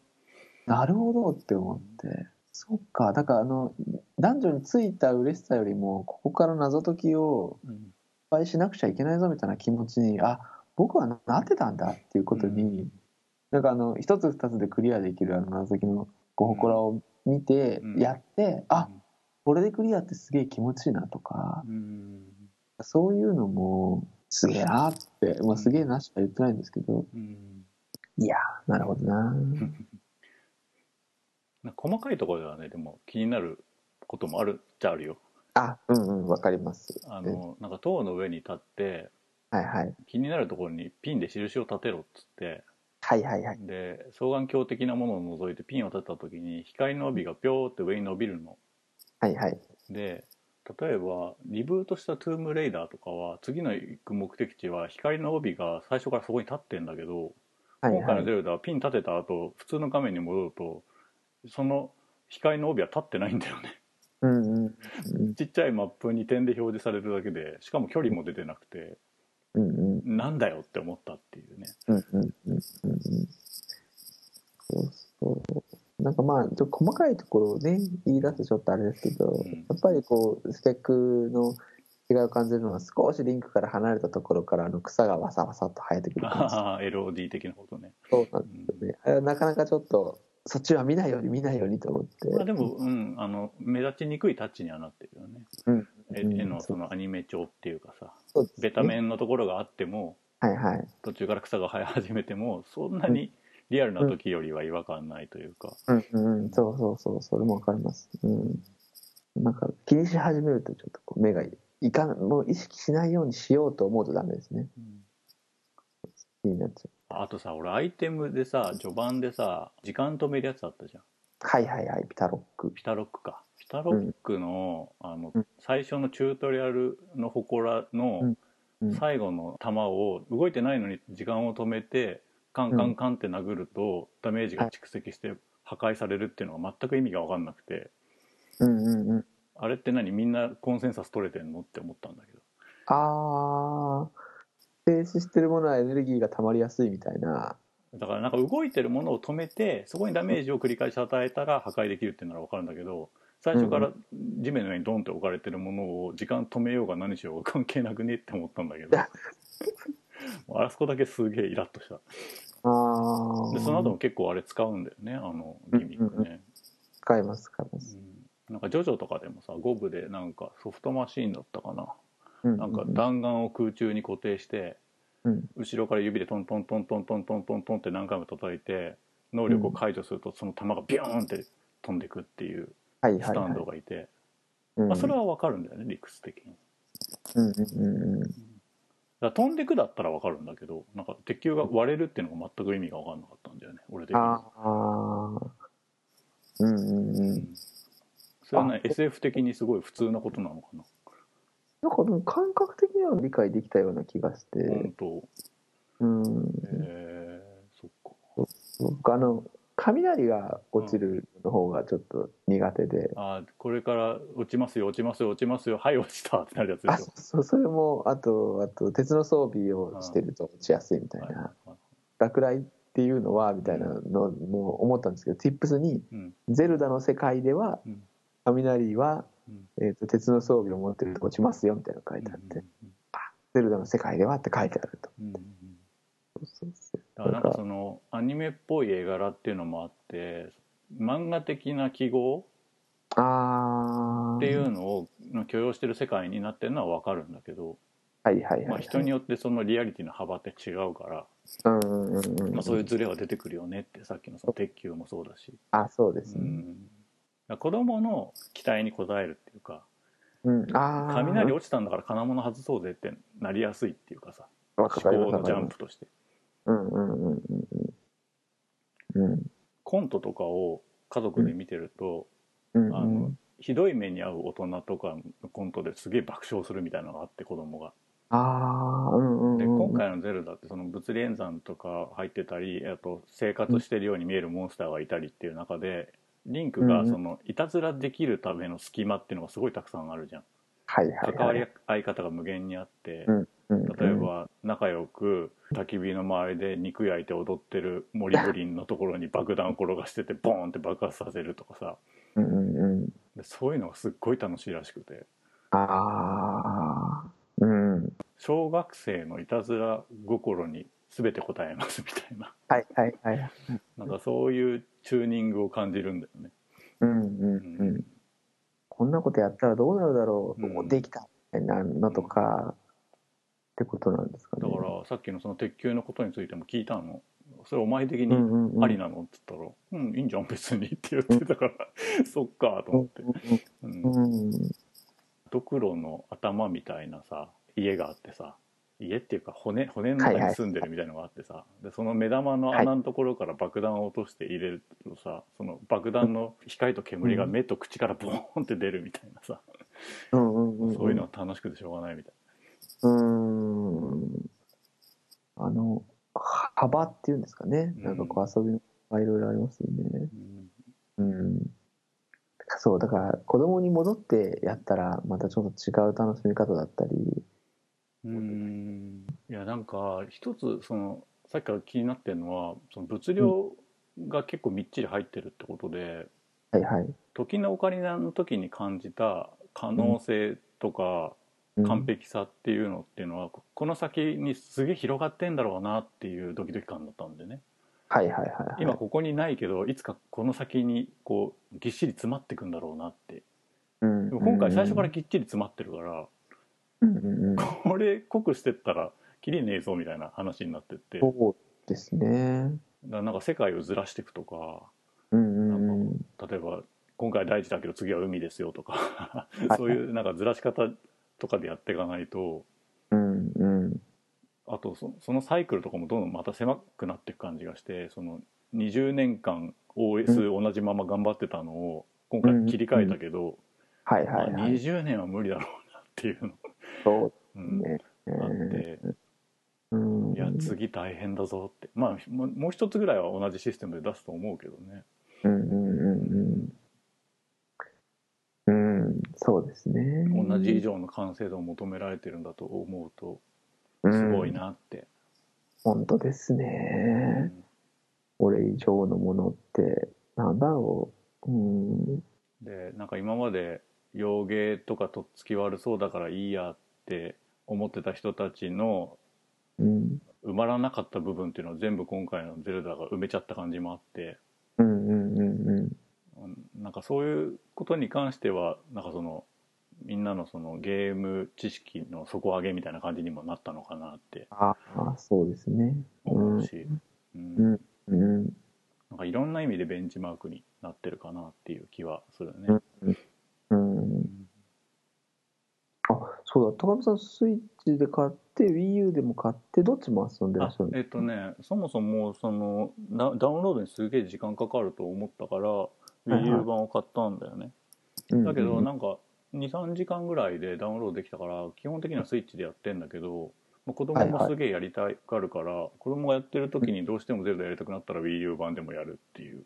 なるほどって思ってそっかだからあのダンジョンに着いた嬉しさよりもここから謎解きをいっうんぱいしなくちゃいけないぞみたいな気持ちにあ僕はなってたんだっていうことに、うんなんかあの一つ二つでクリアできるあの謎解きのゴホコラを見てうんやって、あこれでクリアってすげえ気持ちいいなとか。うんそういうのも、すげえなって、まあ、すげえなしか言ってないんですけど、うんいやー、なるほどな。なんか細かいところではねでも気になることもあるっちゃあるよあ、うんうん、わかります。あのなんか塔の上に立ってえはいはい。気になるところにピンで印を立てろっつってはいはいはい。で双眼鏡的なものを除いてピンを立てた時に光の帯がピョーって上に伸びるのはいはい。で例えばリブートした「トゥームレイダー」とかは次の行く目的地は光の帯が最初からそこに立ってんだけどはい今回はの「いゼ。ルダ」はピン立てた後普通の画面に戻るとその光の帯は立ってないんだよね うんうん。うんちっちゃいマップに点で表示されるだけでしかも距離も出てなくてうんうんなんだよって思ったっていうねうんうんうんうんうん。そうそう。なんかまあ、ちょっと細かいところをね、言い出すとちょっとあれですけど、んやっぱりこう、スペックの違いを感じるのは少しリンクから離れたところからあの草がわさわさっと生えてくる感じ。 ああ LOD 的なことね、そうなんうですんね、あれはなかなかちょっとそっちは見ないように見ないようにと思って、まあでも、うん、あの目立ちにくいタッチにはなってるよね、うんえうん絵のそのアニメ調っていうかさそうですねベタ面のところがあってもはいはい途中から草が生え始めてもそんなにリアルな時よりは違和感ないというか、うんうんそうそうそうそれもわかりますうんなんか気にし始めるとちょっとこう目がいかんもう意識しないようにしようと思うとダメですねうん気になっちゃあとさ俺アイテムでさ序盤でさ時間止めるやつあったじゃんうはいはいはいピタロックピタロックかピタロックの,、あのうん最初のチュートリアルの祠のうんうん最後の弾を動いてないのに時間を止めてカンカンカンって殴るとダメージが蓄積して破壊されるっていうのが全く意味が分かんなくてうんうんうんあれって何みんなコンセンサス取れてんのって思ったんだけどあー停止してるものはエネルギーが溜まりやすいみたいなだからなんか動いてるものを止めてそこにダメージを繰り返し与えたら破壊できるっていうなら分かるんだけど最初から地面の上にドンって置かれてるものを時間止めようが何しようが関係なくねって思ったんだけどもうあそこだけすげえイラッとしたあーでその後も結構あれ使うんだよねあのギミックね、使います使います、うん、なんかジョジョとかでもさゴブでなんかソフトマシーンだったかなううなんか弾丸を空中に固定してうん後ろから指でトントントントントントントントンって何回も叩いて能力を解除するとその弾がビューンって飛んでくっていうはいスはいタはンいドがいて、うんまあ、それはわかるんだよね理屈的に。うんうんうんうんだから飛んでくだったらわかるんだけどなんか鉄球が割れるっていうのが全く意味が分かんなかったんだよね俺的にああうんうんううんんそれはねあ SF 的にすごい普通なことなのかななんかでも感覚的には理解できたような気がして、本う当んえー、そっか僕あの雷が落ちるの方がちょっと苦手で、あーこれから落ちますよ落ちますよ落ちますよはい落ちたってなるやつであしょそうそれもあとあと鉄の装備をしてると落ちやすいみたいはいなはい落雷っていうのはみたいなのも思ったんですけど、Tips にうん「ゼルダの世界ではうん雷は、うんえー、と鉄の装備を持ってると落ちますよ」みたいなの書いてあって「ゼルダの世界では」って書いてあると。うんうんうんそうそうだからなんかそのアニメっぽい絵柄っていうのもあって漫画的な記号あーっていうのを許容してる世界になってるのは分かるんだけど、はいはいはい、まあ、人によってそのリアリティの幅って違うかうら、んうんうんうんまあ、そういうズレは出てくるよねってさっきのその鉄球もそうだし、あそうですうね、ん、だから子供の期待に応えるっていうかうんああ雷落ちたんだから金物外そうぜってなりやすいっていうかさわ思かりま考すわのかジりャンますプとしてうんうんうんうんうんうんコントとかを家族で見てると、うんうんあのひどい目に遭う大人とかのコントですげえ爆笑するみたいなのがあって子供が。ああうんうんうんで今回の「ゼルダ」ってその物理演算とか入ってたりあと生活してるように見えるモンスターがいたりっていう中でリンクうがんそのいたずらできるための隙間っていうのがすごいたくさんあるじゃんはいはいはい関わり合い方が無限にあってうん例えば仲良く焚き火の周りで肉焼いて踊ってる森ブリンのところに爆弾を転がしててボーンって爆発させるとかさうんうんうんでそういうのがすっごい楽しいらしくてああうん小学生のいたずら心に全て答えますみたいな。はいはいはいなんかそういうチューニングを感じるんだよね。うんうんうんこんなことやったらどうなるだろう、うんできたみたいなのとか、ってことなんですかねだからさっきのその鉄球のことについても聞いたの。それお前的うにんうんうんありなのって言ったら、うん、いいんじゃん別にって言ってたから、 そっかと思って。う。うんんうんうんドクロの頭みたいなさ、家があってさ、家っていうか骨、骨のはい中はにい住んでるみたいのがあってさ、で、その目玉の穴のところから爆弾を落として入れるとさ、その爆弾の光と煙が目と口からボーンって出るみたいなさ、うんうんうんんそういうのは楽しくてしょうがないみたいな。うーんあの、は幅っていうんですかね。うんなんかこう遊びがいろいろありますよね。うんうん。そう、だから子供に戻ってやったら、またちょっと違う楽しみ方だったり。うーんいやなんか一つそのさっきから気になってるのはその物量が結構みっちり入ってるってことではいはい。 「時のオカリナ」の時に感じた可能性とかうん完。璧さっていうのっていうのはこの先にすげえ広がってんだろうなっていうドキドキ感だったんでねはいはいはいはい。今ここにないけどいつかこの先にこうぎっしり詰まってくんだろうなってうん、でも今回最初からうんぎっちり詰まってるからうんうんうん。これ濃くしてったらきりねえぞみたいな話になってって。そうですね。だからなんか世界をずらしていくとかうんうんうん。例えば今回は大地だけど次は海ですよとかはい そういうなんかずらし方とかでやっていかないとうんうん。あとそそのサイクルとかもどんどんまた狭くなっていく感じがしてその20年間 OS 同じまま頑張ってたのを今回切り替えたけど、はいまはあ、いはい。 20年は無理だろうなっていうの、そううですんね。あってうん。いや次大変だぞってまあももう一つぐらいは同じシステムで出すと思うけどね。うんうんうんうん。うん、そうですね。同じ以上の完成度を求められてるんだと思うとすごいうん。なって、本当ですね。俺以上のものって、なんだろう。うん。でなんか今まで洋芸とかとっつき悪そうだからいいやって思ってた人たちのうん。埋まらなかった部分っていうのを全部今回の「ゼルダ」が埋めちゃった感じもあってうんうんうんうんうんなんかそういうことに関してはなんかそのみんなのそのゲーム知識の底上げみたいな感じにもなったのかなってああそうですね思うし、うんうんうんなんかいろんな意味でベンチマークになってるかなっていう気はするね。うんそうだ高見さんスイッチで買って WiiU でも買ってどっちも遊んでらっあしゃるんえでっとねそもそもそのダダウンロードにすげえ時間かかると思ったからいはい WiiU 版を買ったんだよね。すねだけうんうどんうんなんか23時間ぐらいでダウンロードできたから基本的にはスイッチでやってんだけどまあ子供もすげえやりたがるから、子供がやってる時にどうしてもゼルダやりたくなったら WiiU 版でもやるっていう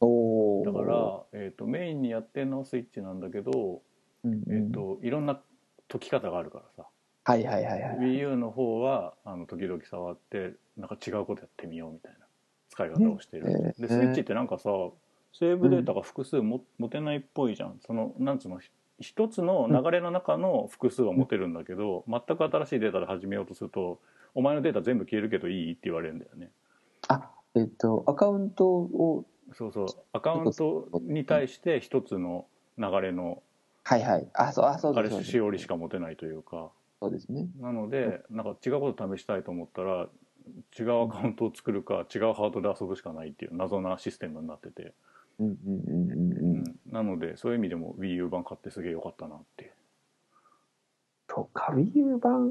おだーから、えー、とメインにやってんのはスイッチなんだけど、うんうんえー、といろんな解き方があるからさはいはいはいはい WiiU の方はあの時々触ってなんか違うことやってみようみたいな使い方をしてる、ねえーでスイッチってなんかさセーブデータが複数も、持てないっぽいじゃんそのなんつうのひ一つの流れの中の複数は持てるんだけど、全く新しいデータで始めようとすると「お前のデータ全部消えるけどいい?」って言われるんだよねあえっとアカウントをそうそうアカウントに対して一つの流れのはいはいあそうあそうあでれすそうですしおりしか持てないというかそうですねなのでなんか違うこと試したいと思ったら違うアカウントを作るか違うハードで遊ぶしかないっていう謎なシステムになってて、うんうんうんうんうんうんなのでそういう意味でも WiiU 版買ってすげえ良かったなっていうそうか WiiU 版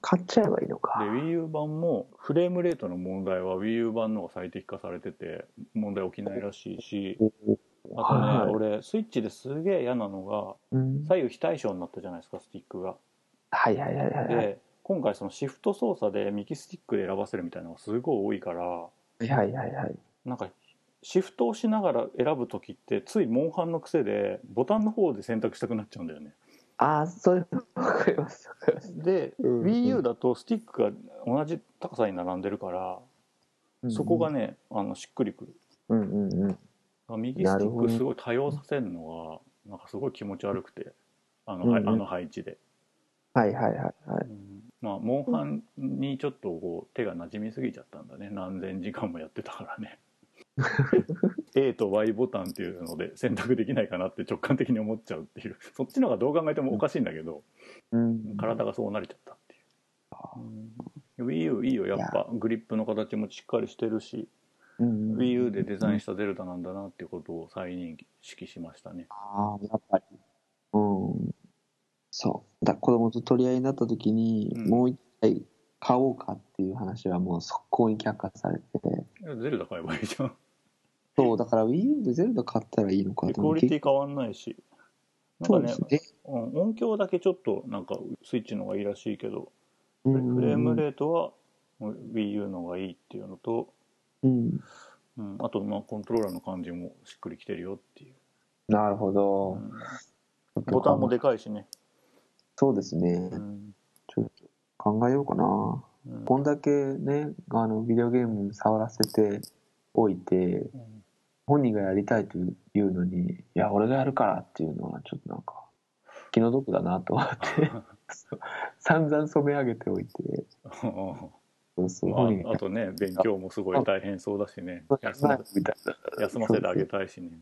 買っちゃえばいいのでか WiiU 版もフレームレートの問題は WiiU 版の方が最適化されてて問題起きないらしいしあとね、はい俺スイッチですげえ嫌なのうがん左右非対称になったじゃないですかスティックが。はいはいはいはいはいで今回そのシフト操作で右スティックで選ばせるみたいなのがすごい多いから。はいはいはいなんかシフトをしながら選ぶ時ってついモンハンの癖でボタンの方で選択したくなっちゃうんだよねああそれわかりますわかりますで、うんうん WiiU だとスティックが同じ高さに並んでるから、そこがねあのしっくりくるうんうんうん右スティなるほッどクすごい多用させるのがなんかすごい気持ち悪くてあの,、うんうんあの配置で、はいはいはいはいうんまあモンハンにちょっとこう手が馴染みすぎちゃったんだね何千時間もやってたか らね A と Y ボタンっていうので選択できないかなって直感的に思っちゃうっていうそっちの方がどう考えてもおかしいんだけど、うん体がそうなれちゃったっていう、WiiU いいよやっぱグリップの形もしっかりしてるしうん WiiU でデザインしたゼルダなんだなっていうことを再認識しましたねああ、やっぱり。うん。そう。だから子供と取り合いになった時に、うんもう一回買おうかっていう話はもう速攻に却下されて。ゼルダ買えばいいじゃんそう、だから Wii U で全部買ったらいいのかでとクオ思っリテて。ィ変わんないしなんそかうねですね。うん音響だけちょっとなんかスイッチの方がいいらしいけどフフレームレートは WiiU の方がいいっていうのと、うん。うん、あとまあコントローラーの感じもしっくりきてるよっていう、なるほうど。んボタンもでかいしね、そうですねう。んちょっと考えようかな。うんこんだけね、あの、ビデオゲーム触らせておいて、うん本人がやりたいというのに、いや、俺がやるからっていうのは、ちょっとなんか、気の毒だなと思 って、散々染め上げておいて、そうそう、ま本人あ、あとね勉強もすごい大変そうだしねがや休まるみたいな。休ませてあげたいしね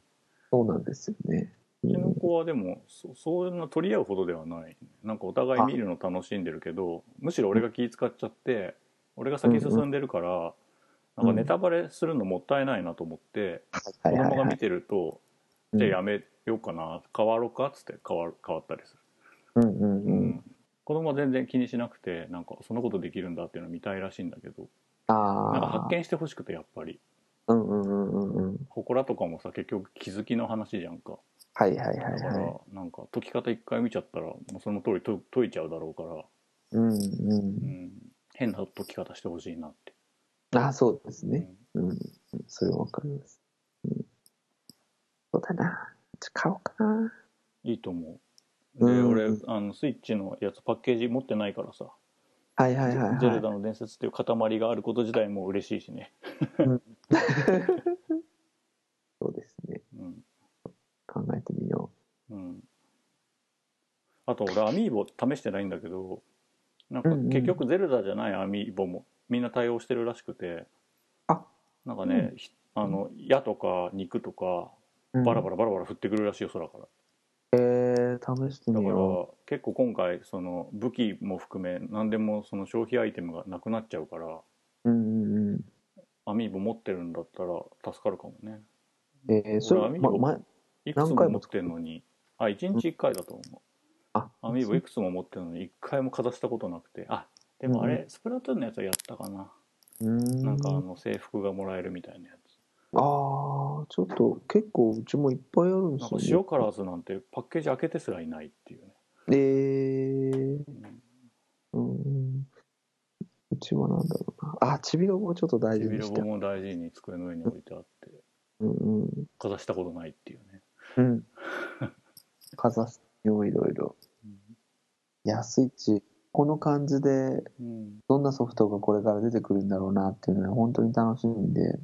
そうなんですよね。ううちのん、子はでもそそんな取り合うほどではないなんかお互い見るの楽しんでるけどむしろ俺が気使っちゃって俺が先進んでるから、うんなんかネタバレするのもったいないなと思って、はい子はい供がは見い。てると、うんじゃあやめようかな変わろうかっつって変わる変わったりすうんうんる、うん。子供は全然気にしなくてなんかそのことできるんだっていうのを見たいらしいんだけどなんかあ発あ。見してほしくてやっぱりうんうんうんうんうん。祠とかもさ結局気づきの話じゃんかはいはいはいだから、はなんか解き方一回見ちゃったらもうその通りと解いちゃうだろうから、い。うんう、うん変な解き方してほしいなって、ん。ああ、そうですうね。んうん。うんそれはわかります。うんそうだな。ちょ買おうかな。いいと思ううで、ん俺あのスイッチのやつパッケージ持ってないからさはいはいはい「はい。ゼルダの伝説」っていう塊があること自体も嬉しいしね、そうですね。うん考えてみようん、あと俺アミーボ試してないんだけどなんかうんうん結局ゼルダじゃないアミーボもみんな対応してるらしくてあなんかね、ひあの矢とか肉とかうんバラバラバラバラ降ってくるらしいよ空から。えー、試してだみからよ結構今回その武器も含め何でもその消費アイテムがなくなっちゃうからう。うんうんうん。アミーボ持ってるんだったら助かるかもねえー、そ俺アれ、ミーま、ゴ前、いくつ何も回持もってるのにあ一1日1回だと思うあ、アミーボいくつも持ってるのに1回もかざしたことなくてあでもあれスプラトゥーンのやつはやったかなうん。なんかああの制服がもらえるみたいなやつあー、ちょっと、結構、うちもいっぱいあるんでなんすよ、かね。塩カラーズなんてパッケージ開けてすらいないっていうねえー、うんうん。うちはなんだろうな。あ、ちびロボをちょっと大ち事びにロしたボ。も大事に机の上に置いてあってうんうん。かざしたことないっていうね うん。かざすよ、いろいろ。いや、スイッチ、この感じで、うんどんなソフトがこれから出てくるんだろうなっていうのは、本当に楽しみで。う。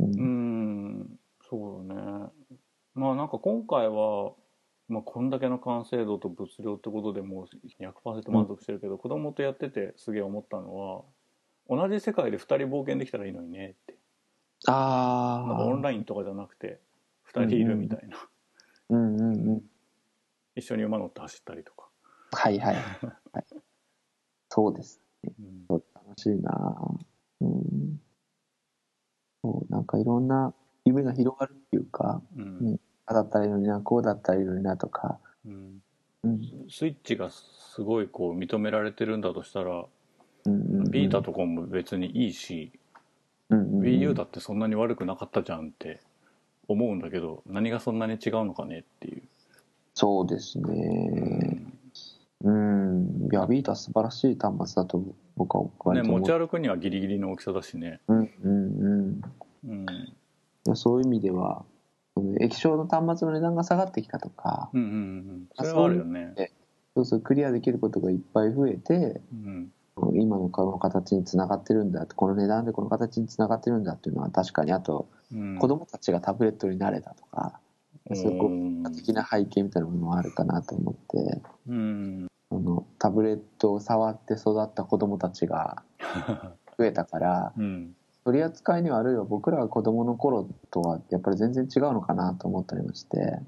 うんんそうだねまあなんか今回は、まあ、こんだけの完成度と物量ってことでもう100%満足してるけど、子供とやっててすげえ思ったのは同じ世界で2人冒険できたらいいのにねってあなんあ。かオンラインとかじゃなくて2人いるみたいな、うんうんうん。一緒に馬乗って走ったりとか、はいはい。はい、そうです。うんそう楽しいなうん。そう、なんかいろんな夢が広がるっていうか、うんあだったらいいのにな、こうだったらいいのになとか。うんうん。スイッチがすごいこう認められてるんだとしたらうんうんうん、ビータとかも別にいいし、うんうんうん、 WiiU だってそんなに悪くなかったじゃんって思うんだけど何がそんなに違うのかねっていう、そうですね。うん。いや、ビータ素晴らしい端末だと僕は僕はね、割と持思ちう。歩くにはギリギリの大きさだしね、うんうんうんいうん、うんや。そういう意味では、その液晶の端末の値段が下がってきたとか、うんうんそれはあるよねそうそうクリアできることがいっぱい増えて、うん今のこの形につながってるんだこの値段でこの形につながってるんだっていうのは確かにあとうん子供たちがタブレットになれたとか、すごく的な背景みたいなものもあるかなと思ってうんあのタブレットを触って育った子供たちが増えたからうん取り扱いにはあるいは僕らが子供の頃とはやっぱり全然違うのかなと思ったりましてあ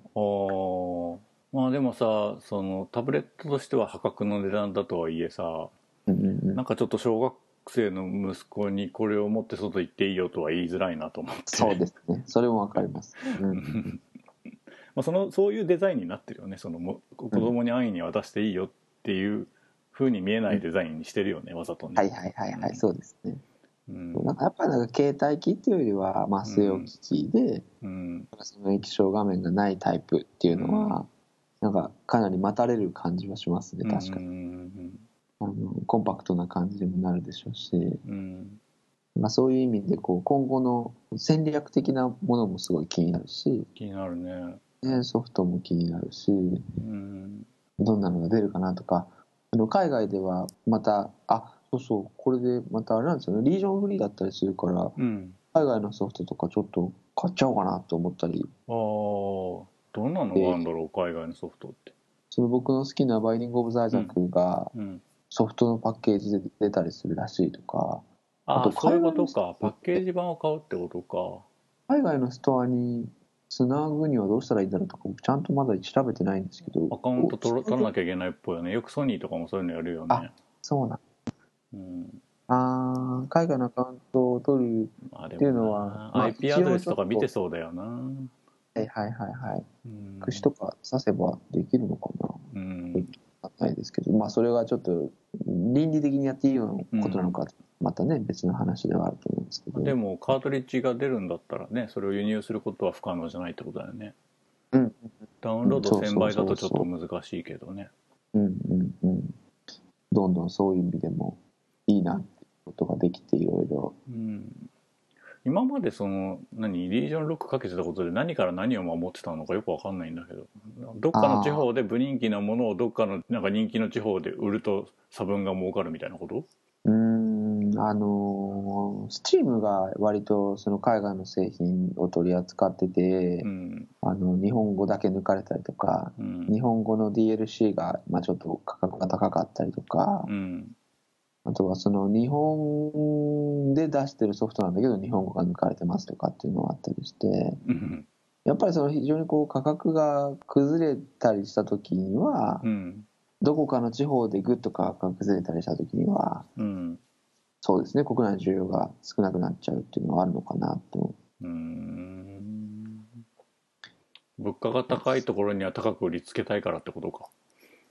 ーまあでもさそのタブレットとしては破格の値段だとはいえさうんうんうんなんかちょっと小学生の息子にこれを持って外行っていいよとは言いづらいなと思ってそうですねそれもわかります、うん、 まあ、そのそういうデザインになってるよねそのも子供に安易に渡していいよっていうふうに見えないデザインにしてるよねわざとね。はいはいはいはいそうですねうんなんかやっぱりなんか携帯機っていうよりはまあ据え置き機で、うんその液晶画面がないタイプっていうのは、なんかかなり待たれる感じはしますね確かうに、んあのコンパクトな感じにもなるでしょうし、うんまあ、そういう意味でこう今後の戦略的なものもすごい気になるし、気になるね。ね、ソフトも気になるしうんどんなのが出るかなとかあの海外ではまたあそうそうこれでまたあれなんですよねリージョンフリーだったりするからうん、海外のソフトとかちょっと買っちゃおうかなと思ったりああどんなのがあるんだろう海外のソフトって。その僕の好きな「バイディング・オブ・ザ・イザック」が、うん、ソフトのパッケージで出たりするらしいとかあああとそういうこと海外かパッケージ版を買うってこと海外のストアにつなぐにはどうしたらいいんだろうとか僕ちゃんとまだ調べてないんですけどかアカウント取らお取らなきゃいけないっぽいよねよくソニーとかもそういうのやるよね。そうなんうんあー海外のアカウントを取るまあ、でっていうのもはなまあ IP 一応アドレスとかちょっと見てそうだよな。はいはいはいはいうん串とか刺せばできるのかなうんわかんないですけどまあそれがちょっと倫理的にやっていいようなことなのか、またね別の話ではあると思うんですけどでもカートリッジが出るんだったらねそれを輸入することは不可能じゃないってことだよねうんダウンロードそうそう1000倍そだうそとうちょっと難しいけどねうんうんうんどんどんそういう意味でもいいなっていうことができていろいろうん今までその何リージョンロックかけてたことで何から何を守ってたのかよくわかんないんだけどどっかの地方で不人気なものをどっかのなんか人気の地方で売ると差分が儲かるみたいなことうーんあのー、スチームが割とその海外の製品を取り扱ってて、うんあの日本語だけ抜かれたりとか、うん日本語の DLC が、まあ、ちょっと価格が高かったりとか、うんあとはその日本で出してるソフトなんだけど日本語が抜かれてますとかっていうのがあったりしてうんやっぱりその非常にこう価格が崩れたりした時にはうんどこかの地方でグッと価格が崩れたりした時にはうんそうですね国内の需要が少なくなっちゃうっていうのはあるのかなとうーん物価が高いところには高く売りつけたいからってことか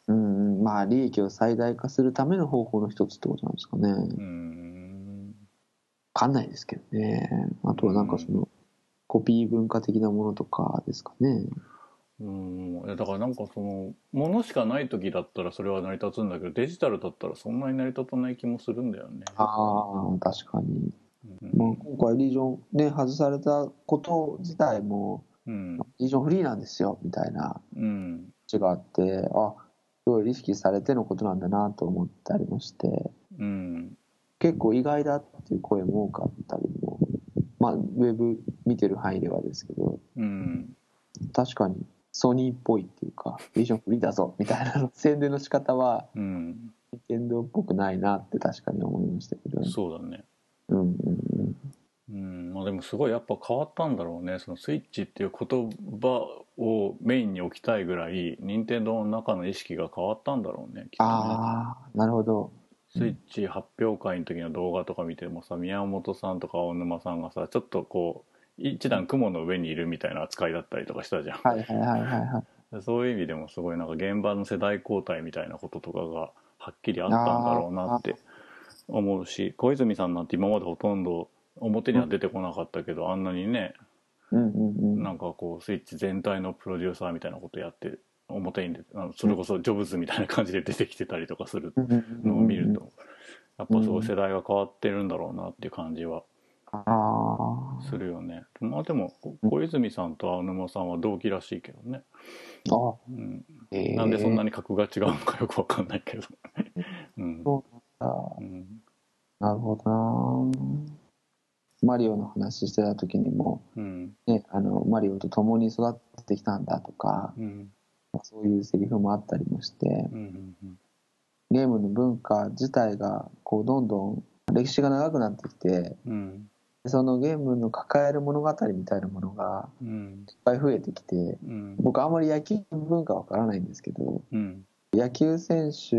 うんうんまあ利益を最大化するための方法の一つってことなんですかねうーんわかんないですけどねあとはなんかそのコピー文化的なものとかですかねうんいやだからなんかその物しかない時だったらそれは成り立つんだけどデジタルだったらそんなに成り立たない気もするんだよね。ああ確かに、うんまあ、今回リージョンね外されたこと自体もうんリージョンフリーなんですよみたいなうん違ってあすごい意識されてのことなんだなと思ったりもしてうん結構意外だっていう声も多かったりもまあウェブ見てる範囲ではですけどうん確かにソニーっぽいっていうかリージョンフリーだぞみたいな宣伝の仕方はうん任天堂っぽくないなって確かに思いましたけどそうだね。うんうんうんうんまあ、でもすごいやっぱ変わったんだろうねそのスイッチっていう言葉をメインに置きたいぐらい任天堂の中の意識が変わったんだろうねきっとねああなるほどスイッチ発表会の時の動画とか見てもさ宮本さんとか青沼さんがさちょっとこう一段雲の上にいるみたいな扱いだったりとかしたじゃん、はいはいはいはいはいそういう意味でもすごいなんか現場の世代交代みたいなこととかがはっきりあったんだろうなって思うし小泉さんなんて今までほとんど表には出てこなかったけど、あんなにねうんうんうんなんかこうスイッチ全体のプロデューサーみたいなことやって表に出てあのそれこそジョブズみたいな感じで出てきてたりとかするのを見るとやっぱすごい世代が変わってるんだろうなっていう感じはああするよね。まあでも小泉さんと青沼さんは同期らしいけどね、あうん、ええなんでそんなに格が違うのかよくわかんないけ ど、うんあうんなるほどなマリオの話してた時にも、うんね、あのマリオと共に育ってきたんだとかうんそういうセリフもあったりもしてうんゲームの文化自体がこうどんどん歴史が長くなってきてうんそのゲームの抱える物語みたいなものがうんいっぱい増えてきてうん僕あんまり野球文化わからないんですけどうん野球選手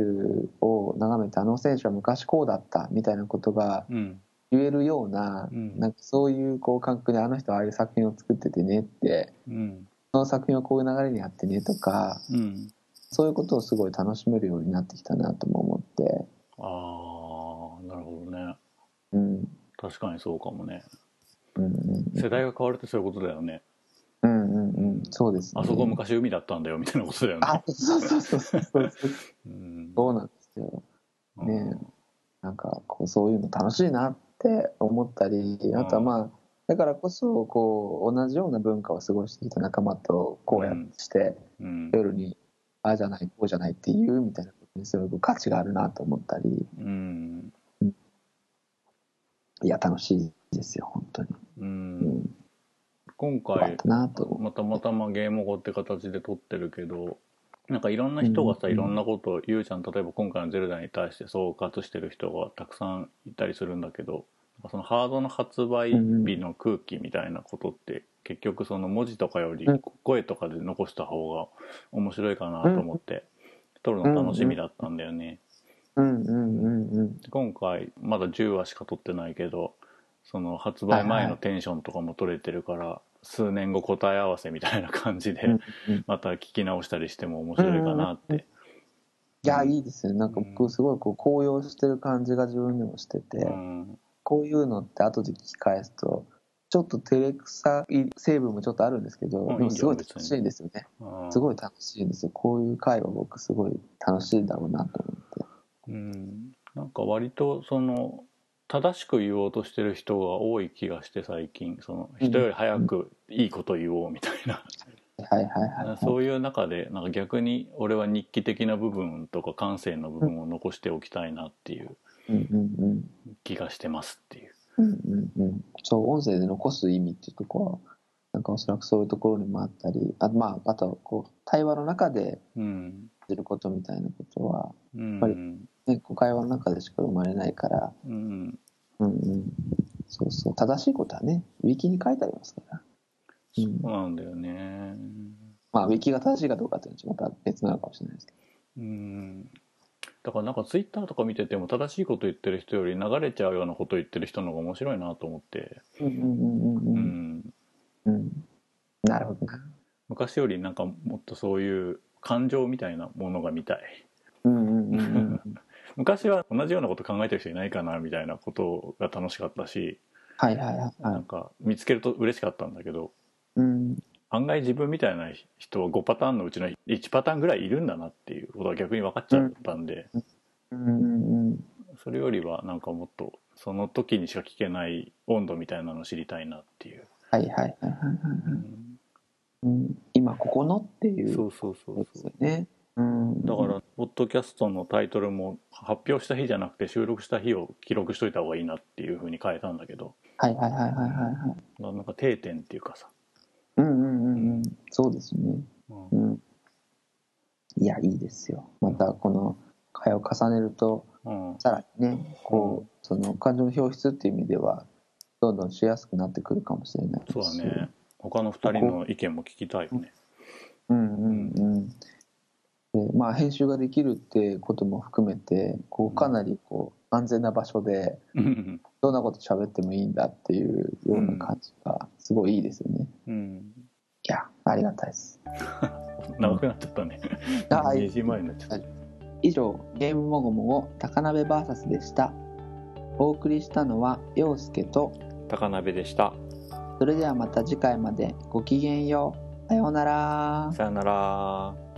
を眺めてあの選手は昔こうだったみたいなことがうん言えるようなうんなんかそういうこう感覚であの人はああいう作品を作っててねってうんその作品はこういう流れにあってねとかうんそういうことをすごい楽しめるようになってきたなとも思って、ああなるほどねうん確かにそうかもねうんうん、世代が変わるってそういうことだよねうんうんうんそうです、ね、あそこ昔海だったんだよみたいなことだよねあそうそうそうそうそううんそうなんですよねなんかこうそういうの楽しいなって思ったりあとはまあ、だからこそこう同じような文化を過ごしてきた仲間とこうやってして、うん夜にああじゃないこうじゃないっていうみたいなことにすごく価値があるなと思ったりうんいや楽しいですよ本当に、ううんん、今よか回ったなと、またまたまゲーム語って形で撮ってるけどなんかいろんな人がさ、うんいろんなことをゆうちゃん例えば今回の「ゼルダ」に対して総括してる人がたくさんいたりするんだけどなんかそのハードの発売日の空気みたいなことって結局その文字とかよりうん声とかで残した方が面白いかなと思って撮るの楽しみだったんだよね。うんうんうんうん今回まだ10話しか撮ってないけどその発売前のテンションとかも取れてるから、数年後答え合わせみたいな感じで、うんうんまた聞き直したりしても面白いかなって、いやいいですよなんかうん僕すごいこう高揚してる感じが自分でもしてて、うんこういうのって後で聞き返すとちょっと照れくさい成分もちょっとあるんですけど、うんでもすごいいいよ別に楽しいんですよねうんすごい楽しいんですよこういう会は僕すごい楽しいんだろうなと思ってうん、なんか割とその正しく言おうとしてる人が多い気がして最近その人より早くいいこと言おうみたいな、はいはい はい、はい、そういう中でなんか逆に俺は日記的な部分とか感性の部分を残しておきたいなっていううんうんうん気がしてますっていう。うんうんうん、そう音声で残す意味っていうとこはなんかおそらくそういうところにもあったりあ,、まあ、あとはこう対話の中でうん知ることみたいなことはうんぱりね、こう会話の中でしか生まれないから、うん、うんうん、そうそう正しいことはねウィキに書いてありますから、うんそうなんだよねまあウィキが正しいかどうかっていうのはまた別なのかもしれないですけどうんだからなんかツイッターとか見てても正しいこと言ってる人より流れちゃうようなこと言ってる人の方が面白いなと思って、うんうんうんううんん、うんうんなるほどな昔よりなんかもっとそういう感情みたいなものが見たい うんうんうんうん昔は同じようなこと考えてる人いないかなみたいなことが楽しかったしはいはいはいはないんか見つけると嬉しかったんだけどうん案外自分みたいな人は5パターンのうちの1パターンぐらいいるんだなっていうことは逆に分かっちゃったんで、うんうんうんそれよりはなんかもっとその時にしか聞けない温度みたいなのを知りたいなっていう、はいはいはいはいはいはいうん今ここのっていうそこうそうそうとでそすうよねうんだからポッドキャストのタイトルも発表した日じゃなくて収録した日を記録しといた方がいいなっていうふうに変えたんだけどはいはいはいはいはいはいなんか定点っていうかさ、うんうんうんうんそうですねううんんいやいいですよまたこの会を重ねるとうんさらにねこうその感情の表出っていう意味ではどんどんしやすくなってくるかもしれないですそうだね他の2人の意見も聞きたいよねうんうんうんでまあ編集ができるってことも含めてこうかなりこう安全な場所でうんどんなこと喋ってもいいんだっていうような感じがすごいいいですよね、いうんやありがたいです長くなっちゃったねあはい2時前になっちゃった以上ゲームもごもご高鍋 VS でしたお送りしたのは陽介と高鍋でしたそれではまた次回までごきげんようさようならさよなら